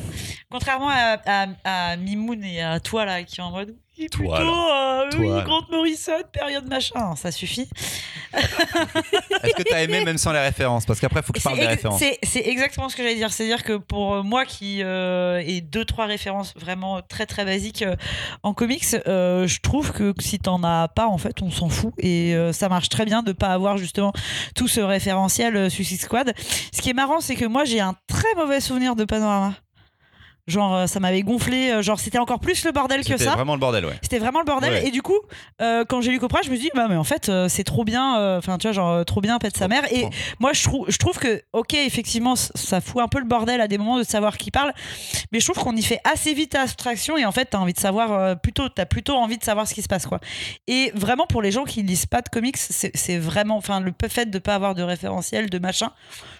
[SPEAKER 4] Contrairement à, à, à Mimoun et à toi, là, qui est en mode. Oui,
[SPEAKER 3] Toi,
[SPEAKER 4] plutôt, euh,
[SPEAKER 3] Toi,
[SPEAKER 4] oui,
[SPEAKER 3] là.
[SPEAKER 4] Grant Morrison, période machin. Non, ça suffit.
[SPEAKER 3] Est-ce que t'as aimé même sans les références Parce qu'après, faut que je
[SPEAKER 4] C'est
[SPEAKER 3] parle des
[SPEAKER 4] ex-
[SPEAKER 3] références.
[SPEAKER 4] c'est- C'est exactement ce que j'allais dire. C'est-à-dire que pour euh, moi qui euh, ai deux, trois références vraiment très, très basiques euh, en comics, euh, je trouve que si t'en as pas, en fait, on s'en fout. Et euh, ça marche très bien de pas avoir justement tout ce référentiel euh, Suicide Squad. Ce qui est marrant, c'est que moi, j'ai un très mauvais souvenir de Panorama. Genre, euh, ça m'avait gonflé. euh, Genre, c'était encore plus le bordel que
[SPEAKER 3] C'était
[SPEAKER 4] ça.
[SPEAKER 3] vraiment le bordel, ouais.
[SPEAKER 4] C'était vraiment le bordel.
[SPEAKER 3] Ouais.
[SPEAKER 4] Et du coup, euh, quand j'ai lu Copra, je me suis dit, bah, mais en fait, euh, c'est trop bien. euh, Enfin, tu vois, genre, euh, trop bien, pète sa mère. Et
[SPEAKER 3] Bon.
[SPEAKER 4] moi, je, trou- je trouve que, ok, effectivement, c- ça fout un peu le bordel à des moments de savoir qui parle. Mais je trouve qu'on y fait assez vite abstraction. Et en fait, t'as envie de savoir, euh, plutôt, t'as plutôt envie de savoir ce qui se passe, quoi. Et vraiment, pour les gens qui lisent pas de comics, c'est c'est vraiment, enfin, le fait de pas avoir de référentiel, de machin,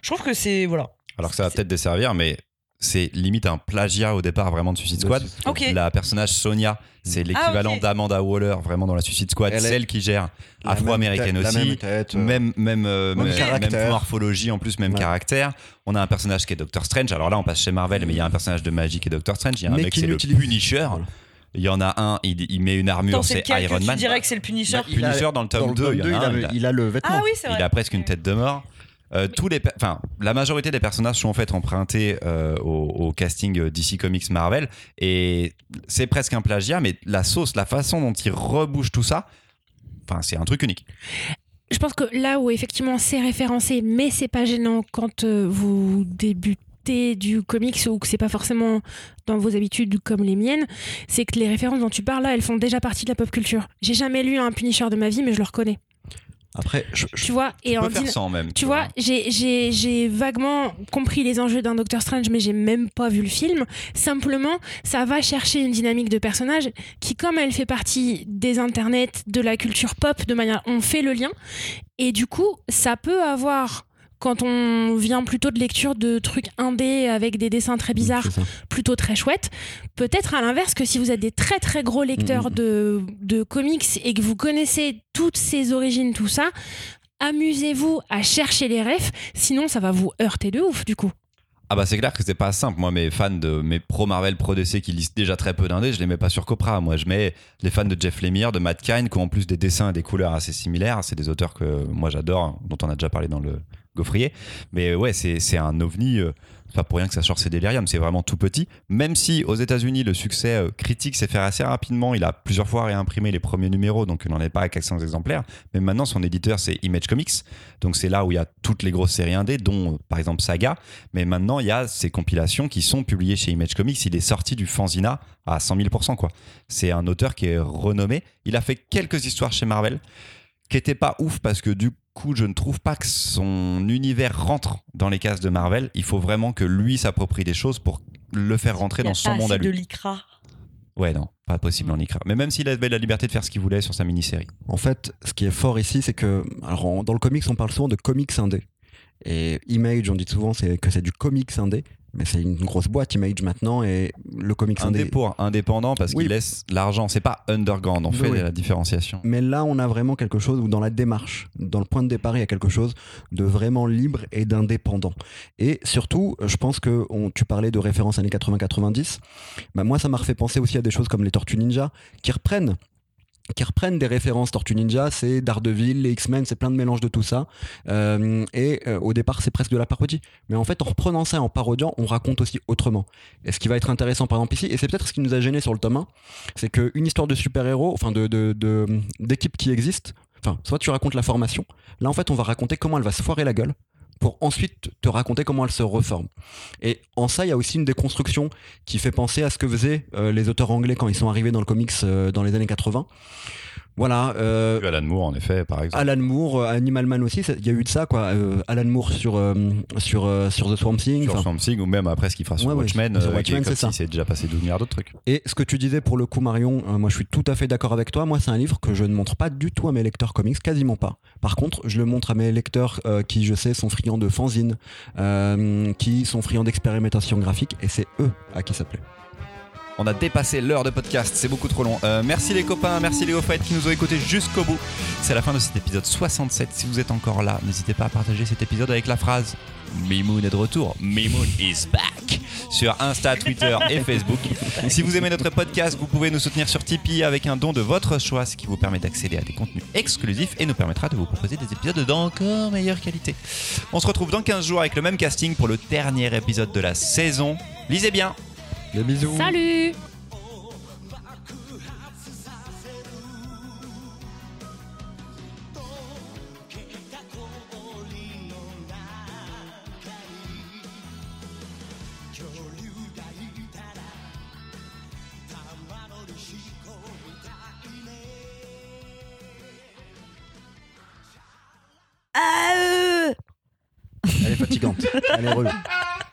[SPEAKER 4] je trouve que c'est, voilà.
[SPEAKER 3] Alors que ça va
[SPEAKER 4] C'est-
[SPEAKER 3] peut-être desservir, mais c'est limite un plagiat au départ vraiment de Suicide Squad.
[SPEAKER 4] Ok.
[SPEAKER 3] La personnage Sonia, c'est l'équivalent
[SPEAKER 4] Ah, ok.
[SPEAKER 3] d'Amanda Waller vraiment dans la Suicide Squad,
[SPEAKER 5] Elle est-
[SPEAKER 3] celle qui gère
[SPEAKER 5] La
[SPEAKER 3] Afro-américaine
[SPEAKER 5] même tête, La
[SPEAKER 3] aussi.
[SPEAKER 5] même tête. euh,
[SPEAKER 3] même même euh,
[SPEAKER 5] Même
[SPEAKER 3] même,
[SPEAKER 5] caractère.
[SPEAKER 3] même morphologie en plus même
[SPEAKER 5] Ouais.
[SPEAKER 3] caractère on a un personnage qui est Doctor Strange alors là on passe chez Marvel mais il y a un personnage de magie qui est Doctor Strange il y a un
[SPEAKER 5] Mais
[SPEAKER 3] mec
[SPEAKER 5] qui
[SPEAKER 3] c'est le
[SPEAKER 5] n'utilise-
[SPEAKER 3] Punisher
[SPEAKER 5] Voilà.
[SPEAKER 3] il y en a un il, il met une
[SPEAKER 4] Attends,
[SPEAKER 3] armure
[SPEAKER 4] c'est
[SPEAKER 3] c'est
[SPEAKER 4] lequel
[SPEAKER 3] Iron
[SPEAKER 4] que
[SPEAKER 3] Man
[SPEAKER 4] Tu dirais que c'est le Punisher.
[SPEAKER 5] Bah, il a-
[SPEAKER 3] Punisher dans le
[SPEAKER 5] dans
[SPEAKER 3] tome
[SPEAKER 5] le
[SPEAKER 3] 2
[SPEAKER 5] tome
[SPEAKER 3] il y en
[SPEAKER 5] deux,
[SPEAKER 3] a un, il a-
[SPEAKER 5] il a le vêtement.
[SPEAKER 4] Ah oui, c'est vrai.
[SPEAKER 3] il a presque une tête de mort. Euh, tous les, pe- enfin, la majorité des personnages sont en fait empruntés euh, au, au casting euh, DC Comics Marvel et c'est presque un plagiat, mais la sauce, la façon dont ils rebouchent tout ça, enfin, c'est un truc unique.
[SPEAKER 2] Je pense que là où effectivement c'est référencé, mais c'est pas gênant quand euh, vous débutez du comics ou que c'est pas forcément dans vos habitudes comme les miennes, c'est que les références dont tu parles là, elles font déjà partie de la pop culture. J'ai jamais lu un Punisher de ma vie, mais je le reconnais.
[SPEAKER 5] Après, je, je-
[SPEAKER 2] Tu vois Et
[SPEAKER 3] Tu
[SPEAKER 2] en
[SPEAKER 3] peux faire
[SPEAKER 2] dîner-
[SPEAKER 3] sans même.
[SPEAKER 2] Tu vois, j'ai- j'ai j'ai vaguement compris les enjeux d'un Doctor Strange, mais j'ai même pas vu le film. Simplement, ça va chercher une dynamique de personnage qui, comme elle fait partie des internets, de la culture pop, de manière, on fait le lien. Et du coup, ça peut avoir quand on vient plutôt de lecture de trucs indés avec des dessins très bizarres,
[SPEAKER 5] C'est ça.
[SPEAKER 2] plutôt très chouettes, peut-être à l'inverse que si vous êtes des très très gros lecteurs
[SPEAKER 5] Mhm.
[SPEAKER 2] de, de comics et que vous connaissez toutes ces origines, tout ça, amusez-vous à chercher les refs, sinon ça va vous heurter de ouf du coup.
[SPEAKER 3] Ah bah c'est clair que c'est pas simple. Moi, mes fans de mes pro Marvel, pro DC qui lisent déjà très peu d'indés, je les mets pas sur Copra. Moi, je mets les fans de Jeff Lemire, de Matt Kine, qui ont en plus des dessins et des couleurs assez similaires. C'est des auteurs que moi j'adore, hein, dont on a déjà parlé dans le Gaufrier. Mais ouais, c'est c'est un ovni. euh, c'est pas pour rien que ça sort ses délirium, c'est vraiment tout petit. Même si aux États-Unis, le succès euh, critique s'est fait assez rapidement. Il a plusieurs fois réimprimé les premiers numéros, donc il n'en est pas à 400 exemplaires. Mais maintenant, son éditeur, c'est Image Comics. Donc c'est là où il y a toutes les grosses séries indées, dont euh, par exemple Saga. Mais maintenant, il y a ces compilations qui sont publiées chez Image Comics. Il est sorti du Fanzina à 100 000 quoi. C'est un auteur qui est renommé. Il a fait quelques histoires chez Marvel qui n'étaient pas ouf parce que du coup, je ne trouve pas que son univers rentre dans les cases de Marvel. Il faut vraiment que lui s'approprie des choses pour le faire rentrer
[SPEAKER 4] Il y a
[SPEAKER 3] dans son
[SPEAKER 4] pas
[SPEAKER 3] monde à
[SPEAKER 4] assez Ah, Mm. de
[SPEAKER 3] lui.
[SPEAKER 4] l'ICRA.
[SPEAKER 3] Ouais, non, pas possible en icra. Mais même s'il avait la liberté de faire ce qu'il voulait sur sa mini-série.
[SPEAKER 5] En fait, ce qui est fort ici, c'est que alors, on- dans le comics, on parle souvent de comics indé. Et Image, on dit souvent c'est- que c'est du comics indé, mais c'est une grosse boîte Image maintenant et le comics
[SPEAKER 3] Un
[SPEAKER 5] indé.
[SPEAKER 3] dépôt indépendant parce
[SPEAKER 5] Oui.
[SPEAKER 3] qu'il laisse l'argent. C'est pas underground, on
[SPEAKER 5] Oui,
[SPEAKER 3] fait
[SPEAKER 5] oui.
[SPEAKER 3] la différenciation.
[SPEAKER 5] Mais là, on a vraiment quelque chose où dans la démarche, dans le point de départ, il y a quelque chose de vraiment libre et d'indépendant. Et surtout, je pense que on- tu parlais de références années 80-90. Bah, moi, ça m'a refait penser aussi à des choses comme les Tortues Ninja, qui reprennent qui reprennent des références Tortues Ninja, c'est Daredevil, les X-Men, c'est plein de mélanges de tout ça. Euh, et euh, au départ, c'est presque de la parodie. Mais en fait, en reprenant ça, et en parodiant, on raconte aussi autrement. Et ce qui va être intéressant, par exemple, ici, et c'est peut-être ce qui nous a gêné sur le tome 1, c'est qu'une histoire de super-héros, enfin de, de, de- d'équipe qui existe, enfin, soit tu racontes la formation, là en fait on va raconter comment elle va se foirer la gueule pour ensuite te raconter comment elle se reforme. Et en ça, il y a aussi une déconstruction qui fait penser à ce que faisaient euh, les auteurs anglais quand ils sont arrivés dans le comics euh, dans les années 80. Voilà, euh,
[SPEAKER 3] Alan Moore, en effet, par exemple.
[SPEAKER 5] Alan Moore, euh, Animal Man aussi, c'est- il y a eu de ça, quoi. euh, Alan Moore sur, euh, sur, euh, sur The Swamp Thing.
[SPEAKER 3] sur
[SPEAKER 5] enfin,
[SPEAKER 3] Swamp Thing ou même après ce qu'il fera sur
[SPEAKER 5] Ouais, ouais,
[SPEAKER 3] Watchmen,
[SPEAKER 5] sur
[SPEAKER 3] euh,
[SPEAKER 5] Watchmen,
[SPEAKER 3] qui est comme
[SPEAKER 5] c'est ça.
[SPEAKER 3] si c'est déjà passé 12 milliards d'autres trucs.
[SPEAKER 5] Et ce que tu disais pour le coup, Marion, euh, moi je suis tout à fait d'accord avec toi. Moi, c'est un livre que je ne montre pas du tout à mes lecteurs comics, quasiment pas. Par contre, je le montre à mes lecteurs euh, qui, je sais, sont friands de fanzine, euh, qui sont friands d'expérimentation graphique, et c'est eux à qui ça plaît.
[SPEAKER 3] On a dépassé l'heure de podcast, c'est beaucoup trop long. Euh, merci les copains, merci les GoFettes qui nous ont écoutés jusqu'au bout. C'est la fin de cet épisode 67. Si vous êtes encore là, n'hésitez pas à partager cet épisode avec la phrase Mimoun est de retour. Mimoun is back sur Insta, Twitter et Facebook. Si vous aimez notre podcast, vous pouvez nous soutenir sur Tipeee avec un don de votre choix, ce qui vous permet d'accéder à des contenus exclusifs et nous permettra de vous proposer des épisodes d'encore meilleure qualité. On se retrouve dans 15 jours avec le même casting pour le dernier épisode de la saison. Lisez bien
[SPEAKER 5] Des bisous.
[SPEAKER 2] Salut
[SPEAKER 4] Ah, euh Ah, euh
[SPEAKER 5] Elle est fatigante. Elle est relou.